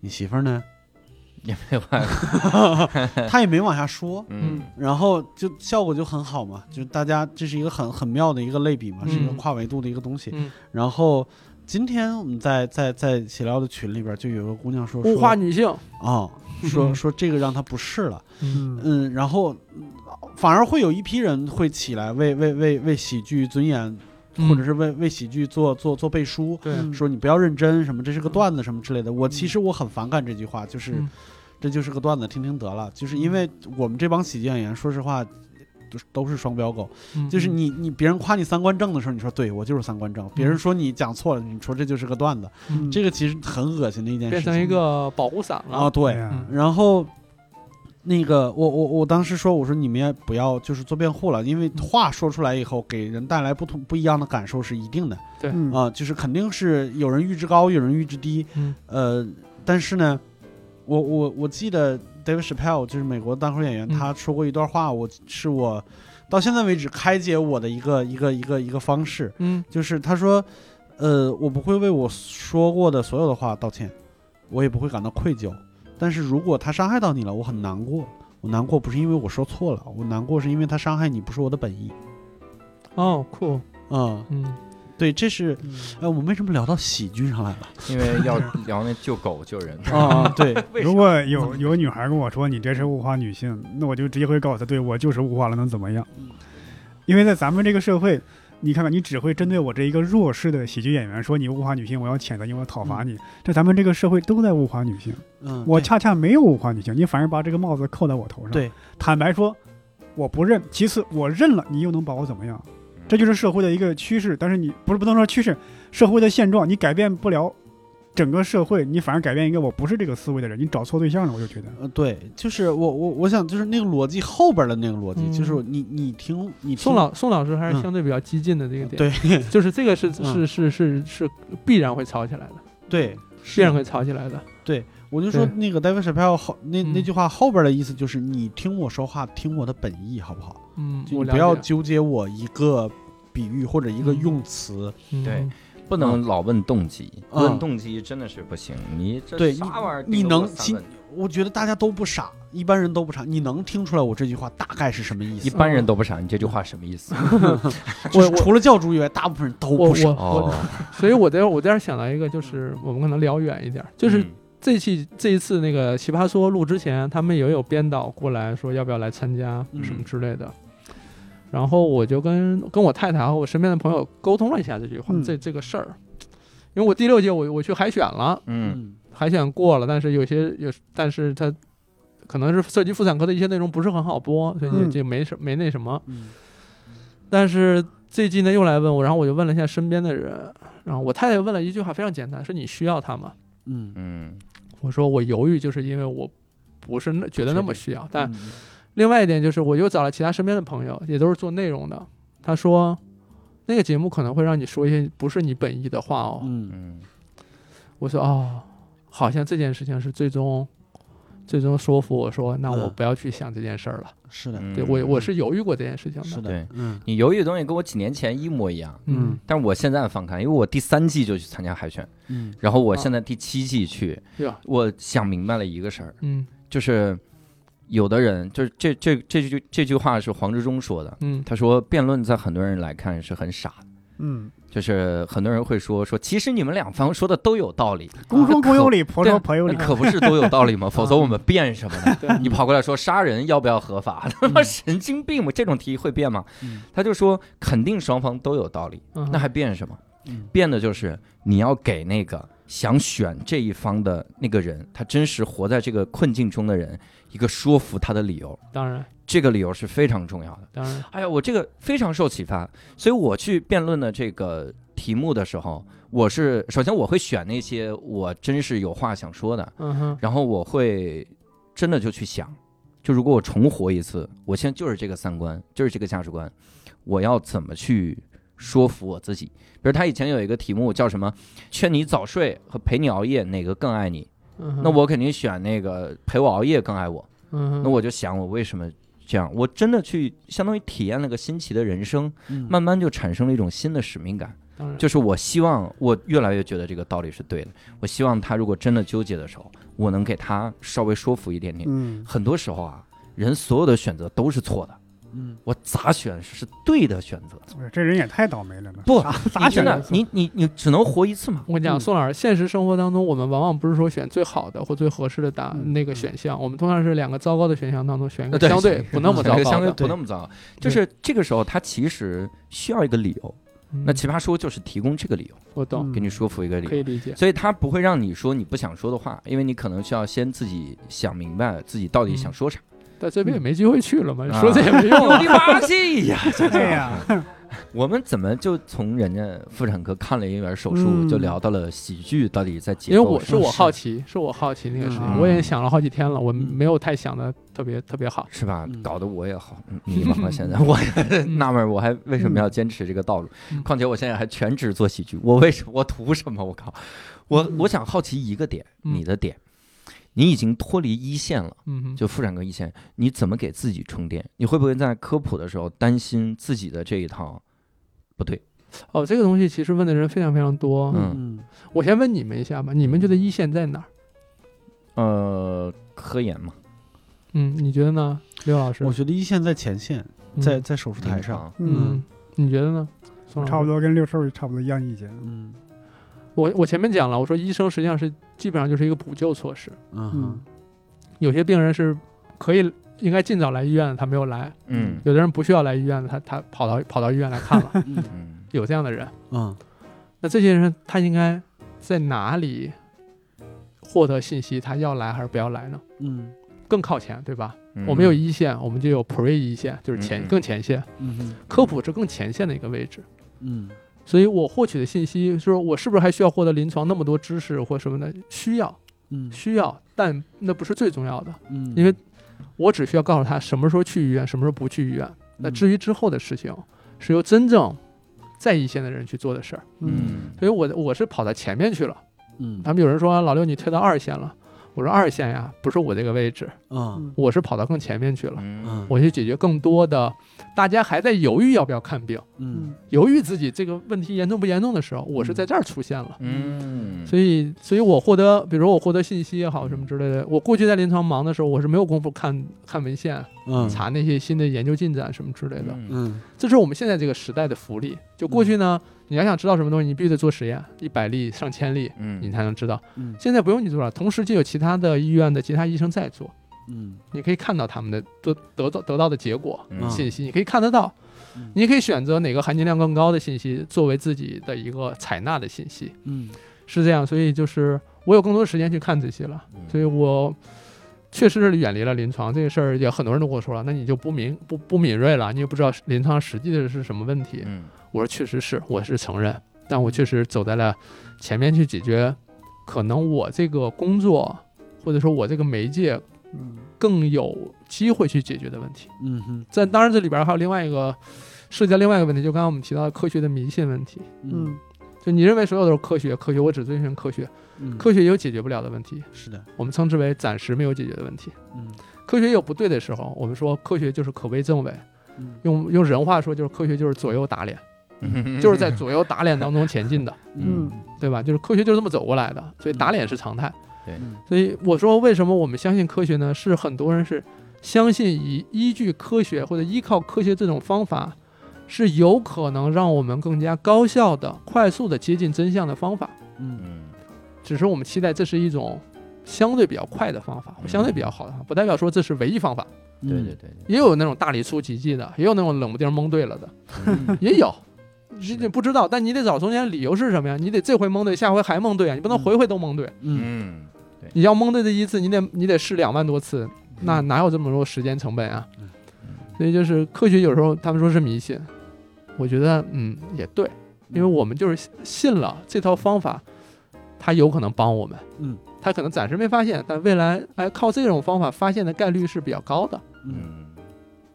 Speaker 3: 你媳妇儿呢，
Speaker 1: 也没有办法，
Speaker 3: 她也没往下说。”
Speaker 1: 嗯
Speaker 3: 然后就效果就很好嘛，就大家这是一个很很妙的一个类比嘛，
Speaker 5: 嗯
Speaker 3: 是一个跨维度的一个东西。
Speaker 5: 嗯，
Speaker 3: 然后今天我们在在在闲聊的群里边就有个姑娘说
Speaker 5: 物
Speaker 3: 说
Speaker 5: 化女性，
Speaker 3: 啊、
Speaker 5: 嗯
Speaker 3: 说说这个让她不适了，
Speaker 2: 嗯
Speaker 3: 嗯，然后嗯反而会有一批人会起来为为为为喜剧尊严，
Speaker 5: 嗯
Speaker 3: 或者是为为喜剧做做做背书，
Speaker 5: 对，
Speaker 2: 嗯
Speaker 3: 说你不要认真什么，这是个段子什么之类的。我其实我很反感这句话，就是、
Speaker 5: 嗯
Speaker 3: 这就是个段子，听听得了。就是因为我们这帮喜剧演员，说实话。都是都是双标狗，
Speaker 5: 嗯
Speaker 3: 就是你你别人夸你三观正的时候，你说对我就是三观正；别人
Speaker 5: 嗯
Speaker 3: 说你讲错了，你说这就是个段子，
Speaker 2: 嗯
Speaker 3: 这个其实很恶心的一件事
Speaker 5: 变
Speaker 3: 情。
Speaker 5: 成一个保护伞
Speaker 3: 啊，
Speaker 5: 了。
Speaker 3: 对，
Speaker 2: 呀
Speaker 5: 嗯
Speaker 3: 然后那个我我我当时说我说你们也不要就是做辩护了，因
Speaker 5: 嗯
Speaker 3: 为话说出来以后给人带来不同不一样的感受是一定的啊、
Speaker 2: 嗯
Speaker 3: 就是肯定是有人阈值高，有人阈值低，
Speaker 5: 嗯
Speaker 3: 呃，但是呢，我我我记得 David Chappelle 就是美国单口演员，
Speaker 5: 嗯
Speaker 3: 他说过一段话，我是我到现在为止开解我的一个一个一个一个方式，
Speaker 5: 嗯
Speaker 3: 就是他说，呃，我不会为我说过的所有的话道歉，我也不会感到愧疚。但是如果他伤害到你了，我很难过。我难过不是因为我说错了，我难过是因为他伤害你，不是我的本意。
Speaker 5: 哦，酷，
Speaker 3: 啊、
Speaker 5: 嗯
Speaker 3: 对，这是
Speaker 2: 嗯
Speaker 3: 哎，我们为什么聊到喜剧上来了？
Speaker 1: 因为要聊那救狗救人。
Speaker 3: 啊，对，
Speaker 2: 如果有有女孩跟我说你这是物化女性，那我就直接会告诉她，对我就是物化了，能怎么样？因为在咱们这个社会，你看看，你只会针对我这一个弱势的喜剧演员说你物化女性，我要谴责你，我要讨伐你。这咱们这个社会都在物化女性，
Speaker 3: 嗯，
Speaker 2: 我
Speaker 3: 对
Speaker 2: 恰恰没有物化女性，你反而把这个帽子扣在我头上。
Speaker 3: 对，
Speaker 2: 坦白说，我不认。其次，我认了，你又能把我怎么
Speaker 1: 嗯
Speaker 2: 样？这就是社会的一个趋势，但是你不是不能说趋势，社会的现状你改变不了整个社会，你反而改变一个我不是这个思维的人，你找错对象了，我就觉得。
Speaker 3: 呃，对，就是我我我想就是那个逻辑后边的那个逻辑，就是
Speaker 5: 嗯
Speaker 3: 你你听你听
Speaker 5: 宋老宋老师还是
Speaker 3: 嗯
Speaker 5: 相对比较激进的这个点，
Speaker 3: 对
Speaker 5: 就是这个是
Speaker 3: 嗯
Speaker 5: 是是是是必然会吵起来的，
Speaker 3: 对，
Speaker 5: 必然会吵起来的。
Speaker 3: 我就说
Speaker 5: 对
Speaker 3: 那个 David s h a p p e l 后那那
Speaker 5: 嗯
Speaker 3: 句话后边的意思就是你听我说话，听我的本意好不好？
Speaker 5: 嗯，
Speaker 3: 就
Speaker 5: 我
Speaker 3: 你
Speaker 5: 了
Speaker 3: 不要
Speaker 5: 解
Speaker 3: 纠结我一个比喻或者一个
Speaker 5: 嗯
Speaker 3: 用词，
Speaker 5: 嗯
Speaker 1: 对不能老问动机，
Speaker 3: 嗯
Speaker 1: 问动机真的是不行。你这
Speaker 3: 对
Speaker 1: 啥玩意儿？
Speaker 3: 你
Speaker 1: 盯着我
Speaker 3: 能
Speaker 1: 三
Speaker 3: 听
Speaker 1: 问
Speaker 3: 我觉得大家都不傻，一般人都不傻，你能听出来我这句话大概是什么意
Speaker 1: 一
Speaker 3: 思？
Speaker 1: 般人都不傻，你这句话什么意思？
Speaker 3: 就
Speaker 5: 我
Speaker 3: 是
Speaker 5: 我
Speaker 3: 除了教主以外，大部分人都
Speaker 5: 我
Speaker 3: 不
Speaker 5: 我
Speaker 3: 傻。
Speaker 1: 哦
Speaker 5: 我，所以我在我在这儿想到一个，就是我们可能聊远一点儿，就是
Speaker 1: 嗯
Speaker 5: 这期这一次那个《奇葩说》录之前，他们也有编导过来说要不要来参加
Speaker 3: 嗯
Speaker 5: 什么之类的。然后我就跟跟我太太和我身边的朋友沟通了一下这句话，
Speaker 2: 嗯
Speaker 5: 这这个事儿，因为我第六届我我去海选了，
Speaker 1: 嗯，
Speaker 3: 嗯
Speaker 5: 海选过了，但是有些有，但是它可能是涉及妇产科的一些内容不是很好播，所以就
Speaker 2: 嗯
Speaker 5: 就没什没那什么。
Speaker 3: 嗯
Speaker 5: 但是最近呢又来问我，然后我就问了一下身边的人，然后我太太问了一句话非常简单，说你需要他吗？
Speaker 3: 嗯，
Speaker 1: 嗯，
Speaker 5: 我说我犹豫，就是因为我不是那觉得那么需要。但
Speaker 3: 嗯
Speaker 5: 另外一点就是，我又找了其他身边的朋友，也都是做内容的。他说，那个节目可能会让你说一些不是你本意的话哦。
Speaker 3: 嗯
Speaker 1: 嗯
Speaker 5: 我说哦，好像这件事情是最终最终说服我说，那我
Speaker 3: 嗯
Speaker 5: 不要去想这件事儿了。
Speaker 3: 是的，
Speaker 1: 嗯，
Speaker 5: 对我我是犹豫过这件事情
Speaker 3: 是
Speaker 5: 的。
Speaker 3: 的，
Speaker 1: 对
Speaker 3: 嗯
Speaker 1: 你犹豫的东西跟我几年前一模一样，
Speaker 5: 嗯，
Speaker 1: 但是我现在放开，因为我第三季就去参加海选，
Speaker 3: 嗯
Speaker 1: 然后我现在第七季去，
Speaker 5: 对吧？
Speaker 1: 我想明白了一个事儿，
Speaker 5: 嗯
Speaker 1: 就是有的人就是这这这句这句话是黄志忠说的，
Speaker 5: 嗯
Speaker 1: 他说辩论在很多人来看是很傻的，
Speaker 2: 嗯，
Speaker 1: 就是很多人会说说其实你们两方说的都有 道理，
Speaker 2: 公说公有理，婆
Speaker 1: 对啊
Speaker 2: 说婆有理
Speaker 1: 那。可不是都有道理吗？否则我 们辩什么呢？
Speaker 5: 对
Speaker 1: 你跑过来说杀人要不要合法？他妈 神经病吗？这种题会辩吗？
Speaker 3: 嗯
Speaker 1: 他就说肯定双方都有道理，
Speaker 5: 嗯，
Speaker 1: 那还辩什么？
Speaker 3: 嗯
Speaker 1: 变的就是你要给那个想选这一方的那个人，他真实活在这个困境中的人一个说服他的理由，
Speaker 5: 当然
Speaker 1: 这个理由是非常重要的。
Speaker 5: 当然，
Speaker 1: 哎呀，我这个非常受启发，所以我去辩论的这个题目的时候，我是首先我会选那些我真是有话想说的，
Speaker 5: 嗯哼，
Speaker 1: 然后我会真的就去想，就如果我重活一次，我现在就是这个三观，就是这个价值观，我要怎么去说服我自己？比如他以前有一个题目叫什么“劝你早睡和陪你熬夜哪个更爱你”，
Speaker 5: 嗯哼
Speaker 1: 那我肯定选那个陪我熬夜更爱我。
Speaker 5: 嗯哼，
Speaker 1: 那我就想我为什么这样？我真的去相当于体验了个新奇的人生，
Speaker 3: 嗯
Speaker 1: 慢慢就产生了一种新的使命感。
Speaker 5: 当然
Speaker 1: 就是我希望，我越来越觉得这个道理是对的。我希望他如果真的纠结的时候，我能给他稍微说服一点点。
Speaker 2: 嗯，
Speaker 1: 很多时候啊，人所有的选择都是错的，
Speaker 3: 嗯
Speaker 1: 我咋选是对的选择。
Speaker 2: 我哎这人也太倒霉了吧？
Speaker 1: 不
Speaker 2: 咋
Speaker 1: 你
Speaker 2: 咋
Speaker 1: 真
Speaker 2: 选
Speaker 1: 的，你你你只能活一次嘛。
Speaker 5: 我跟你讲，
Speaker 3: 嗯
Speaker 5: 宋老师，现实生活当中，我们往往不是说选最好的或最合适的答
Speaker 2: 嗯
Speaker 5: 那个选项，我们通常是两个糟糕的选项当中选
Speaker 1: 呃
Speaker 5: 一个
Speaker 1: 对
Speaker 5: 相对不那么糟
Speaker 1: 这个
Speaker 5: 糕
Speaker 1: 相对
Speaker 5: 的。
Speaker 1: 不那么糟，就是这个时候他其实需要一个理由。
Speaker 5: 嗯
Speaker 1: 那奇葩说就是提供这个理由，
Speaker 5: 我
Speaker 2: 嗯
Speaker 5: 懂，
Speaker 1: 给你说服一个理
Speaker 5: 可
Speaker 1: 由。
Speaker 5: 以理解。
Speaker 1: 所以他不会让你说你不想说的话，因为你可能需要先自己想明白自己到底
Speaker 5: 嗯
Speaker 1: 想说啥。
Speaker 5: 但这边也没机会去了嘛，
Speaker 1: 啊
Speaker 5: 说这也 没用
Speaker 1: 我
Speaker 5: 啊
Speaker 1: 的。妈去呀！
Speaker 2: 哎呀，
Speaker 1: 我们怎么就从人家妇产科看了一本手术，
Speaker 2: 嗯
Speaker 1: 就聊到了喜剧到底在结
Speaker 5: 因为
Speaker 1: 构？
Speaker 5: 我是我好
Speaker 1: 奇，
Speaker 5: 奇，是我好奇那个事情，
Speaker 1: 嗯
Speaker 5: 我也想了好几天了，我
Speaker 3: 嗯
Speaker 5: 没有太想的特别特别好。
Speaker 1: 是吧
Speaker 3: 嗯？
Speaker 1: 搞得我也好迷茫了。现在 我也纳闷，我还为什么要坚持这个道路？
Speaker 5: 嗯
Speaker 1: 况且我现在还全职做喜剧，我为什么我图什么？我靠！我我想好奇一个点，
Speaker 5: 嗯
Speaker 1: 你的点，你已经脱离一线了。
Speaker 5: 嗯哼，
Speaker 1: 就妇产科一线，你怎么给自己充电？你会不会在科普的时候担心自己的这一套不对？
Speaker 5: 哦，这个东西其实问的人非常非常多。
Speaker 1: 嗯
Speaker 3: 嗯
Speaker 5: 我先问你们一下吧，你们觉得一线在哪儿？
Speaker 1: 呃，科研嘛，
Speaker 5: 嗯，你觉得呢，刘老师嗯
Speaker 3: 我？觉得一线在前线，在在手术台上，
Speaker 1: 啊，
Speaker 5: 嗯，你觉得呢？宋老师
Speaker 2: 差不多跟六兽差不多一样意见。
Speaker 3: 嗯
Speaker 5: 我我前面讲了，我说医生实际上是基本上就是一个补救措施，
Speaker 3: 嗯
Speaker 2: 嗯
Speaker 3: 哼，
Speaker 5: 有些病人是可以应该尽早来医院的，他没有来；
Speaker 1: 嗯
Speaker 5: 有的人不需要来医院的，他他跑到跑到医院来看了，
Speaker 3: 嗯
Speaker 1: 嗯
Speaker 5: 有这样的人。
Speaker 3: 嗯
Speaker 5: 那这些人他应该在哪里获得信息？他要来还是不要来呢？
Speaker 3: 嗯
Speaker 5: 更靠前，对吧？
Speaker 1: 嗯，
Speaker 5: 我们有一线，我们就有 pre 一线，就是前
Speaker 1: 嗯嗯
Speaker 5: 更前线。
Speaker 3: 嗯哼
Speaker 5: 科普是更前线的一个位置，
Speaker 3: 嗯
Speaker 5: 所以我获取的信息就是我是不是还需要获得临床那么多知识或什么的？需要，
Speaker 3: 嗯
Speaker 5: 需要，但那不是最重要的，
Speaker 3: 嗯，
Speaker 5: 因为我只需要告诉他什么时候去医院，什么时候不去医院。那
Speaker 3: 嗯
Speaker 5: 至于之后的事情，是由真正在一线的人去做的事儿。
Speaker 1: 嗯
Speaker 5: 所以我我是跑到前面去了。
Speaker 3: 嗯
Speaker 5: 他们有人说啊老六你退到二线了，我说二线呀不是我这个位置，
Speaker 3: 啊
Speaker 2: 嗯
Speaker 5: 我是跑到更前面去了，
Speaker 1: 嗯
Speaker 5: 嗯我去解决更多的大家还在犹豫要不要看病，
Speaker 3: 嗯
Speaker 5: 犹豫自己这个问题严重不严重的时候，我是在这儿出现了。
Speaker 1: 嗯，
Speaker 5: 所以，所以我获得，比如说我获得信息也好，什么之类的。我过去在临床忙的时候，我是没有功夫看看文献、
Speaker 3: 嗯
Speaker 5: 查那些新的研究进展什么之类的。
Speaker 1: 嗯
Speaker 3: 嗯
Speaker 5: 这是我们现在这个时代的福利。就过去呢，你要想知道什么东西，你必须得做实验，一百例、上千例，
Speaker 1: 嗯，
Speaker 5: 你才能知道。
Speaker 3: 嗯
Speaker 5: 现在不用你做了，同时就有其他的医院的其他医生在做，
Speaker 3: 嗯
Speaker 5: 你可以看到他们的得得到得到的结果
Speaker 1: 嗯
Speaker 5: 信息，你可以看得到
Speaker 3: 嗯，
Speaker 5: 你也可以选择哪个含金量更高的信息作为自己的一个采纳的信息，
Speaker 3: 嗯
Speaker 5: 是这样。所以就是我有更多时间去看这些了，
Speaker 1: 嗯
Speaker 5: 所以我。确实是远离了临床这个事儿，也很多人都跟我说了，那你就不敏不不敏锐了，你也不知道临床实际的是什么问题。
Speaker 1: 嗯
Speaker 5: 我说确实是，我是承认，但我确实走在了前面去解决，可能我这个工作或者说我这个媒介
Speaker 2: 嗯，
Speaker 5: 更有机会去解决的问题。
Speaker 3: 嗯哼
Speaker 5: 在当然这里边还有另外一个涉及到另外一个问题，就刚刚我们提到的科学的迷信问题。
Speaker 3: 嗯
Speaker 5: 就你认为所有都是科学，科学我只遵循科学，
Speaker 3: 嗯
Speaker 5: 科学也有解决不了的问题，
Speaker 3: 是的
Speaker 5: 我们称之为暂时没有解决的问题。
Speaker 3: 嗯
Speaker 5: 科学也有不对的时候，我们说科学就是可悲正伪，
Speaker 3: 嗯
Speaker 5: 用用人话说就是科学就是左右打脸，
Speaker 1: 嗯，
Speaker 5: 就是在左右打脸当中前进的。
Speaker 1: 嗯
Speaker 5: 对吧？就是科学就是这么走过来的，所以打脸是常态。
Speaker 1: 对
Speaker 3: 嗯
Speaker 5: 所以我说为什么我们相信科学呢？是很多人是相信以依据科学或者依靠科学这种方法，是有可能让我们更加高效的、快速的接近真相的方法。
Speaker 3: 嗯
Speaker 1: 嗯
Speaker 5: 只是我们期待这是一种相对比较快的方法，
Speaker 1: 嗯
Speaker 5: 相对比较好的方法，不代表说这是唯一方法。
Speaker 1: 对对对
Speaker 5: 也有那种大理出奇迹的，也有那种冷不丁蒙对了的，
Speaker 1: 对，
Speaker 5: 也有。
Speaker 1: 是
Speaker 5: 你
Speaker 1: 的
Speaker 5: 得不知道，但你得找中间理由是什么呀？你得这回蒙对，下回还蒙对啊！你不能
Speaker 3: 嗯
Speaker 5: 回回都蒙对。
Speaker 3: 嗯
Speaker 1: 嗯
Speaker 5: 你要蒙对这一次，你得你得试两万多次，那哪有这么多时间成本啊
Speaker 3: 嗯？
Speaker 5: 所以就是科学有时候他们说是迷信，我觉得嗯也对，因为我们就是信信了这套方法，它有可能帮我们，
Speaker 3: 嗯，
Speaker 5: 它可能暂时没发现，但未来哎靠这种方法发现的概率是比较高的，
Speaker 3: 嗯
Speaker 1: 嗯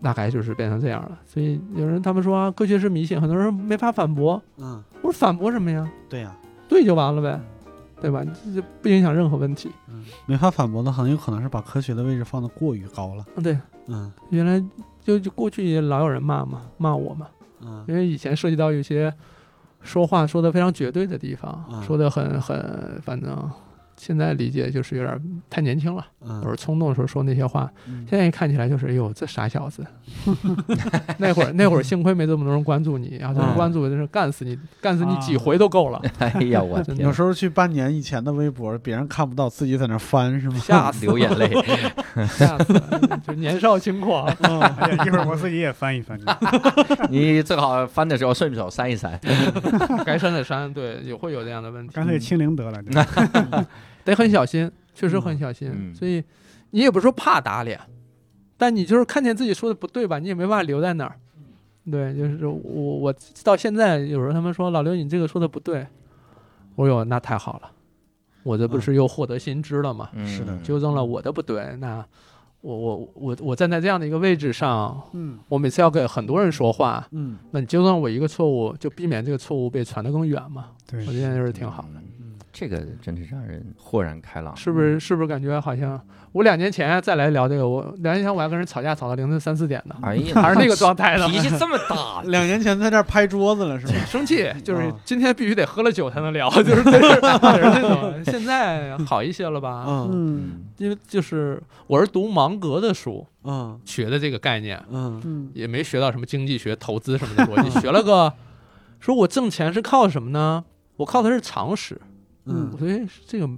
Speaker 5: 大概就是变成这样了。所以有人他们说、啊、科学是迷信，很多人没法反驳，
Speaker 3: 嗯
Speaker 5: 我说反驳什么呀？
Speaker 3: 对呀
Speaker 5: 对就完了呗，对吧？这这不影响任何问题。
Speaker 3: 没法反驳的很有可能是把科学的位置放得过于高了
Speaker 5: 嗯，对，
Speaker 3: 嗯
Speaker 5: 原来就就过去也老有人骂嘛，骂我嘛，
Speaker 3: 嗯
Speaker 5: 因为以前涉及到有些说话说的非常绝对的地方，
Speaker 3: 嗯
Speaker 5: 说的很很，反正现在理解就是有点太年轻了，有时
Speaker 3: 嗯
Speaker 5: 候冲动的时候说那些话，
Speaker 3: 嗯
Speaker 5: 现在一看起来就是，哎呦，这傻小子。 那会儿那会儿幸亏没这么多人关注你，要是
Speaker 3: 嗯
Speaker 5: 关注真是干死你，干死你
Speaker 3: 啊
Speaker 5: 几回都够了，
Speaker 1: 哎呀，我
Speaker 5: 真
Speaker 1: 天
Speaker 3: 有，时候去半年以前的微博，别人看不到，自己在那翻是吗？
Speaker 5: 吓死
Speaker 1: 流眼泪，啊
Speaker 5: 吓死了，就年少轻狂。
Speaker 2: 哎呀，一会儿我自己也翻一翻。
Speaker 1: 你最好翻的时候顺手删一删。
Speaker 5: 该删的删，对，也会有这样的问题，
Speaker 2: 干脆清零得了。
Speaker 5: 得很小心，确实很小心。
Speaker 1: 嗯
Speaker 5: 所以你也不是说怕打脸，但你就是看见自己说的不对吧，你也没办法留在那儿。对，就是我我到现在有时候他们说老刘你这个说的不对，我有那太好了，我这不是又获得新知了吗？
Speaker 1: 嗯
Speaker 3: 是的
Speaker 5: 纠正了我的不对，那我我我我站在这样的一个位置上，
Speaker 2: 嗯
Speaker 5: 我每次要给很多人说话，
Speaker 3: 嗯
Speaker 5: 那你纠正我一个错误，就避免这个错误被传得更远嘛。
Speaker 2: 对
Speaker 5: 我觉得就是挺好的。
Speaker 1: 嗯这个真是让人豁然开朗。
Speaker 5: 是不是是不是感觉好像我两年前再来聊这个，我两年前我还跟人吵架吵到凌晨三四点 呢，
Speaker 1: 哎呀，
Speaker 5: 还是那个状态呢，
Speaker 1: 脾 气这么大，
Speaker 3: 两年前在这儿拍桌子了是吧？
Speaker 5: 生气，就是
Speaker 3: 啊
Speaker 5: 今天必须得喝了酒才能 聊，就是就是就是这种。现在好一些了吧？
Speaker 3: 嗯
Speaker 2: 嗯
Speaker 1: 嗯
Speaker 5: 因为就是我是读芒格的书
Speaker 3: 嗯
Speaker 5: 学的这个概念，
Speaker 3: 嗯
Speaker 2: 嗯
Speaker 5: 也没学到什么经济学、投资什么的逻辑，学了个说我挣钱是靠什么呢？我靠的是常识。
Speaker 3: 嗯
Speaker 5: 我说哎这个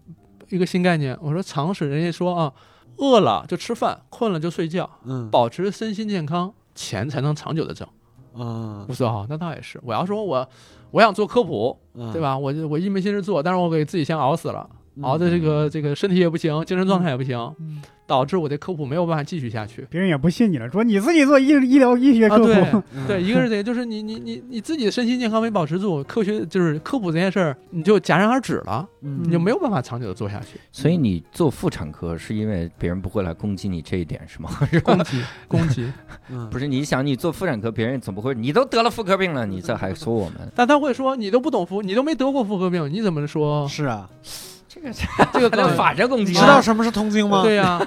Speaker 5: 一个新概念。我说常识，人家说啊，饿了就吃饭，困了就睡觉，
Speaker 3: 嗯
Speaker 5: 保持身心健康，钱才能长久的挣。
Speaker 3: 啊
Speaker 5: 我，说啊，那倒也是。我要说我我想做科普，对
Speaker 3: 对？
Speaker 5: 吧？我就我一门心思做，但是我给自己先熬死了，熬
Speaker 3: 的
Speaker 5: 的这个这个身体也不行，精神状态也不行，
Speaker 2: 嗯
Speaker 5: 导致我的科普没有办法继续下去。
Speaker 2: 别人也不信你了，说你自己做医医疗医学
Speaker 5: 啊，
Speaker 2: 科 普，
Speaker 5: 对
Speaker 3: 嗯
Speaker 5: 对，一个是这个，就是你你你你自己的身心健康没保持住，科学就是科普这件事儿，你就戛然而止了，你
Speaker 2: 嗯
Speaker 5: 就没有办法长久的做下去。
Speaker 1: 所以你做妇产科是因为别人不会来攻击你这一点是吗？ 是吧
Speaker 5: 攻击攻击，
Speaker 3: 嗯
Speaker 1: 不是，你想你做妇产科，别人怎么会？你都得了妇科病了，你这还说我 们
Speaker 5: 但他会说你都不懂妇，你都没得过妇科病，你怎么说
Speaker 3: 是啊，
Speaker 1: 这个
Speaker 5: 这个
Speaker 1: 还能
Speaker 5: 跟
Speaker 1: 反着攻击
Speaker 3: 知
Speaker 1: 吗？
Speaker 3: 道什么是痛经吗？
Speaker 5: 对呀、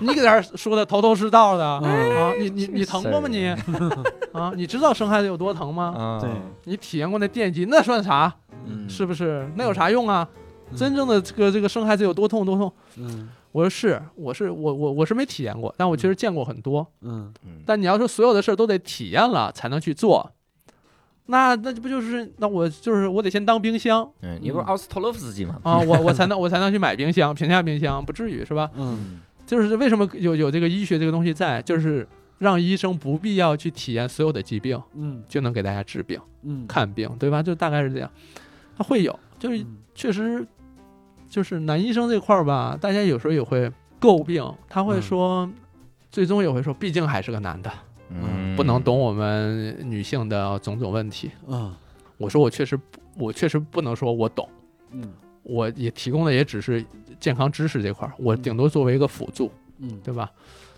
Speaker 5: 你给他说的头头是道的
Speaker 3: 嗯
Speaker 5: 啊！你你你疼过吗你？ 啊，你知道生孩子有多疼吗？
Speaker 1: 啊，
Speaker 3: 对
Speaker 5: 你体验过那电击那算啥？
Speaker 1: 嗯，
Speaker 5: 是不是？那有啥用啊？
Speaker 3: 嗯
Speaker 5: 真正的这个这个生孩子有多痛多痛？
Speaker 3: 嗯
Speaker 5: 我说是，我是我我我是没体验过，但我确实见过很多。
Speaker 3: 嗯
Speaker 1: 嗯
Speaker 5: 但你要说所有的事儿都得体验了才能去做，那那不就是那我就是我得先当冰箱
Speaker 1: 嗯，你不是
Speaker 3: 嗯
Speaker 1: 奥斯特洛夫斯基吗？
Speaker 5: 啊，我我才能我才能去买冰箱，评价冰箱不至于是吧？
Speaker 3: 嗯
Speaker 5: 就是为什么有有这个医学这个东西在，就是让医生不必要去体验所有的疾病，
Speaker 3: 嗯
Speaker 5: 就能给大家治病、
Speaker 3: 嗯，
Speaker 5: 看病，对吧？就大概是这样。它会有，就是
Speaker 3: 嗯
Speaker 5: 确实就是男医生这块儿吧，大家有时候也会诟病，他会
Speaker 3: 嗯
Speaker 5: 说，最终也会说，毕竟还是个男的，
Speaker 1: 嗯，
Speaker 5: 不能懂我们女性的种种问题。
Speaker 3: 啊
Speaker 5: 我说我确实不，我确实不能说我懂，
Speaker 3: 嗯
Speaker 5: 我也提供的也只是健康知识这块儿，我顶多作为一个辅助，
Speaker 3: 嗯
Speaker 5: 对吧？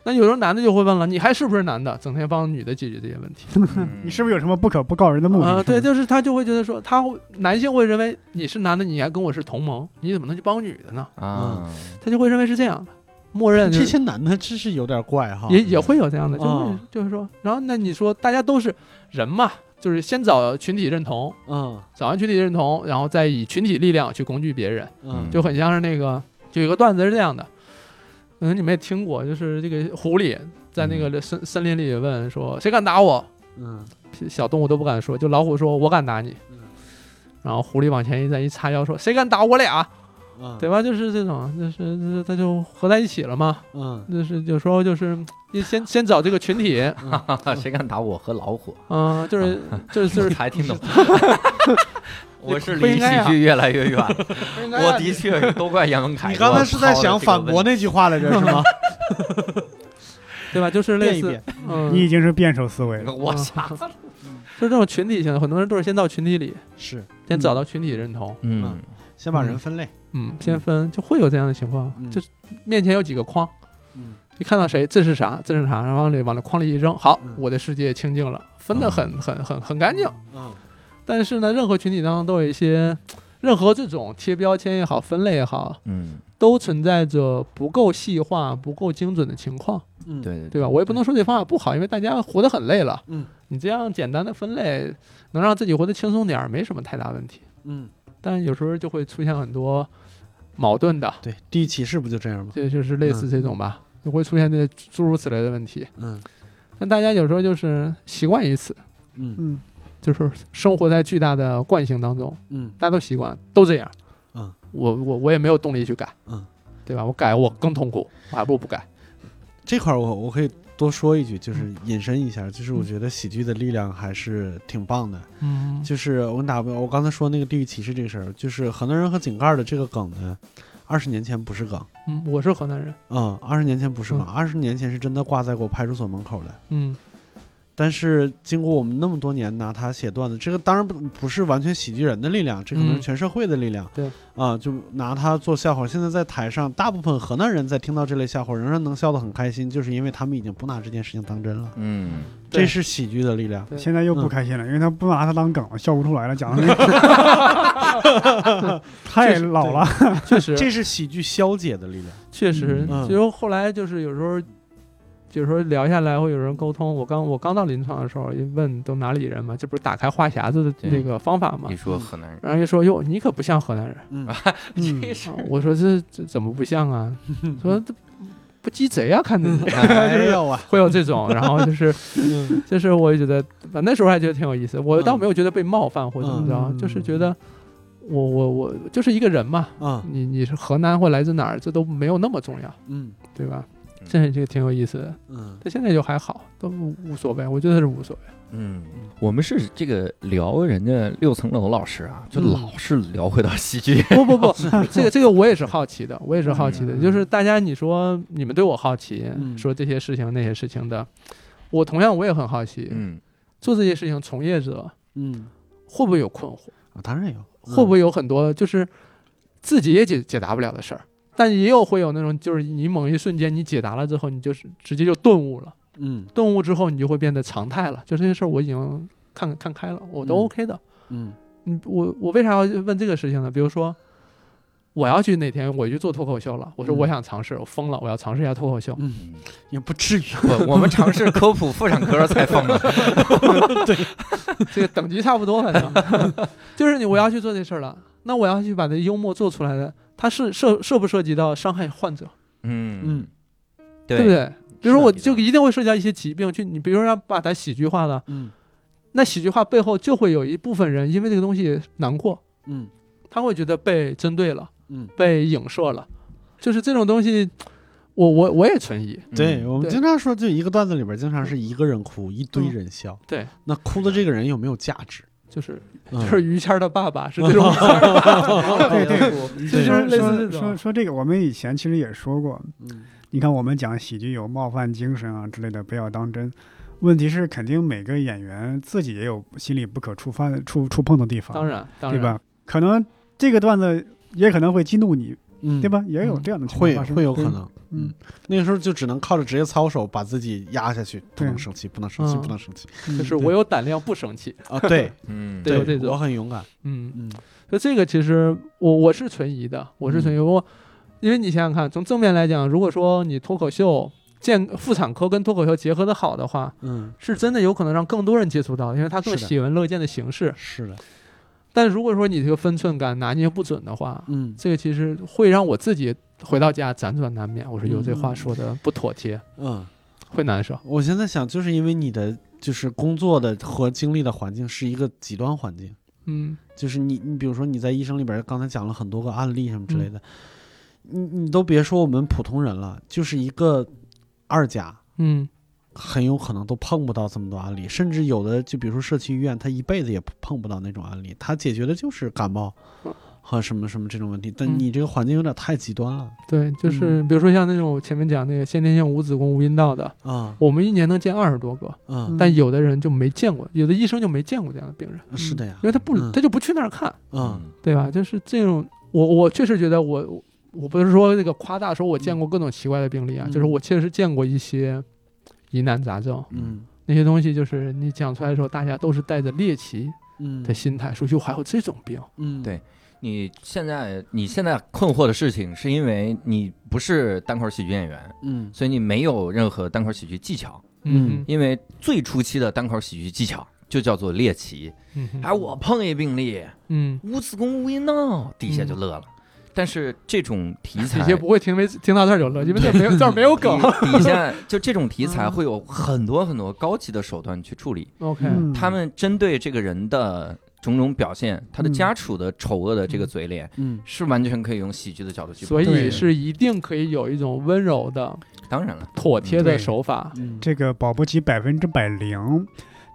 Speaker 5: 那有时候男的就会问了，你还是不是男的？整天帮女的解决这些问题，
Speaker 1: 嗯，
Speaker 2: 你是不是有什么不可不告人的目的？
Speaker 5: 啊、对，就是他就会觉得说，他会男性会认为你是男的，你还跟我是同盟，你怎么能去帮女的呢？
Speaker 1: 啊？
Speaker 5: 他就会认为是这样的，默认就
Speaker 3: 这
Speaker 5: 是
Speaker 3: 些男的真是有点怪哈，
Speaker 5: 也也会有这样的，就会
Speaker 3: 哦
Speaker 5: 就是说，然后那你说大家都是人嘛，就是先找群体认同，
Speaker 3: 嗯
Speaker 5: 找完群体认同，然后再以群体力量去攻击别人，
Speaker 3: 嗯
Speaker 5: 就很像是那个就有一个段子是这样的，可能你们也听过，就是这个狐狸在那个森森林里问说谁敢打我，
Speaker 3: 嗯
Speaker 5: 小动物都不敢说，就老虎说我敢打你
Speaker 3: 嗯，
Speaker 5: 然后狐狸往前一站一叉腰说谁敢打我俩，
Speaker 3: 嗯
Speaker 5: 对吧？就是这种，就是就是它就合在一起了嘛，
Speaker 3: 嗯
Speaker 5: 就是有时候就是嗯先先找这个群体，
Speaker 1: 谁敢打我和老虎？
Speaker 5: 嗯，就是就是就是
Speaker 1: 还听懂？我是
Speaker 5: 不
Speaker 1: 离
Speaker 5: 应该
Speaker 1: 喜
Speaker 5: 啊
Speaker 1: 剧越来越远了，我的
Speaker 5: 的
Speaker 1: 确都怪杨文凯。
Speaker 3: 你刚才是在想反驳？那句话来着是吗？
Speaker 5: 对吧？就是 类
Speaker 3: 变一
Speaker 5: 似
Speaker 3: 变，
Speaker 5: 嗯，
Speaker 2: 你已经是辩手思维了。
Speaker 1: 我操！
Speaker 5: 就是这种群体性的，很多人都是先到群体里，
Speaker 3: 是
Speaker 5: 先找到群体认同，
Speaker 1: 嗯
Speaker 3: 先把人分类，
Speaker 5: 嗯，先分就会有这样的情况，
Speaker 3: 嗯
Speaker 5: 就是面前有几个框，
Speaker 3: 嗯
Speaker 5: 一看到谁这是啥，这是啥，然后往里往那框里一扔，好
Speaker 3: 嗯，
Speaker 5: 我的世界清净了，分得很很很很干净。
Speaker 3: 嗯
Speaker 5: 但是呢，任何群体当中都有一些，任何这种贴标签也好，分类也好，
Speaker 1: 嗯，
Speaker 5: 都存在着不够细化、不够精准的情况。
Speaker 3: 嗯
Speaker 1: 对对
Speaker 5: 对吧？我也不能说这方法不好，因为大家活得很累了。
Speaker 3: 嗯，
Speaker 5: 你这样简单的分类，能让自己活得轻松点儿，没什么太大问题。
Speaker 3: 嗯
Speaker 5: 但有时候就会出现很多矛盾的，
Speaker 3: 对，地域歧视不就这样吗？
Speaker 5: 这就是类似这种吧，就会出现这诸如此类的问题。
Speaker 3: 嗯
Speaker 5: 但大家有时候就是习惯于此，
Speaker 3: 嗯
Speaker 2: 嗯，
Speaker 5: 就是生活在巨大的惯性当中，
Speaker 3: 嗯
Speaker 5: 大家都习惯，都这样。
Speaker 3: 嗯，
Speaker 5: 我我我也没有动力去改。
Speaker 3: 嗯，
Speaker 5: 对吧？我改我更痛苦，我还不如不改。
Speaker 3: 这块儿我我可以多说一句，就是引申一下，就是我觉得喜剧的力量还是挺棒的。
Speaker 5: 嗯
Speaker 3: 就是我给你打个比方，我刚才说那个地域歧视这个事儿，就是河南人和井盖儿的这个梗呢，二十年前不是梗，
Speaker 5: 嗯，我是河南人。
Speaker 3: 嗯，二十年前不是梗，
Speaker 5: 嗯
Speaker 3: 二十年前是真的挂在过派出所门口的。
Speaker 5: 嗯
Speaker 3: 但是经过我们那么多年拿它写段子，这个当然不不是完全喜剧人的力量，这可能是
Speaker 5: 嗯
Speaker 3: 全社会的力量。
Speaker 5: 对
Speaker 3: 啊，就拿它做笑话。现在在台上，大部分河南人在听到这类笑话，仍然能笑得很开心，就是因为他们已经不拿这件事情当真了。
Speaker 1: 嗯，
Speaker 5: 对
Speaker 3: 这是喜剧的力量。
Speaker 5: 对
Speaker 2: 现在又不
Speaker 3: 嗯
Speaker 2: 开心了，因为他不拿他当梗了，笑不出来了，讲的 太老了。
Speaker 5: 确实，
Speaker 3: 这是喜剧消解的力量。
Speaker 5: 确实，
Speaker 3: 嗯
Speaker 5: 其实后来就是有时候，有时候聊下来会有人沟通。我刚我刚到临床的时候，一问都哪里人嘛，这不是打开话匣子的
Speaker 1: 对
Speaker 3: 嗯
Speaker 5: 那个方法嘛
Speaker 1: 你。说河南人，
Speaker 5: 然后一说哟，你可 不像河南人。
Speaker 3: 嗯
Speaker 2: 嗯
Speaker 1: 这是
Speaker 5: 我说这这怎么不像啊？说这不鸡贼啊，看着你，
Speaker 3: 没有啊，
Speaker 5: 会有这种，然后 就是
Speaker 3: 嗯
Speaker 5: 就是我也觉得那时候还觉得挺有意思，我倒没有觉得被冒犯或怎么着，
Speaker 3: 嗯
Speaker 5: 就是觉得我我我就是一个人嘛，
Speaker 3: 啊，
Speaker 5: 你你是河南或来自哪儿，这都没有那么重要，
Speaker 3: 嗯
Speaker 5: 对吧
Speaker 1: 嗯？
Speaker 5: 这这个挺有意思的，
Speaker 3: 嗯
Speaker 5: 但现在就还好，都无所谓，我觉得是无所谓。
Speaker 1: 嗯，我们是这个聊人家六层楼老师啊，就
Speaker 5: 嗯
Speaker 1: 老是聊回到喜剧，
Speaker 5: 不不不， 这个这个我也是好奇的，我也是好奇的，
Speaker 3: 嗯
Speaker 5: 就是大家你说你们对我好奇，
Speaker 3: 嗯
Speaker 5: 说这些事情那些事情的，我同样我也很好奇，
Speaker 1: 嗯，
Speaker 5: 做这些事情从业者
Speaker 3: 嗯，
Speaker 5: 会不会有困惑，
Speaker 3: 啊，当然有，
Speaker 5: 会不会有很多就是自己也解解答不了的事儿，但也有会有那种就是你某一瞬间你解答了之后，你就是直接就顿悟了，
Speaker 3: 嗯？
Speaker 5: 顿悟之后你就会变得常态了，就这些事儿我已经看看开了，我都
Speaker 3: 嗯
Speaker 5: OK 的，
Speaker 3: 嗯
Speaker 5: 嗯，我我为啥要问这个事情呢？比如说，我要去哪天我去做脱口秀了，我说
Speaker 3: 嗯
Speaker 5: 我想尝试，我疯了，我要尝试一下脱口秀。
Speaker 3: 嗯嗯，也不至于，
Speaker 1: 我我们尝试科普妇产科采访的，
Speaker 5: 这个等级差不多，反正就是你我要去做这事儿了，那我要去把这幽默做出来的，它是涉涉不涉及到伤害患者，
Speaker 1: 嗯
Speaker 3: 嗯，
Speaker 1: 对
Speaker 5: 不对？比如说，我就
Speaker 1: 给
Speaker 5: 一定会涉及到一些疾病，去你比如说要把它喜剧化了，
Speaker 3: 嗯
Speaker 5: 那喜剧化背后就会有一部分人因为这个东西难过，
Speaker 3: 嗯
Speaker 5: 他会觉得被针对了，
Speaker 3: 嗯，
Speaker 5: 被影射了，就是这种东西，我我我也存疑。
Speaker 1: 嗯
Speaker 3: 对我们
Speaker 5: 嗯对嗯
Speaker 3: 经常说，就一个段子里边，经常是一个人哭，一堆人笑，
Speaker 5: 对，
Speaker 3: 那哭的这个人有没有价值？
Speaker 5: 就是
Speaker 3: 嗯
Speaker 5: 就是于谦儿的爸爸是这种，
Speaker 2: 对对，
Speaker 5: 就是
Speaker 2: 说
Speaker 5: 类
Speaker 2: 嗯说
Speaker 5: 似这种
Speaker 2: 说，说这个，我们以前其实也说过，
Speaker 3: 嗯
Speaker 2: 你看，我们讲喜剧有冒犯精神啊之类的，不要当真。问题是，肯定每个演员自己也有心里不可触犯、触触碰的地方，
Speaker 5: 当然当
Speaker 2: 对
Speaker 5: 然，
Speaker 2: 吧？可能这个段子也可能会激怒你，
Speaker 3: 嗯，
Speaker 2: 对？吧？也有
Speaker 5: 嗯
Speaker 2: 这样的情况
Speaker 3: 会
Speaker 2: 发生，
Speaker 3: 会有可
Speaker 2: 对。
Speaker 3: 能，
Speaker 2: 嗯
Speaker 3: 嗯，那个时候就只能靠着职业操守把自己压下去，不
Speaker 2: 对
Speaker 3: 能生气，不能生气，
Speaker 5: 嗯
Speaker 3: 不能生气
Speaker 5: 就是我有胆量不生气。
Speaker 3: 啊！对
Speaker 1: 嗯
Speaker 5: 对有这种
Speaker 3: 我很勇敢，
Speaker 5: 嗯，
Speaker 3: 嗯
Speaker 5: 所以这个其实我我是存疑的，我是存疑。我因为你想想看，从正面来讲，如果说你脱口秀健妇产科跟脱口秀结合的好的话，
Speaker 3: 嗯，
Speaker 5: 是真的有可能让更多人接触到，因为它更
Speaker 3: 是的
Speaker 5: 喜闻乐见的形式。
Speaker 3: 是的，
Speaker 5: 但如果说你这个分寸感拿捏不准的话，
Speaker 3: 嗯
Speaker 5: 这个其实会让我自己回到家辗转难眠。我说有这话
Speaker 2: 嗯
Speaker 5: 说的不妥帖，
Speaker 3: 嗯，
Speaker 5: 会难受。
Speaker 3: 我现在想，就是因为你的就是工作的和经历的环境是一个极端环境，
Speaker 5: 嗯
Speaker 3: 就是你你比如说你在医生里边儿刚才讲了很多个案例什么之类的，你你都别说我们普通人了，就是一个二甲。
Speaker 5: 嗯
Speaker 3: 很有可能都碰不到这么多案例，甚至有的就比如说社区医院，他一辈子也不碰不到那种案例，他解决的就是感冒
Speaker 5: 嗯
Speaker 3: 和什么什么这种问题。但
Speaker 5: 嗯
Speaker 3: 你这个环境有点太极端了
Speaker 5: 对，
Speaker 3: 嗯
Speaker 5: 就是比如说像那种我前面讲那个先天性无子宫无阴道的，
Speaker 3: 啊
Speaker 5: 我们一年能见二十多个，
Speaker 3: 啊！
Speaker 5: 但有的人就没见过，有的医生就没见过这样的病人，
Speaker 3: 是的呀
Speaker 5: 因，为他不
Speaker 3: 嗯
Speaker 5: 他就不去那儿看，
Speaker 3: 啊
Speaker 5: 对吧？就是这种，我我确实觉得我我不是说这个夸大说我见过各种奇怪的病例啊，
Speaker 3: 嗯
Speaker 5: 就是我确实见过一些疑难杂症，
Speaker 3: 嗯
Speaker 5: 那些东西就是你讲出来的时候，大家都是带着猎奇
Speaker 3: 嗯
Speaker 5: 的心态，说哟还有这种病，
Speaker 3: 嗯
Speaker 1: 对你现在你现在困惑的事情，是因为你不是单口喜剧演员，
Speaker 3: 嗯
Speaker 1: 所以你没有任何单口喜剧技巧。
Speaker 5: 嗯
Speaker 1: 因为最初期的单口喜剧技巧就叫做猎奇，
Speaker 5: 嗯嗯
Speaker 1: 而我碰一病例，
Speaker 5: 嗯，
Speaker 1: 无子宫无阴道，底下就乐了。但是这种题材
Speaker 5: 底，下不会听没听到这儿就乐，因为这儿没有这儿没
Speaker 3: 嗯
Speaker 5: 有梗
Speaker 1: 底下就这种题材会有很多很多高级的手段去处理。
Speaker 5: ，OK，
Speaker 2: 嗯
Speaker 1: 他们针对这个人的种种表现，他的
Speaker 2: 嗯
Speaker 1: 家属的丑恶的这个嘴脸，
Speaker 3: 嗯
Speaker 1: 是完全可以用喜剧的角度去
Speaker 5: 所
Speaker 1: 拍。
Speaker 5: 以
Speaker 2: 对
Speaker 5: 是一定可以有一种温柔的
Speaker 1: 当然了，
Speaker 5: 妥帖的
Speaker 2: 对
Speaker 5: 手法，
Speaker 3: 嗯，
Speaker 2: 这个保不齐百分之百零，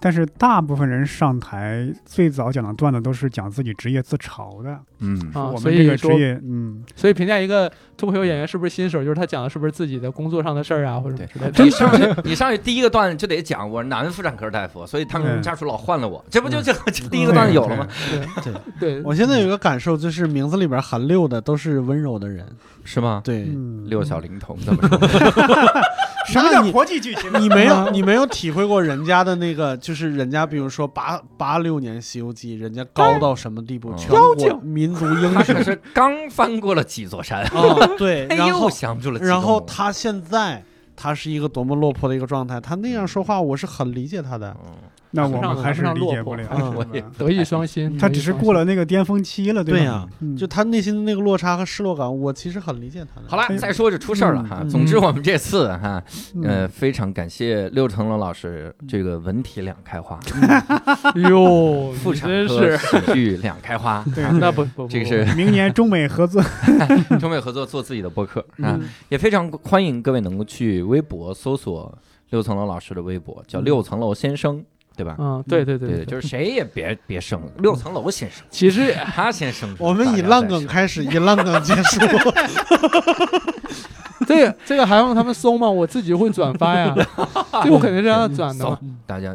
Speaker 2: 但是大部分人上台最早讲的段子都是讲自己职业自嘲的，
Speaker 1: 嗯
Speaker 5: 啊，
Speaker 2: 我
Speaker 5: 所
Speaker 2: 们这
Speaker 5: 以
Speaker 2: 个职
Speaker 5: 说
Speaker 2: 业，嗯，
Speaker 5: 所以评价一个脱口秀演员是不是新手，就是他讲的是不是自己的工作上的事儿啊，或者什
Speaker 1: 对
Speaker 5: 么之类的。
Speaker 1: 你上去，你上去第一个段子就得讲我是男妇产科大夫，所以他们
Speaker 2: 嗯
Speaker 1: 家属老换了我，这不就这这第一个段子有了吗？
Speaker 3: 对。
Speaker 5: 对，
Speaker 3: 我现在有个感受，就是名字里边含六的都是温柔的人，
Speaker 1: 是吗？
Speaker 2: 对？
Speaker 3: 对，
Speaker 2: 嗯，
Speaker 1: 六小龄童怎么说？
Speaker 2: 什么
Speaker 3: 那
Speaker 2: 叫
Speaker 3: 你
Speaker 2: 国际剧情？
Speaker 3: 你 没有，你没有体会过人家的那个，就是人家，比如说八八六年《西游记》，人家高到什么地步？
Speaker 1: 嗯
Speaker 3: 全
Speaker 5: 妖
Speaker 3: 国
Speaker 5: 精
Speaker 3: 民族英
Speaker 1: 他
Speaker 3: 雄
Speaker 1: 可 是刚翻过了几座山，
Speaker 3: 啊，对，
Speaker 1: 哎
Speaker 3: 然
Speaker 1: 又
Speaker 3: 后
Speaker 1: 降住了几栋楼。
Speaker 3: 然后他现在他是一个多么落魄的一个状态，他那样说话，我是很理解他的。
Speaker 1: 嗯，
Speaker 2: 那我
Speaker 5: 上
Speaker 2: 们还是
Speaker 5: 上
Speaker 2: 理
Speaker 5: 落
Speaker 2: 解不
Speaker 5: 魄
Speaker 2: 了
Speaker 3: 嗯，
Speaker 1: 我
Speaker 2: 是
Speaker 1: 也
Speaker 2: 吧
Speaker 5: 德艺双馨，
Speaker 2: 他
Speaker 5: 德艺
Speaker 2: 只是
Speaker 5: 双
Speaker 2: 过
Speaker 5: 馨。
Speaker 2: 了那个巅峰期了，
Speaker 3: 对
Speaker 2: 吧？
Speaker 3: 呀
Speaker 2: 嗯
Speaker 3: 就他内心的那个落差和失落感，我其实很理解他的。
Speaker 1: 好了，再说就出事儿了哈。
Speaker 3: 嗯
Speaker 1: 总之，我们这次哈，呃，
Speaker 2: 嗯，
Speaker 1: 非常感谢六成龙老师这个文体两开花，
Speaker 5: 哟，
Speaker 1: 妇
Speaker 5: 你
Speaker 1: 产
Speaker 5: 真
Speaker 1: 科
Speaker 5: 是，
Speaker 1: 喜剧两开花。
Speaker 2: 对
Speaker 1: 啊，
Speaker 5: 那不不不，
Speaker 1: 这个
Speaker 5: 不
Speaker 1: 是
Speaker 2: 明年中美合作，
Speaker 1: 中美合作做自己的播客
Speaker 2: 嗯
Speaker 1: 啊， 也非常欢迎各位能够去微博搜索六层楼老师的微博，叫六层楼先生，对吧？
Speaker 5: 嗯，对对
Speaker 1: 对，
Speaker 5: 对
Speaker 1: 就是谁也别别生六层楼先生，
Speaker 5: 其实
Speaker 1: 他先生。
Speaker 3: 我们以
Speaker 1: 大
Speaker 3: 烂
Speaker 1: 家再
Speaker 3: 梗
Speaker 1: 生
Speaker 3: 开 始，以烂梗结束。
Speaker 5: 这个这个还用他们搜吗？我自己会转发 呀，这我肯定是让他转的 嘛。
Speaker 1: 大家，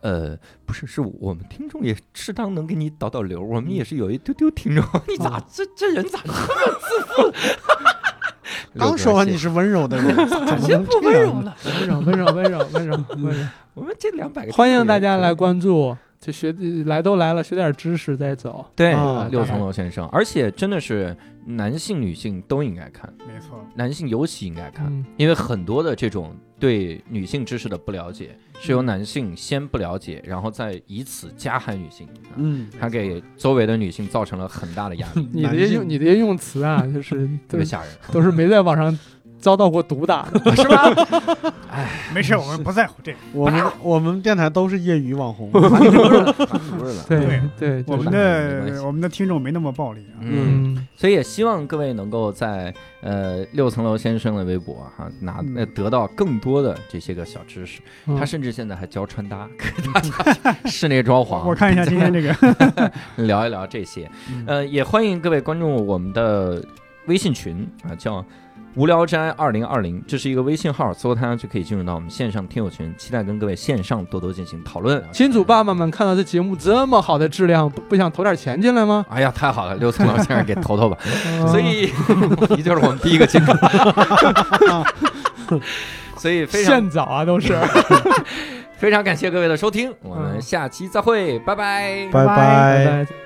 Speaker 1: 呃，不是，是我们听众也适当能给你导导流，我们也是有一丢丢听众， 你咋、这这人咋这么自负？
Speaker 3: 刚 说完你是温柔的人，怎么
Speaker 1: 先
Speaker 3: 能
Speaker 1: 不
Speaker 3: 这
Speaker 1: 温柔
Speaker 3: 样？
Speaker 1: 了，
Speaker 5: 温柔温柔温柔温柔温柔，
Speaker 1: 我们这两百个
Speaker 5: 欢迎大家来关注，就学来都来了，学点知识再走。
Speaker 1: 对、
Speaker 3: 啊
Speaker 1: 六层楼先生，而且真的是男性女性都应该看，
Speaker 2: 没错，
Speaker 1: 男性尤其应该看，
Speaker 5: 嗯
Speaker 1: 因为很多的这种对女性知识的不了解，是由男性先不了解，然后再以此加害女性。啊
Speaker 3: 嗯，
Speaker 1: 他给周围的女性造成了很大的压力，
Speaker 5: 你这些用你这些用词啊，就是
Speaker 1: 特
Speaker 5: 都
Speaker 1: 别
Speaker 5: 是
Speaker 1: 吓人。
Speaker 5: 都是没在网上遭到过毒打的。
Speaker 1: 是吧？
Speaker 2: 没事，我们不在乎这个，
Speaker 3: 我们 我们电台都是业余网红，
Speaker 1: 不是了。
Speaker 5: 对对，
Speaker 2: 我们
Speaker 1: 没关系
Speaker 2: 的我们的听众没那么暴力啊。
Speaker 1: 嗯，
Speaker 5: 嗯，
Speaker 1: 所以也希望各位能够在呃六层楼先生的微博哈、拿
Speaker 2: 嗯
Speaker 1: 呃得到更多的这些个小知识。
Speaker 5: 嗯
Speaker 1: 他甚至现在还教穿搭，给大家 室内装潢。
Speaker 2: 我看一下今天这个，
Speaker 1: 聊一聊这些，
Speaker 5: 嗯
Speaker 1: 呃，也欢迎各位关注我们的微信群啊，叫“无聊斋二零二零”，这是一个微信号，搜它就可以进入到我们线上听友群，期待跟各位线上多多进行讨论。啊
Speaker 5: 金主爸爸们看到这节目这么好的质量，不不想投点钱进来吗？
Speaker 1: 哎呀，太好了，六层楼先生给投投吧。
Speaker 5: 嗯
Speaker 1: 所以 你就是我们第一个金 主。所以非常
Speaker 5: 现早啊都是。
Speaker 1: 非常感谢各位的收听，我们
Speaker 5: 嗯
Speaker 1: 下期再会，拜拜。
Speaker 3: 拜
Speaker 5: 拜拜。